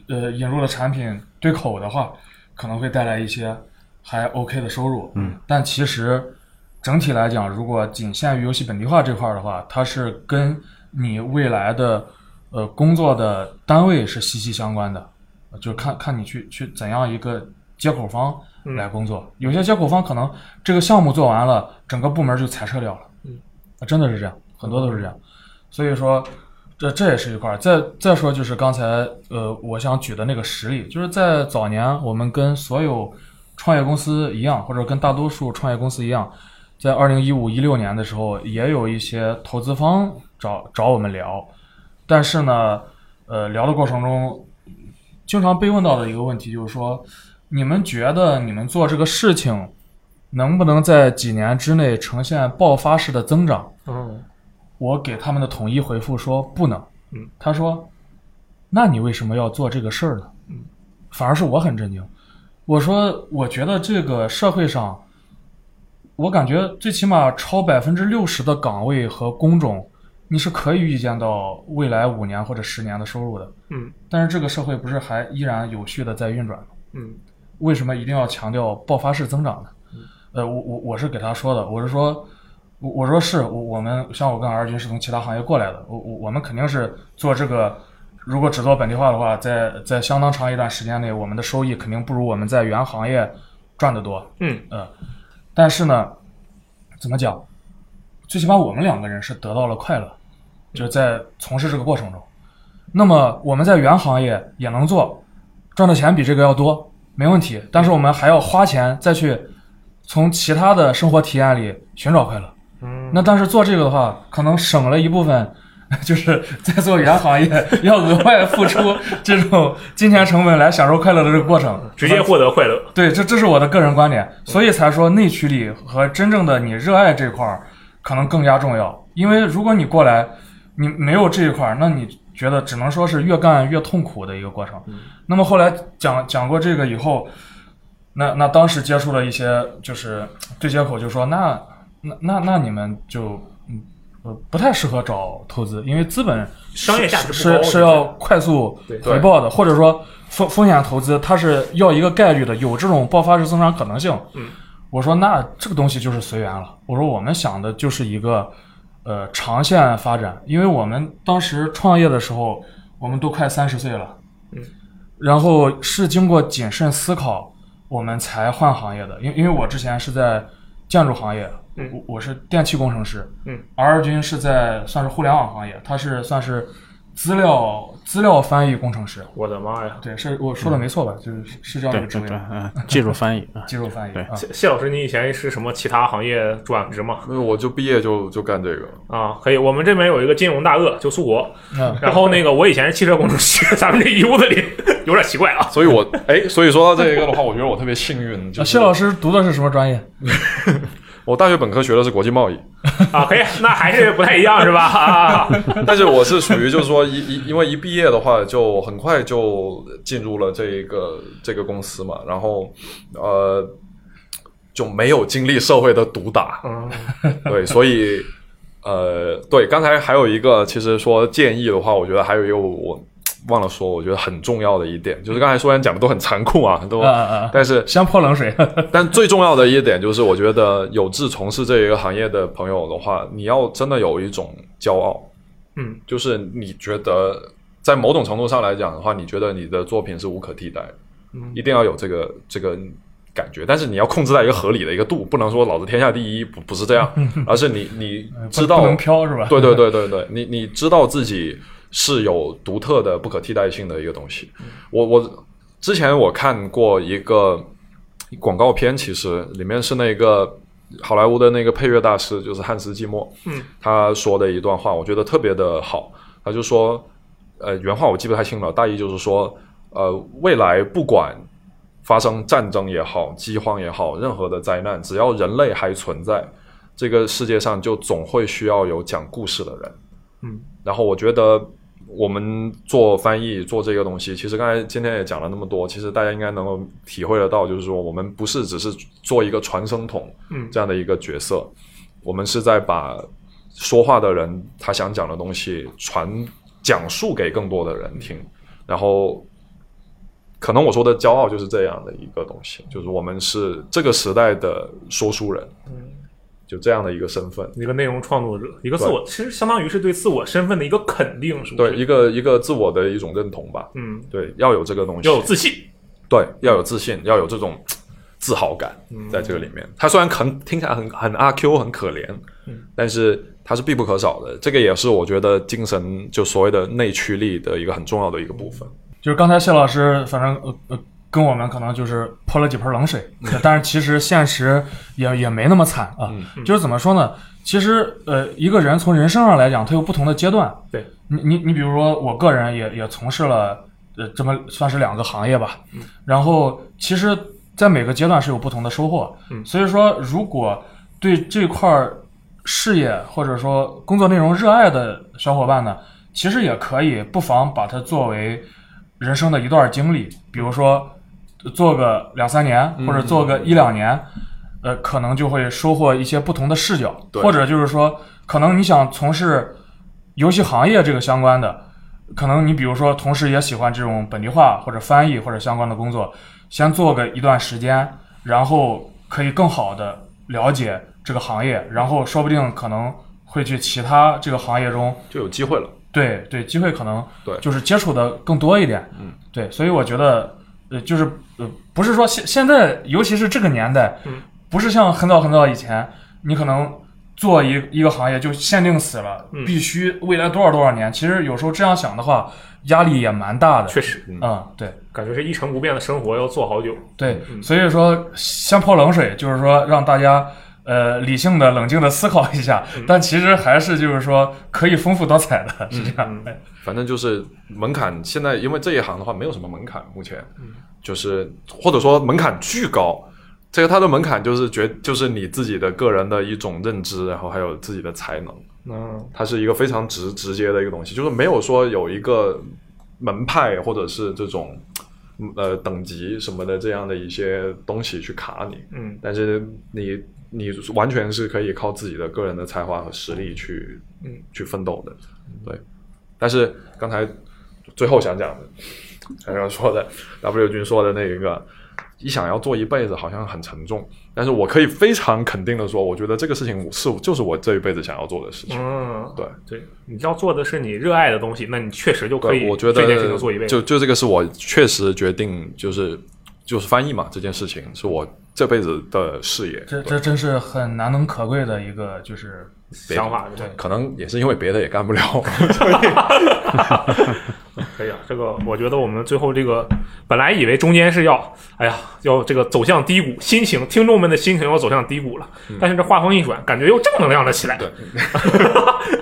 Speaker 4: 呃引入的产品对口的话，可能会带来一些还 OK 的收入，嗯，但其实整体来讲，如果仅限于游戏本地化这块儿的话，它是跟你未来的呃工作的单位是息息相关的，呃就是看看你去去怎样一个接口方来工作。有些接口方可能这个项目做完了，整个部门就裁撤掉了，
Speaker 1: 嗯
Speaker 4: 啊，真的是这样，很多都是这样。所以说，这这也是一块儿。再再说就是刚才呃，我想举的那个实例，就是在早年我们跟所有创业公司一样，或者跟大多数创业公司一样，在二零一五一六年的时候，也有一些投资方找找我们聊，但是呢，呃，聊的过程中，经常被问到的一个问题就是说，你们觉得你们做这个事情能不能在几年之内呈现爆发式的增长？
Speaker 1: 哦，
Speaker 4: 我给他们的统一回复说不能。
Speaker 1: 嗯，
Speaker 4: 他说，那你为什么要做这个事儿呢？嗯，反而是我很震惊。我说，我觉得这个社会上，我感觉最起码超百分之六十的岗位和工种，你是可以预见到未来五年或者十年的收入的。
Speaker 1: 嗯
Speaker 4: 但是这个社会不是还依然有序的在运转吗？
Speaker 1: 嗯
Speaker 4: 为什么一定要强调爆发式增长呢？呃，我我我是给他说的，我是说，我我说是我我们像我跟 R 君是从其他行业过来的，我我我们肯定是做这个，如果只做本地化的话，在在相当长一段时间内，我们的收益肯定不如我们在原行业赚得多，
Speaker 1: 嗯
Speaker 4: 但是呢，怎么讲？最起码我们两个人是得到了快乐，就是在从事这个过程中。那么我们在原行业也能做，赚的钱比这个要多，没问题。但是我们还要花钱再去从其他的生活体验里寻找快乐。
Speaker 1: 嗯，
Speaker 4: 那但是做这个的话，可能省了一部分， <laughs> 就是在做原行业要额外付出这种金钱成本来享受快乐的这个过程。
Speaker 1: 直接获得快乐。
Speaker 4: 对，这这是我的个人观点，所以才说内驱力和真正的你热爱这块儿可能更加重要。因为如果你过来，你没有这一块儿，那你觉得只能说是越干越痛苦的一个过程。那么后来讲讲过这个以后，那那当时接触了一些就是对接口就说那那那那你们就嗯呃不太适合找投资，因为资本
Speaker 1: 商业价值不高
Speaker 4: 是是要快速回报的，或者说风风险投资，它是要一个概率的，有这种爆发式增长可能性。
Speaker 1: 嗯，
Speaker 4: 我说那这个东西就是随缘了。我说我们想的就是一个呃长线发展，因为我们当时创业的时候，我们都快三十岁了，
Speaker 1: 嗯，
Speaker 4: 然后是经过谨慎思考，我们才换行业的。因因为我之前是在建筑行业，
Speaker 1: 嗯
Speaker 4: 我我是电气工程师，
Speaker 1: 嗯
Speaker 4: ，R 君是在算是互联网行业，他是算是资料资料翻译工程师，
Speaker 1: 我的妈呀！
Speaker 4: 对，是我说的没错吧？就是是是这样一
Speaker 3: 对
Speaker 4: 个职
Speaker 3: 嗯对
Speaker 4: 位
Speaker 3: 对，
Speaker 4: 吗，
Speaker 3: 嗯，技术翻译啊，
Speaker 4: 技术翻译
Speaker 3: 对
Speaker 4: 啊。
Speaker 1: 谢谢老师，你以前是什么其他行业转职吗？
Speaker 5: 因为我就毕业就就干这个，
Speaker 1: 啊，可以。我们这边有一个金融大鳄，就苏国。
Speaker 4: 嗯
Speaker 1: 然后那个，我以前是汽车工程师， <laughs> 咱们这一屋子里有点奇怪啊。
Speaker 5: 所以我 <laughs> 哎，所以说到这一个的话，我觉得我特别幸运，就
Speaker 4: 啊，
Speaker 5: 是
Speaker 4: 谢老师读的是什么专业？
Speaker 5: 我大学本科学的是国际贸易，
Speaker 1: 啊，可以，那还是不太一样是吧？啊，
Speaker 5: <laughs> 但是我是属于就是说一一因为一毕业的话，就很快就进入了这一个这个公司嘛，然后呃就没有经历社会的毒打，
Speaker 1: 嗯，
Speaker 5: 对，所以呃对，刚才还有一个其实说建议的话，我觉得还有一个我我忘了说，我觉得很重要的一点就是刚才虽然讲的都很残酷啊，都、
Speaker 4: 啊啊啊！
Speaker 5: 但是
Speaker 4: 先泼冷水，
Speaker 5: 但最重要的一点就是，我觉得有志从事这一个行业的朋友的话，你要真的有一种骄傲，
Speaker 1: 嗯，
Speaker 5: 就是你觉得在某种程度上来讲的话，你觉得你的作品是无可替代的，
Speaker 1: 嗯
Speaker 5: 一定要有这个这个感觉，但是你要控制在一个合理的一个度，不能说老子天下第一，不不是
Speaker 4: <laughs>
Speaker 5: 这样，而是你你
Speaker 4: 呃不
Speaker 5: 知道
Speaker 4: 不能飘是吧？
Speaker 5: 对对对对对，你你知道自己是有独特的、不可替代性的一个东
Speaker 4: 嗯
Speaker 5: 西。我我之前我看过一个广告片，其实里面是那个好莱坞的那个配乐大师，就是汉斯季默，
Speaker 1: 嗯，
Speaker 5: 他说的一段话，我觉得特别的好。他就说，呃，原话我记不太清了，大意就是说，呃，未来不管发生战争也好、饥荒也好，任何的灾难，只要人类还存在，这个世界上就总会需要有讲故事的人。
Speaker 1: 嗯，
Speaker 5: 然后我觉得我们做翻译做这个东西，其实刚才今天也讲了那么多，其实大家应该能够体会得到，就是说我们不是只是做一个传声筒
Speaker 1: 嗯
Speaker 5: 这样的一个角色，我们是在把说话的人他想讲的东西传讲述给更多的人听，然后可能我说的骄傲就是这样的一个东西，就是我们是这个时代的说书人，
Speaker 1: 嗯
Speaker 5: 就这样的一个身份，
Speaker 1: <laughs> 一个内容创作者，一个自我，其实相当于是对自我身份的一个肯定，是不是？
Speaker 5: 对一个一个自我的一种认同吧，
Speaker 1: 嗯，
Speaker 5: 对，要有这个东西，
Speaker 1: 要有自
Speaker 5: 嗯
Speaker 1: 信，
Speaker 5: 对，要有自信，要有这种自豪感在这个里面。它虽然很听起来很很阿 Q 很可怜，但是它是必不可少的。这个也是我觉得精神就所谓的内驱力的一个很重要的一个部分。
Speaker 4: 就是刚才谢老师，反正呃呃，跟我们可能就是泼了几盆冷水，
Speaker 1: 嗯
Speaker 4: 但是其实现实也也没那么惨啊。就是怎么说呢？其实呃，一个人从人生上来讲，他有不同的阶段。
Speaker 1: 对，
Speaker 4: 你你你比如说，我个人也也从事了呃这么算是两个行业吧，
Speaker 1: 嗯
Speaker 4: 然后其实，在每个阶段是有不同的收获。
Speaker 1: 嗯
Speaker 4: 所以说，如果对这块儿事业或者说工作内容热爱的小伙伴呢，其实也可以不妨把它作为人生的一段经历，比如说呃做个两三年，或者做个一两年，呃，可能就会收获一些不同的视角，
Speaker 5: 对
Speaker 4: 或者就是说，可能你想从事游戏行业这个相关的，可能你比如说同时也喜欢这种本地化或者翻译或者相关的工作，先做个一段时间，然后可以更好的了解这个行业，然后说不定可能会去其他这个行业中
Speaker 5: 就有机会了，
Speaker 4: 对对，机会可能
Speaker 5: 对
Speaker 4: 就是接触的更多一点，嗯，对，所以我觉得呃，就是呃，不是说现现在，尤其是这个年代，
Speaker 1: 嗯，
Speaker 4: 不是像很早很早以前，你可能做一一个行业就限定死了，
Speaker 1: 嗯
Speaker 4: 必须未来多少多少年，其实有时候这样想的话，压力也蛮大的，
Speaker 1: 确实
Speaker 4: 嗯，对
Speaker 1: 感觉是一成不变的生活要做好久。
Speaker 4: 对，
Speaker 1: 嗯
Speaker 4: 所以说先泼冷水，就是说让大家。呃，理性的、冷静的思考一下，
Speaker 1: 嗯
Speaker 4: 但其实还是就是说可以丰富多彩的，是这样。
Speaker 1: 嗯
Speaker 5: 反正就是门槛。现在因为这一行的话，没有什么门槛，目前就是或者说门槛巨高。这个它的门槛就是决，就是你自己的个人的一种认知，然后还有自己的才能。
Speaker 1: 嗯
Speaker 5: 它是一个非常直直接的一个东西，就是没有说有一个门派或者是这种嗯呃等级什么的这样的一些东西去卡你，
Speaker 1: 嗯
Speaker 5: 但是你你完全是可以靠自己的个人的才华和实力去
Speaker 1: 嗯
Speaker 5: 去奋斗的，对。但是刚才最后想讲的，刚刚说的 W 君说的那一个，一想要做一辈子好像很沉重，但是我可以非常肯定的说，我觉得这个事情我是就是我这一辈子想要做的事情。
Speaker 1: 嗯，
Speaker 5: 对
Speaker 1: 对，你要做的是你热爱的东西，那你确实就可以
Speaker 5: 对，我觉得
Speaker 1: 这件事情做一辈子。
Speaker 5: 就就这个是我确实决定，就是就是翻译嘛，这件事情是我这辈子的事业。
Speaker 4: 这
Speaker 5: 对
Speaker 4: 这真是很难能可贵的一个，就是
Speaker 1: 想法是吧？ <laughs>
Speaker 5: 可能也是因为别的也干不了，
Speaker 1: 可以啊，这个我觉得我们最后这个本来以为中间是要，哎呀，要这个走向低谷，心情听众们的心情要走向低谷了，但是这话锋一转，感觉又正能量了起来，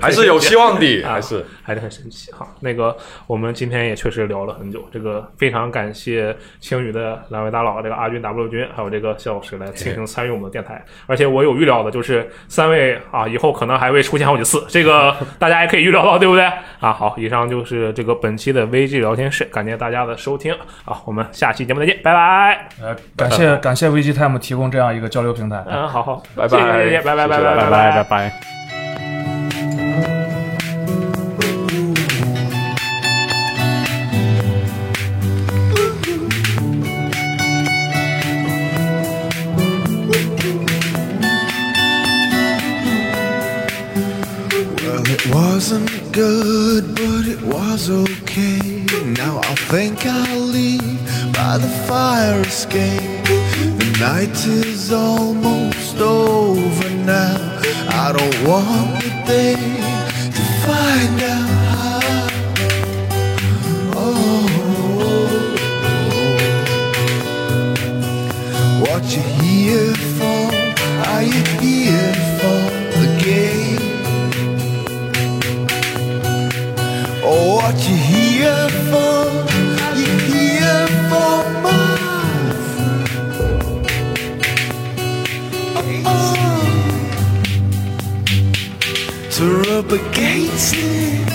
Speaker 5: 还是有希望的，
Speaker 1: <laughs> 啊
Speaker 5: 还是
Speaker 1: 还是很神奇哈。那个我们今天也确实聊了很久，这个非常感谢青宇的两位大佬，这个阿军 W 君还有这个肖老师来进行参与我们的电台，而且我有预料的就是三位啊以后可能还会出现好几次，这个大家也可以预料到，对不对？啊，好，以上就是这个本期的 VG 聊天室，感谢大家的收听啊，我们下期节目再见，拜拜。
Speaker 4: 呃，感谢感谢 VG Time 提供这样一个交流平台。
Speaker 1: 嗯，好好，
Speaker 5: 拜
Speaker 1: 谢谢
Speaker 5: 拜
Speaker 1: 谢谢，拜拜拜
Speaker 5: 谢谢
Speaker 1: 拜
Speaker 3: 拜
Speaker 1: 拜
Speaker 3: 拜。拜。
Speaker 6: Well, it wasn't good, but it was okay. Now I think I'll leave by the fire escape. The night is almost over now. I don't want the day to find out how. Oh. What you here for? Are you here for the game? Oh, what you here for? You here for my oh, To rub against it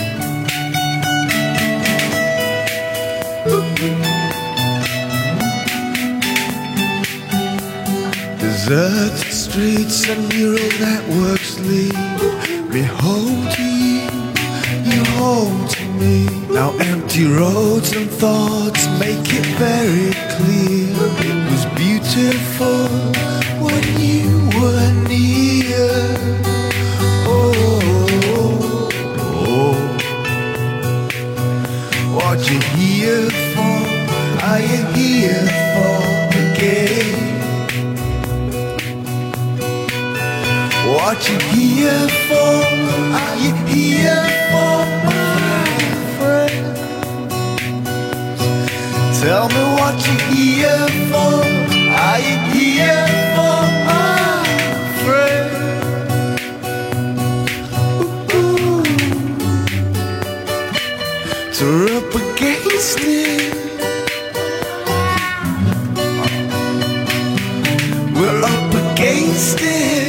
Speaker 6: Deserted streets and neural networks lead me home to you, you home to me. Now empty roads and thoughts make it very clear. It was beautiful when you were near. Oh, oh, oh. What you here for? Are you here for the game? What you here for? Are you here for my friend? Tell me what you here for? Are you here for my friend? Ooh, To up against it. We're up against it. Oh,